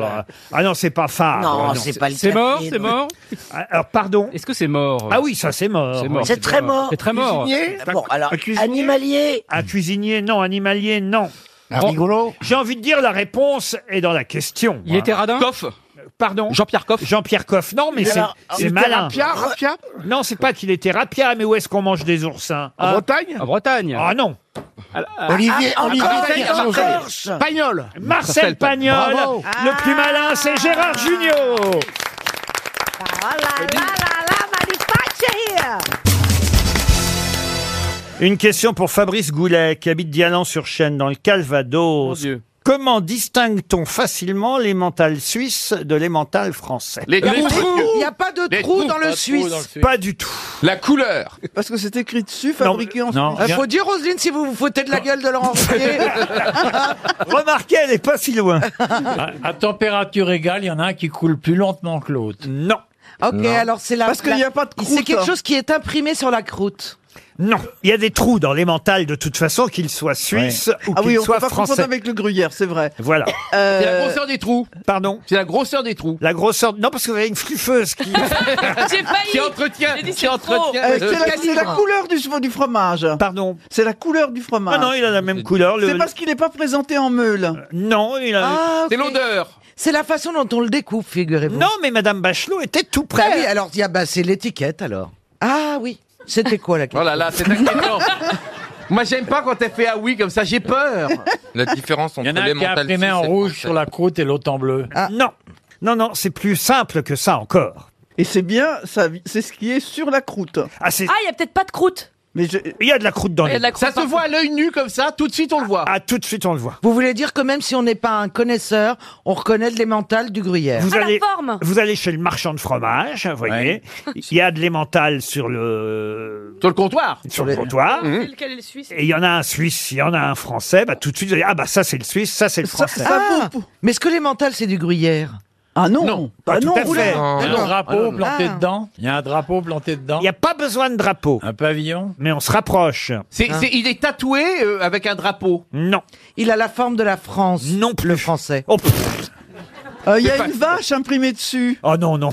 Ah non, c'est pas Fabre. Non, c'est pas le C'est mort, c'est mort. Alors pardon. Est-ce que c'est mort Ah oui, ça c'est mort. C'est mort, C'est très mort. C'est très mort. Cuisinier Bon, alors, animalier. Un cuisinier, non. Animalier, non. Bon, J'ai envie de dire la réponse est dans la question. Il était radin Coff. Pardon Jean-Pierre Coff. Jean-Pierre Coff, non, mais Il c'est era- il c'est était malin. rapia, Non, c'est pas qu'il était rapia, mais où est-ce qu'on mange des oursins En Bretagne En Bretagne. Ah non Olivier- Ah, Olivier encore, Kersauzon. encore. Corse. Pagnol. Marcel Marcel Pagnol. Pagnol. Bravo. Le Ah. plus malin, c'est Gérard Junior. Une question pour Fabrice Goulet, qui habite Dianan-sur-Chêne, dans le Calvados. Comment distingue-t-on facilement l'emmental suisse de l'emmental français Les Les trous. trous. Il n'y a pas de Les trous trous. dans le Pas de trous Suisse. dans le Suisse. Pas du tout. La couleur. Parce que c'est écrit dessus, fabriqué en non. Il faut dire, Roselyne, si vous vous foutez de la gueule de Laurent Ruquier. <laughs> Remarquez, elle n'est pas si loin. Ah, à, à température égale, il y en a un qui coule plus lentement que l'autre. Non. ok, alors c'est la. Parce qu'il la- n'y a pas de croûte, C'est quelque hein. chose qui est imprimé sur la croûte. Non, il y a des trous dans l'emmental de toute façon, qu'il soit suisse ou ah qu'il oui, on soit peut pas confondre français. avec le gruyère, c'est vrai. Voilà. Euh, C'est la grosseur des trous. Pardon C'est la grosseur des trous. La grosseur. Non, parce que vous avez une fluffeuse <laughs> qui. J'ai failli. Qui entretient. J'ai dit, Qui entretient. Euh, c'est la, c'est la couleur du, du fromage. Pardon C'est la couleur du fromage. Ah non, il a la même couleur. le- C'est parce qu'il n'est pas présenté en meule. Non, il a. Ah, C'est ok. l'odeur. C'est la façon dont on le découpe, figurez-vous. Non, mais Madame Bachelot était tout près. Ah oui, alors il y a- bah, c'est l'étiquette alors. Ah oui. C'était quoi la question Oh là là, c'est <laughs> inquiétant. Moi, j'aime pas quand elle fait ah oui comme ça, j'ai peur. La différence entre Il y en a un qui a l'emmental imprimé en suisse et rouge français. sur la croûte et l'autre en bleu. Ah. Non. Non, non, c'est plus simple que ça encore. Et c'est bien, ça, c'est ce qui est sur la croûte. Ah, c'est. il y a peut-être pas de croûte. Mais Il y a de la croûte dans les. Ça se voit à l'œil nu comme ça, tout de suite on le voit. Ah, tout de suite on le voit. Vous voulez dire que même si on n'est pas un connaisseur, on reconnaît de l'émental du gruyère. Vous allez, vous allez chez le marchand de fromage, vous voyez. Il y a de l'emmental sur le. Sur le comptoir. Sur le comptoir. Lequel est le suisse Et il y en a un suisse, il y en a un français, bah tout de suite vous allez, ah bah ça c'est le suisse, ça c'est le français. Ah, mais est-ce que l'émental c'est du gruyère Ah non. Non. Pas tout à fait. D'accord. Il y a un drapeau planté Ah. dedans. Il y a un drapeau planté dedans. Il n'y a pas besoin de drapeau. Un pavillon. Mais on se rapproche. Hein. C'est- c'est- il est tatoué euh, avec un drapeau. Ah. Non. Il a la forme de la France. Non Le français. Il Euh, y a une vache imprimée dessus. Oh non, non.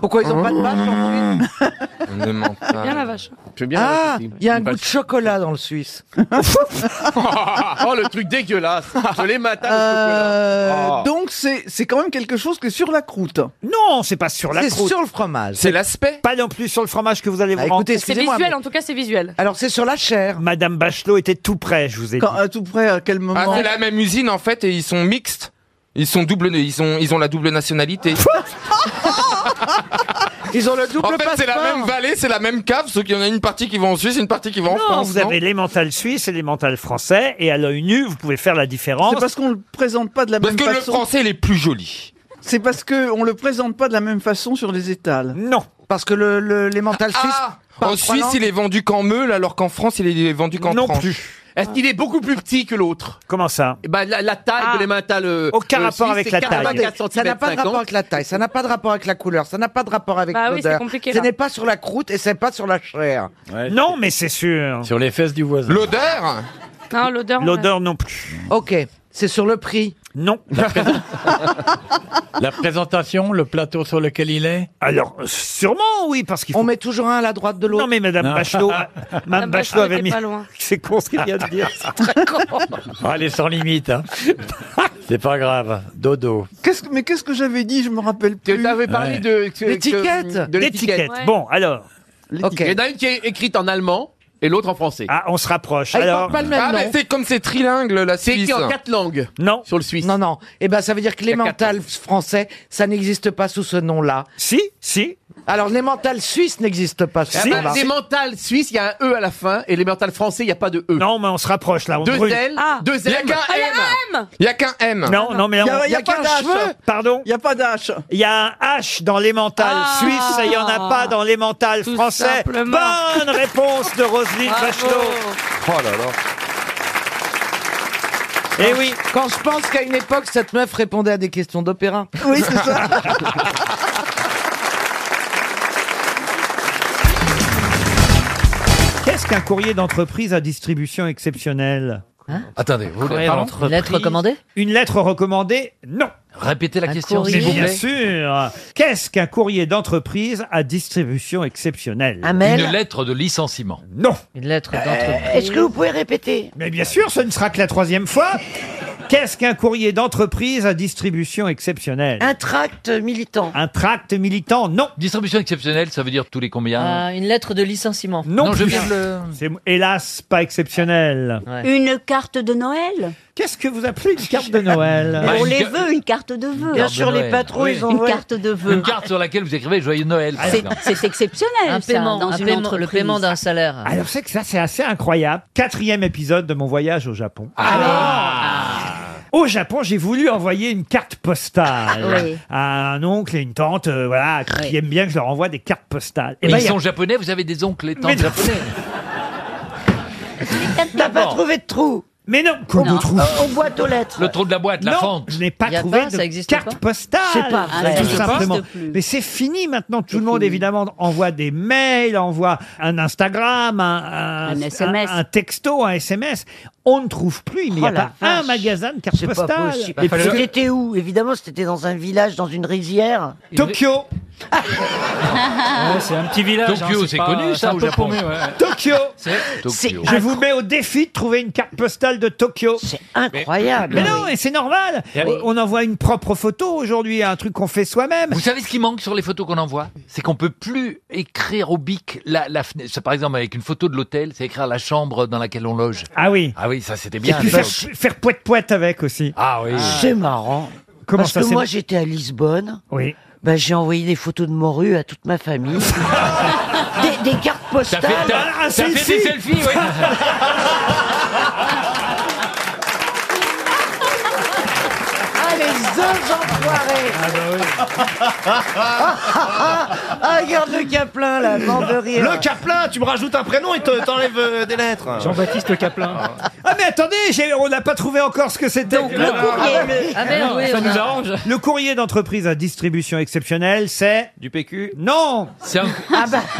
Pourquoi ils n'ont pas de vache en Suisse Ne ment pas. Bien la vache. Ah, il y a un goût de chocolat dans le Suisse. oh, le truc dégueulasse. Je les matins, Euh, le chocolat. Oh. Donc c'est c'est quand même quelque chose que sur la croûte. Non, c'est pas sur la C'est croûte. sur le fromage. Bah, C'est l'aspect Pas non plus sur le fromage que vous allez vous rendre. C'est visuel, en tout cas, c'est visuel. Alors c'est sur la chair. Madame Bachelot était tout près, je vous ai dit. À tout près, à quel moment Ah, c'est la même usine en fait et ils sont mixtes. Ils sont double, ils ont, ils ont la double nationalité. <laughs> Ils ont le double En fait, c'est la passeport. même vallée, c'est la même cave, sauf qu'il y en a une partie qui va en Suisse, une partie qui va en Non, France. vous avez l'émental suisse et l'émental français, et à l'œil nu, vous pouvez faire la différence. C'est parce qu'on le présente pas de la Parce même que façon. le français, il est plus joli. C'est parce que on le présente pas de la même façon sur les étals. Non. Ah, Parce que le, le- les mentales suisses. En Suisse, il est vendu qu'en meule, alors qu'en France, il est vendu qu'en Non tranche. plus. Est-ce qu'il est beaucoup plus petit que l'autre Comment ça bah, la, taille Ah. de l'émental. Aucun rapport avec la taille. Ça n'a pas de rapport avec la taille, ça n'a pas de rapport avec la couleur, ça n'a pas de rapport avec Bah oui, c'est l'odeur. compliqué, ce là. n'est pas sur la croûte et c'est pas sur la chair. Non, mais c'est sûr. Sur les fesses du voisin. L'odeur Non, l'odeur. on a- L'odeur non plus. Ok, c'est sur le prix. <laughs> Non. La présentation, le plateau sur lequel il est Alors, sûrement, oui, parce qu'il On met toujours un à la droite de l'autre. Non, mais <laughs> Madame <laughs> Bachelot, Madame Bachelot avait mis. pas loin. C'est con ce qu'il vient de dire. Ah, elle est sans limite. hein. C'est pas grave. Dodo. Qu'est-ce que- mais qu'est-ce que j'avais dit Je me rappelle plus. Tu t'avais parlé Ouais. de- que- l'étiquette. que- de l'étiquette. L'étiquette. Ouais. Bon, alors. Il y en a une qui est écrite en allemand et l'autre en français. Ah, on se rapproche. Ah, ils Alors- parlent pas le même nom. mais c'est comme c'est trilingue la C'est Suisse. écrit en quatre langues. Non. Sur le Suisse. Non, non. Eh ben, ça veut dire que les mentales français, ça n'existe pas sous ce nom-là. Si, si. Alors, les mentales suisses n'existent pas Eh sous ce ben, nom-là. les mentales suisses, il y a un E à la fin, et les mentales français, il n'y a pas de E. Non, mais on se rapproche là. On deux brûle. L, deux M. Il y a qu'un Ah, il y a M. un M. Il y a qu'un M. Non, non, mais là, Il y a- on- il y a pas qu'un d'H. cheveu. Pardon Il n'y a pas d'H. Il y a un H dans l'émental Ah. suisse et il n'y en a pas dans l'émental français. simplement. Bonne réponse de Roselyne Bravo. Bachelot. Oh là là. Eh oui. Quand je pense qu'à une époque, cette meuf répondait à des questions d'opéra. Oui, c'est <laughs> ça. <laughs> Qu'est-ce qu'un courrier d'entreprise à distribution exceptionnelle Hein Attendez, vous voulez Une lettre d'entreprise recommandée Une lettre recommandée Non. Répétez la question, s'il vous bien plaît. sûr. Qu'est-ce qu'un courrier d'entreprise à distribution exceptionnelle Un mail Une lettre de licenciement. Non. Une lettre Euh, Est-ce que vous pouvez répéter Mais bien sûr, ce ne sera que la troisième fois. Qu'est-ce qu'un courrier d'entreprise à distribution exceptionnelle Un tract militant. Un tract militant, non. Distribution exceptionnelle, ça veut dire tous les Euh, combien Euh, une lettre de licenciement. Non, je plus. viens de le- C'est hélas pas exceptionnel. Une carte de Noël Qu'est-ce que vous appelez une carte de Noël On les veut, une carte de vœux. Bien sûr, les patrons, ils Une envoient- carte de vœux. Une carte Ah, sur laquelle vous écrivez Joyeux Noël. par C'est exemple. c'est exceptionnel, Un ça, paiement, dans un une paiement, entreprise. le paiement d'un salaire. Alors c'est que ça c'est assez incroyable. Quatrième épisode de mon voyage au Japon. Ah. Ah, Au Japon, j'ai voulu envoyer une carte postale Ah Oui. à un oncle et une tante, euh, voilà, qui aiment bien que je leur envoie des cartes postales. Mais ben, ils il y a- sont japonais, vous avez des oncles et Mais tantes non. japonais. T'as pas trouvé de trou Mais non Comment trou Au boîte aux lettres. Le trou Euh, de la boîte, la non, fente. je n'ai pas Y a trouvé pas, ça de existe carte pas postale. C'est pas Ah, vrai. tout Ça existe simplement. plus. Mais c'est fini maintenant. Tout le monde évidemment envoie des mails, envoie un Instagram, un, Un SMS. un, un texto, un SMS. On ne trouve plus. Il n'y a Oh la pas un vache. magasin de cartes C'est pas postales. possible. Et Et puis- t'étais où Évidemment, c'était dans un village, dans une rizière. Tokyo. c'est un petit village, Tokyo, hein, c'est c'est pas- connu, c'est ça, un au peu Japon. paumé, ouais. Tokyo. C'est- Je vous mets au défi de trouver une carte postale de Tokyo. C'est incroyable. Mais non, et c'est normal. Et oui. On envoie une propre photo aujourd'hui, un truc qu'on fait soi-même. Vous savez ce qui manque sur les photos qu'on envoie C'est qu'on peut plus écrire au bic la, la fenêtre. Ça, Par exemple, avec une photo de l'hôtel, c'est écrire la chambre dans laquelle on loge. Ah oui. Ah oui, ça c'était Et bien. puis à faire, l'époque. faire poète poète avec aussi. Ah oui. C'est marrant. <laughs> Comment Parce ça, que c'est- moi, j'étais à Lisbonne. Oui. Ben, j'ai envoyé des photos de morue à toute ma <laughs> famille. des, des cartes T'as postales. fait, t'as- Ah, Un t'as fait selfie. des selfies, <laughs> oui. Ah, les oeufs enfoirés bah Ah, regarde le Caplin, là, mort de rire. Le Caplin, tu me rajoutes un prénom et te- t'enlèves euh, des lettres. Jean-Baptiste Caplin. Ah, Ah mais attendez, j'ai- on n'a pas trouvé encore ce que c'était. Donc, le courrier. Ah, mais- Ah, merde, oui, ça on nous a- arrange. Le courrier d'entreprise à distribution exceptionnelle, c'est du PQ. Non. C'est un,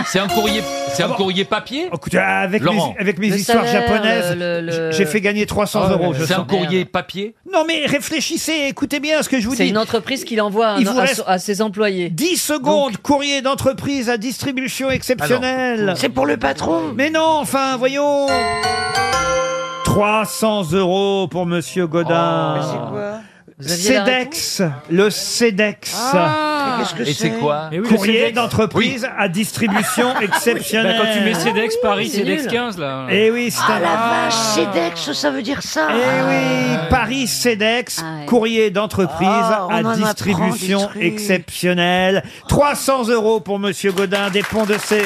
c'est un courrier, c'est un courrier papier. Écoutez, Oh, avec mes, Laurent. avec mes Le histoires salaire, japonaises, le- le- j'ai fait gagner 300 Oh, euros. je C'est un sens. courrier papier. Non mais réfléchissez, écoutez bien ce que je vous dis. C'est une entreprise qui l'envoie à, Il vous à- reste à ses employés. 10 secondes, courrier d'entreprise à distribution exceptionnelle. C'est pour le patron. Mais non, enfin, voyons. 300 euros pour Monsieur Godin. Oh. Mais c'est quoi Vous aviez la CEDEX, le CEDEX. Ah. Mais qu'est-ce que Et c'est c'est quoi Eh oui, le Courrier CEDEX. d'entreprise à <laughs> distribution exceptionnelle. Bah, quand tu mets Ah CEDEX Paris, C'est CEDEX nul. 15, là. Eh oui, c'est Ah un- la vache, CEDEX, ça veut dire ça. Eh oui, Paris CEDEX, Ah courrier Oh, d'entreprise Ah, on en à apprend des distribution trucs. exceptionnelle. 300 euros pour Monsieur Godin des Ponts de C.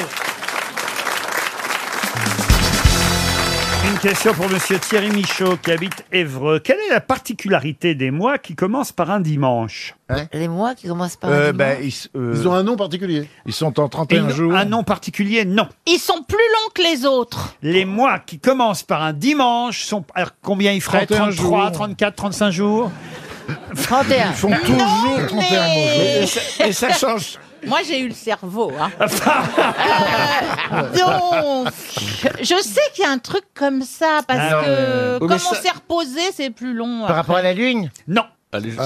Une question pour Monsieur Thierry Michaud qui habite Évreux. Quelle est la particularité des mois qui commencent par un dimanche Les mois qui commencent par. Hein Euh, un dimanche. ben, ils- Ils ont un nom particulier. Ils sont en 31 jours. Un nom particulier, non. Ils sont plus longs que les autres. Les mois qui commencent par un dimanche sont. alors, combien ils feraient 31 33, jours. 34, 35 jours 31. Ils font Non, toujours mais- 31 mauvais. Et ça- et <laughs> ça change. Ah, Moi, j'ai eu le cerveau. hein. Euh, donc, je sais qu'il y a un truc comme ça, parce Ah non, que mais- comme mais on ça- s'est reposé, c'est plus long. après. à la Lune Non.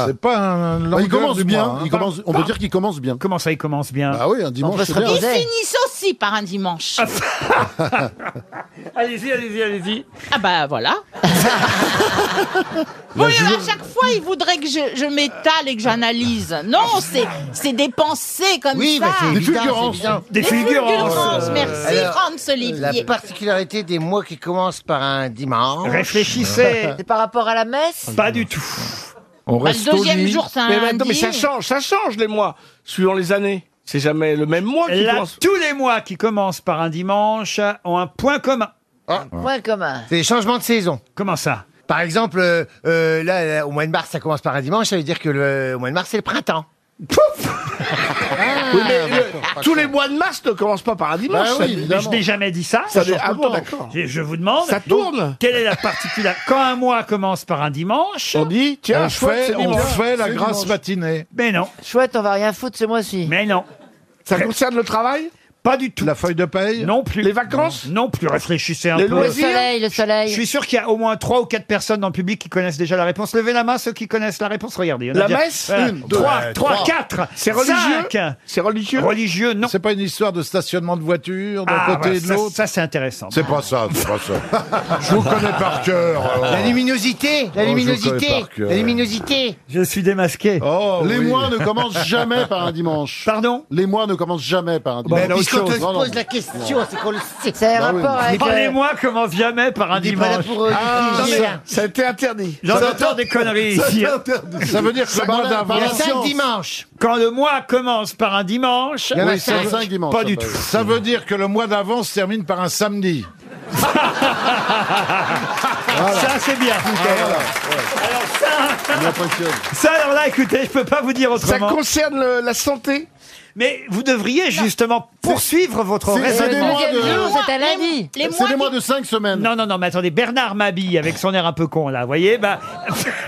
C'est pas un Ah. Bah, il longueur commence du bien, mois, hein. il commence- Bah on peut dire qu'il commence bien. Comment ça, il commence bien Ah oui, un dimanche, c'est Ils bien. finissent aussi par un dimanche. Ah, allez-y, allez-y, allez-y. Ah bah voilà. oui, à chaque fois, ils voudraient que je, je m'étale et que j'analyse. Non, c'est, c'est des pensées comme Oui, ça. bah, c'est Des évident, fulgurances. c'est évident. Des Des fulgurances. fulgurances. Euh, Merci, alors, Franz La Olivier. particularité des mois qui commencent par un Hein dimanche. Réfléchissez. <laughs> Ah, C'est par rapport à la messe Pas du tout. On Bah, le reste au deuxième lit. jour, c'est un Eh mais, ben, mais attends, Ah, mais lundi. ça change, ça change les mois, suivant les années. C'est jamais le même mois qui Là, commence. tous les mois qui commencent par un dimanche ont un point commun. Ah. Point commun. C'est des changements de saison. Comment ça Par exemple, euh, euh, là, là, au mois de mars, ça commence par un dimanche, ça veut dire que le au mois de mars, c'est le printemps. Ah. Ah. Ah, bah, Oui, mais Ah, euh, le- tous les mois de mars ne commencent pas Bah par un dimanche. Moi, ça- je- je n'ai jamais dit ça. Ça change dé- ah tout le bon, temps. d'accord. Je, je vous demande. Ça donc, tourne. Quelle est la particularité Quand un mois commence par un dimanche, on dit tiens, On chouette, fait- c'est on dimanche. fait la C'est grasse dimanche. matinée. Mais non. Chouette, on va rien foutre ce mois-ci. Mais non. Ça concerne le travail Pas du tout. La feuille de paye Non plus. Les vacances Non, plus. Réfléchissez un Les peu. loisirs Le soleil, le Je soleil. suis sûr qu'il y a au moins trois ou quatre personnes dans le public qui connaissent déjà la réponse. Levez la main ceux qui connaissent la réponse. Regardez. il y en a La bien- messe Voilà. Une, deux, Trois, euh, trois, trois. quatre. C'est religieux cinq. C'est religieux Religieux, non. C'est pas une histoire de stationnement de voiture d'un Ah, côté voilà, et de ça- l'autre. Ça, c'est intéressant. C'est pas ça, c'est pas <laughs> ça. Je vous connais par cœur. alors. La luminosité, la Oh, je luminosité, connais par cœur. la luminosité. Je suis démasqué. Les oui. mois ne commencent jamais par un dimanche. Pardon Bah, Les mois ne commencent jamais par un Bah, dimanche. Mais puisqu'on te Non, non. pose la question, c'est qu'on le sait. C'est Bah un oui. rapport avec. Oh, euh, les mois commencent jamais par un Il est pas là dimanche. pour, euh, Ah, critiquer. mais- Ça- Ça a été interdit. J'en entends des conneries ici. Ça veut dire que le mois d'avant. Il y a cinq dimanches. Quand le mois commence par un dimanche, Il y en a Oui, cinq. ça- Cinq dimanches, Pas ça du peut tout. être. Ça veut dire que le mois d'avant se termine par un samedi. <laughs> Ça c'est bien. Ça alors là, écoutez, je peux pas vous dire Ça autrement. concerne le- la santé Mais vous devriez justement poursuivre votre C'est- c'est des raisonnement. mois de- Les mois- les- les mois C'est des mois qui- de 5 semaines. Non non non, mais attendez, Bernard m'habille avec son air un peu con là, vous voyez, bah.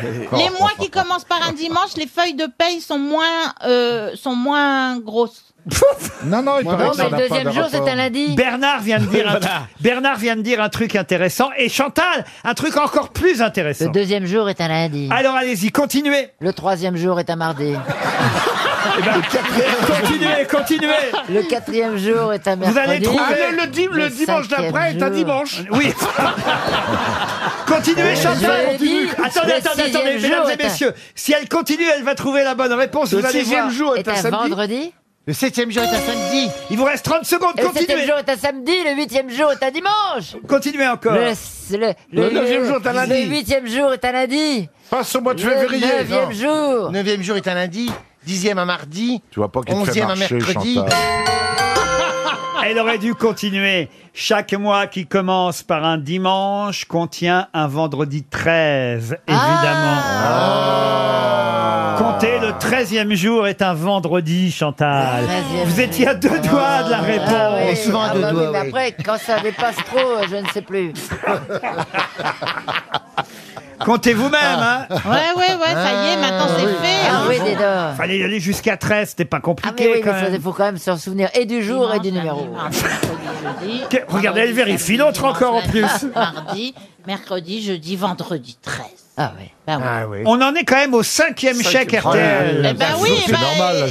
Les <laughs> mois qui commencent par un dimanche, les feuilles de paye sont moins, euh, sont moins grosses. Non, non, il Non, paraît que ça mais n'a le pas deuxième de jour, c'est rapport. un lundi. Bernard vient de <laughs> dire un, Bernard vient de dire un truc intéressant et Chantal un truc encore plus Le intéressant. deuxième jour est un lundi. euh, Alors allez-y, continuez. Le troisième jour est un mardi. Eh ben, Continuez, continuez. Le quatrième jour est un Vous mercredi. allez trouver Ah, le- le dim- le dimanche cinquième d'après est un jour. dimanche. Oui. <laughs> Continuez, Euh, Chantal. je l'ai dit, Attendez, le attendez, sixième attendez, jour mesdames et est un- messieurs. Si elle continue, elle va trouver la bonne réponse. Le vous allez sixième voir. jour est est un un samedi. vendredi. Le septième jour est un samedi. Il vous reste 30 secondes. Le Euh, septième Continuez. jour est un samedi. Le huitième jour est un dimanche. Continuez encore. Le, le, Le neuvième jour est un lundi. Le huitième jour est un lundi. Passe au mois de Le février. neuvième non. jour. Neuvième jour est un lundi. Dixième un mardi. Tu vois pas qu'il te fait Onzième un marcher, mercredi. Chantal. <laughs> Elle aurait dû continuer. Chaque mois qui commence par un dimanche contient un vendredi 13, évidemment. Ah. Comptez, le 13e jour est un vendredi, Chantal. Vous étiez à deux doigts de la réponse. Ah bah oui, mais après, quand ça dépasse trop, euh, je ne sais plus. Comptez vous-même, hein <laughs> Ouais, ouais, Eh ouais, ça y est, maintenant c'est fait. Ah hein. oui, dis donc. Fallait y aller jusqu'à 13, c'était pas Ah mais compliqué oui, quand mais même. il faut quand même s'en souvenir et du jour et du numéro. Ah. Que- Regardez, elle vérifie l'autre encore en plus. Mardi, mercredi, jeudi, vendredi 13. Ah oui. On en est quand même au cinquième chèque Cinquième. RTL. Eh Ah, ben oui, eh ben, eh, eh ben oui.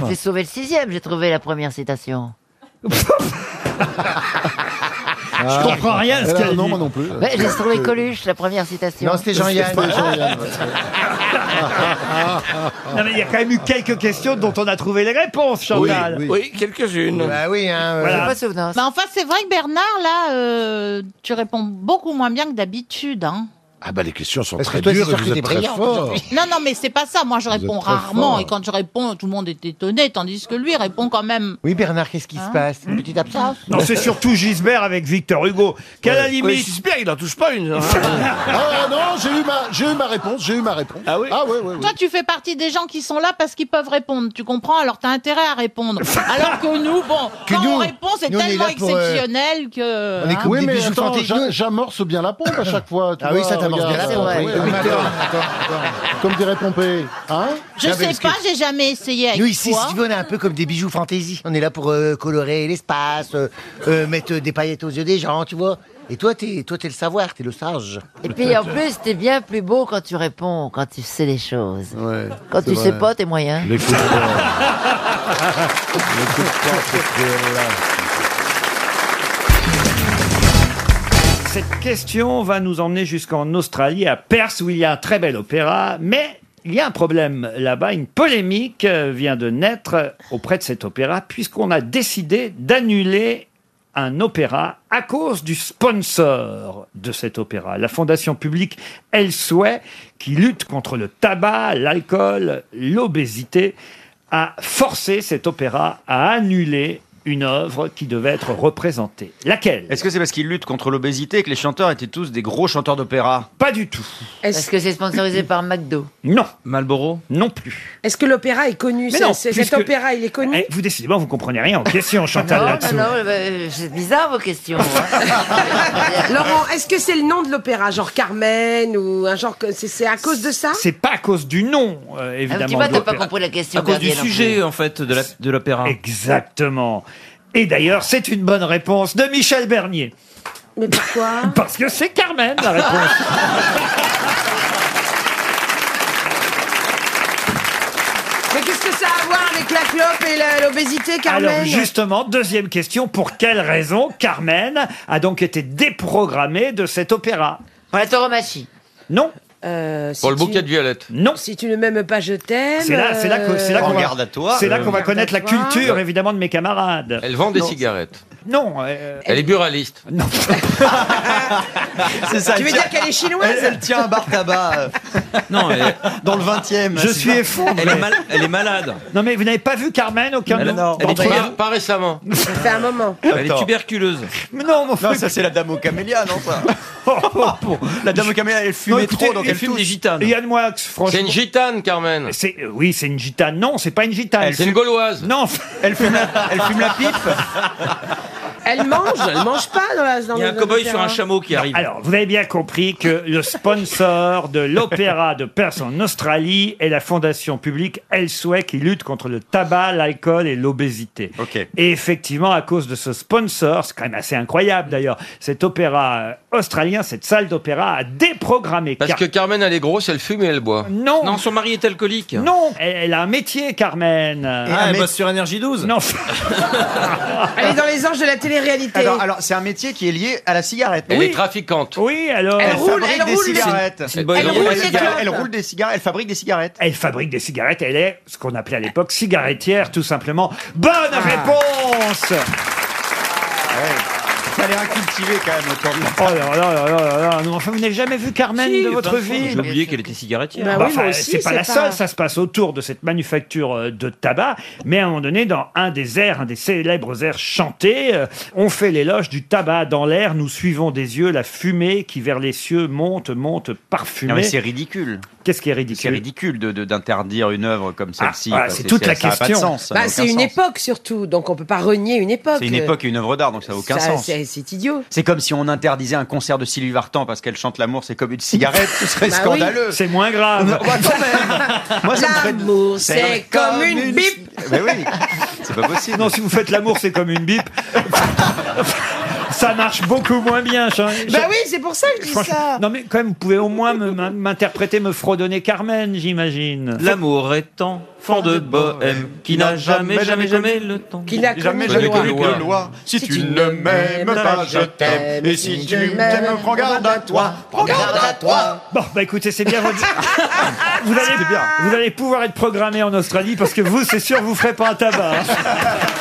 J'ai Vous sauvé le sixième, j'ai trouvé la <laughs> première citation. Ah. Je comprends rien à ce qu'elle dit. Ouais, j'ai trouvé Coluche, la première citation. Non, c'était Jean-Yann. Non, mais il y a quand même eu quelques questions dont on a trouvé les réponses, Chantal. Oui, oui. quelques-unes. Bah oui, hein. Voilà. Mais Bah, enfin, c'est vrai que Bernard, là, euh, tu réponds beaucoup moins bien que d'habitude. hein. Ah bah les questions sont Parce que très toi, c'est dures et sûr que vous t'es êtes très brillant, fort. aujourd'hui. Non, non, mais c'est pas ça. Moi, je Vous réponds êtes très rarement. fort. Et quand je réponds, tout le monde est étonné. Tandis que lui, il répond quand même. Oui, Bernard, qu'est-ce Hein qui se passe Une petite absence Non, c'est surtout Gisbert avec Victor Hugo. Qu'à la Ouais, limite. Gisbert, il n'en touche pas une. <laughs> Ah, non, j'ai eu, ma, j'ai eu ma réponse, j'ai eu ma réponse. Ah oui Ah oui, oui. Toi, tu fais partie des gens qui sont là parce qu'ils peuvent répondre. Tu comprends Alors, t'as intérêt à <laughs> répondre. Alors que nous, bon, Que quand nous, on répond, c'est nous, on est tellement là pour, euh, exceptionnel que. hein. oui, mais attends, attends, j'a- j'a- j'amorce bien la pompe à chaque fois. tu Ah oui, vois, ça t'amorce regarde. bien la pompe, Oui, oui. oui, Ah, attends, d'accord. attends, attends. Comme dirait Pompée. Hein Je sais pas, j'ai jamais essayé avec Nous ici, toi. si tu veux, on est un peu comme des bijoux fantaisie. On est là pour euh, colorer l'espace, euh, euh, mettre des paillettes aux yeux des gens, tu vois. Et toi, t'es, toi, t'es le savoir, t'es le sage. Et puis en plus, t'es bien plus beau quand tu réponds, quand tu sais les choses. quand c'est tu sais vrai. pas, t'es moyen. Les coups <laughs> de <laughs> Cette question va nous emmener jusqu'en Australie, à Perth, où il y a un très bel opéra, mais il y a un problème là-bas, une polémique euh, vient de naître euh, auprès de cet opéra, puisqu'on a décidé d'annuler un opéra à cause du sponsor de cet opéra, la fondation publique Elsewhere, qui lutte contre le tabac, l'alcool, l'obésité, a forcé cet opéra à annuler une œuvre qui devait être représentée. Laquelle Est-ce que c'est parce qu'ils luttent contre l'obésité et que les chanteurs étaient tous des gros chanteurs d'opéra Pas du tout. Est-ce que c'est sponsorisé par McDo Non. Malboro Non plus. Est-ce que l'opéra est <laughs> connu Mais C'est- non, c'est- puisque- Cet opéra, il est connu Eh, vous décidément, vous comprenez rien en <laughs> question, Chantal, Non, là-dessous. non, non, euh, c'est bizarre vos questions. Laurent, est-ce que c'est le nom de l'opéra, genre Carmen ou un genre que- c'est, c'est à cause de ça C'est pas à cause du nom, euh, évidemment. tu vois, de Ah, t'as l'opéra. pas compris la question, À cause du Gabriel, non sujet, plus. en fait, de la- de l'opéra. Exactement. Et d'ailleurs, c'est une bonne réponse de Michel Bernier. Mais pourquoi Parce que c'est Carmen, la <laughs> réponse. Mais qu'est-ce que ça a à voir avec la clope et la- l'obésité, Carmen Alors justement, deuxième question, pour quelle raison Carmen a donc été déprogrammée de cet opéra Pour la tauromachie Non. Euh, si tu- violette. Non. Si tu ne m'aimes pas, je t'aime. C'est là, c'est là que- c'est là qu'on Regarde va, à toi, c'est là euh, qu'on va regarde connaître à la toi. culture, évidemment, de mes camarades. Elle vend des Non. cigarettes. Non. euh, est buraliste. Non. <laughs> c'est ça. Tu veux dire qu'elle est chinoise elle, elle tient un bar tabac. euh, non, <laughs> elle est dans le 20 e Je suis effondré. Elle est, mal- elle est malade. Non mais vous n'avez pas vu Carmen aucun Elle, de vous Ah, elle est Entre- tuber- pas récemment. Ça fait un moment. Elle est tuberculeuse. Mais non, mon Oh, Non, ça c'est la dame au camélia, non <laughs> ça La dame au camélia, elle fume Non, écoutez, trop, donc elle, fume tousse. des gitanes. Yann Moix, franchement. C'est une gitane, Carmen. Oui, c'est une gitane. Non, c'est pas une gitane. Elle C'est fume- une gauloise. Non. Elle fume la, elle fume la pipe. Elle mange, elle mange pas dans la. Dans Il y a un dans cow-boy l'opéra. sur un chameau qui arrive. Alors, vous avez bien compris que le sponsor de l'opéra de Perth en Australie est la fondation publique Elsewhere qui lutte contre le tabac, l'alcool et l'obésité. Et effectivement, à cause de ce sponsor, c'est quand même assez incroyable d'ailleurs, cet opéra euh, australien, cette salle d'opéra a déprogrammé. Parce Car- que Carmen, elle est grosse, elle fume et elle boit. Non. Non, son mari est alcoolique. Non, elle, elle a un métier, Carmen. Ah, elle bosse sur énergie 12 Non. Elle est dans les anges de la télé-réalité. Alors, alors, c'est un métier qui est lié à la cigarette. Elle est trafiquante. Oui, alors. Elle, roule- fabrique elle des roule des- cigarettes. C'est une bonne Elle idée. roule Elle des cigarettes. clopes. Elle roule des cigarettes. Elle fabrique des cigarettes. Elle fabrique des cigarettes, elle est ce qu'on appelait à l'époque Ah cigarettière, tout simplement. Bonne réponse fallait incultiver quand même autour de Oh là là là là là là, non, enfin, vous n'avez jamais vu Carmen Si, de votre bien sûr, vie J'ai oublié qu'elle était cigarettière. Bah, enfin, c'est pas la seule, ça se passe autour de cette manufacture euh, de tabac, mais à un moment donné, dans un des airs, un des célèbres airs chantés, euh, on fait l'éloge du tabac dans l'air, nous suivons des yeux la fumée qui vers les cieux monte, monte, parfumée. Non, mais c'est ridicule. Qu'est-ce qui est ridicule C'est ridicule de- de- d'interdire une œuvre comme celle-ci. voilà, quoi. Ah, c'est toute la ça a pas de question. sens, ça Bah, n'a c'est aucun une sens. époque surtout, donc on peut pas renier une époque. C'est une époque et une œuvre d'art, donc ça n'a aucun Ça, sens. C'est c'est idiot. C'est comme si on interdisait un concert de Sylvie Vartan parce qu'elle chante l'amour, c'est comme une cigarette, ce serait Bah oui. scandaleux. bah, C'est moins grave. Moi, ça me ferait- L'amour, c'est comme une bip. Mais oui, c'est pas possible. Non, si vous faites l'amour, c'est comme une bip. ça marche beaucoup moins bien. Bah Bah oui, c'est pour ça que je dis ça. Non mais quand même, vous pouvez au moins me- m'in- m'interpréter, me fredonner Carmen, j'imagine. L'amour est enfant de bohème qui n'a jamais, jamais, jamais le temps. Qui n'a Jamais, jamais connu de loi. Si tu ne m'aimes pas, je t'aime. Et si tu m'aimes, prends garde à toi. Prends garde à toi. Bon, bah écoutez, c'est bien <laughs> votre. vous, allez, vous allez pouvoir être programmé en Australie parce que vous, c'est sûr, vous ferez pas un tabac. hein.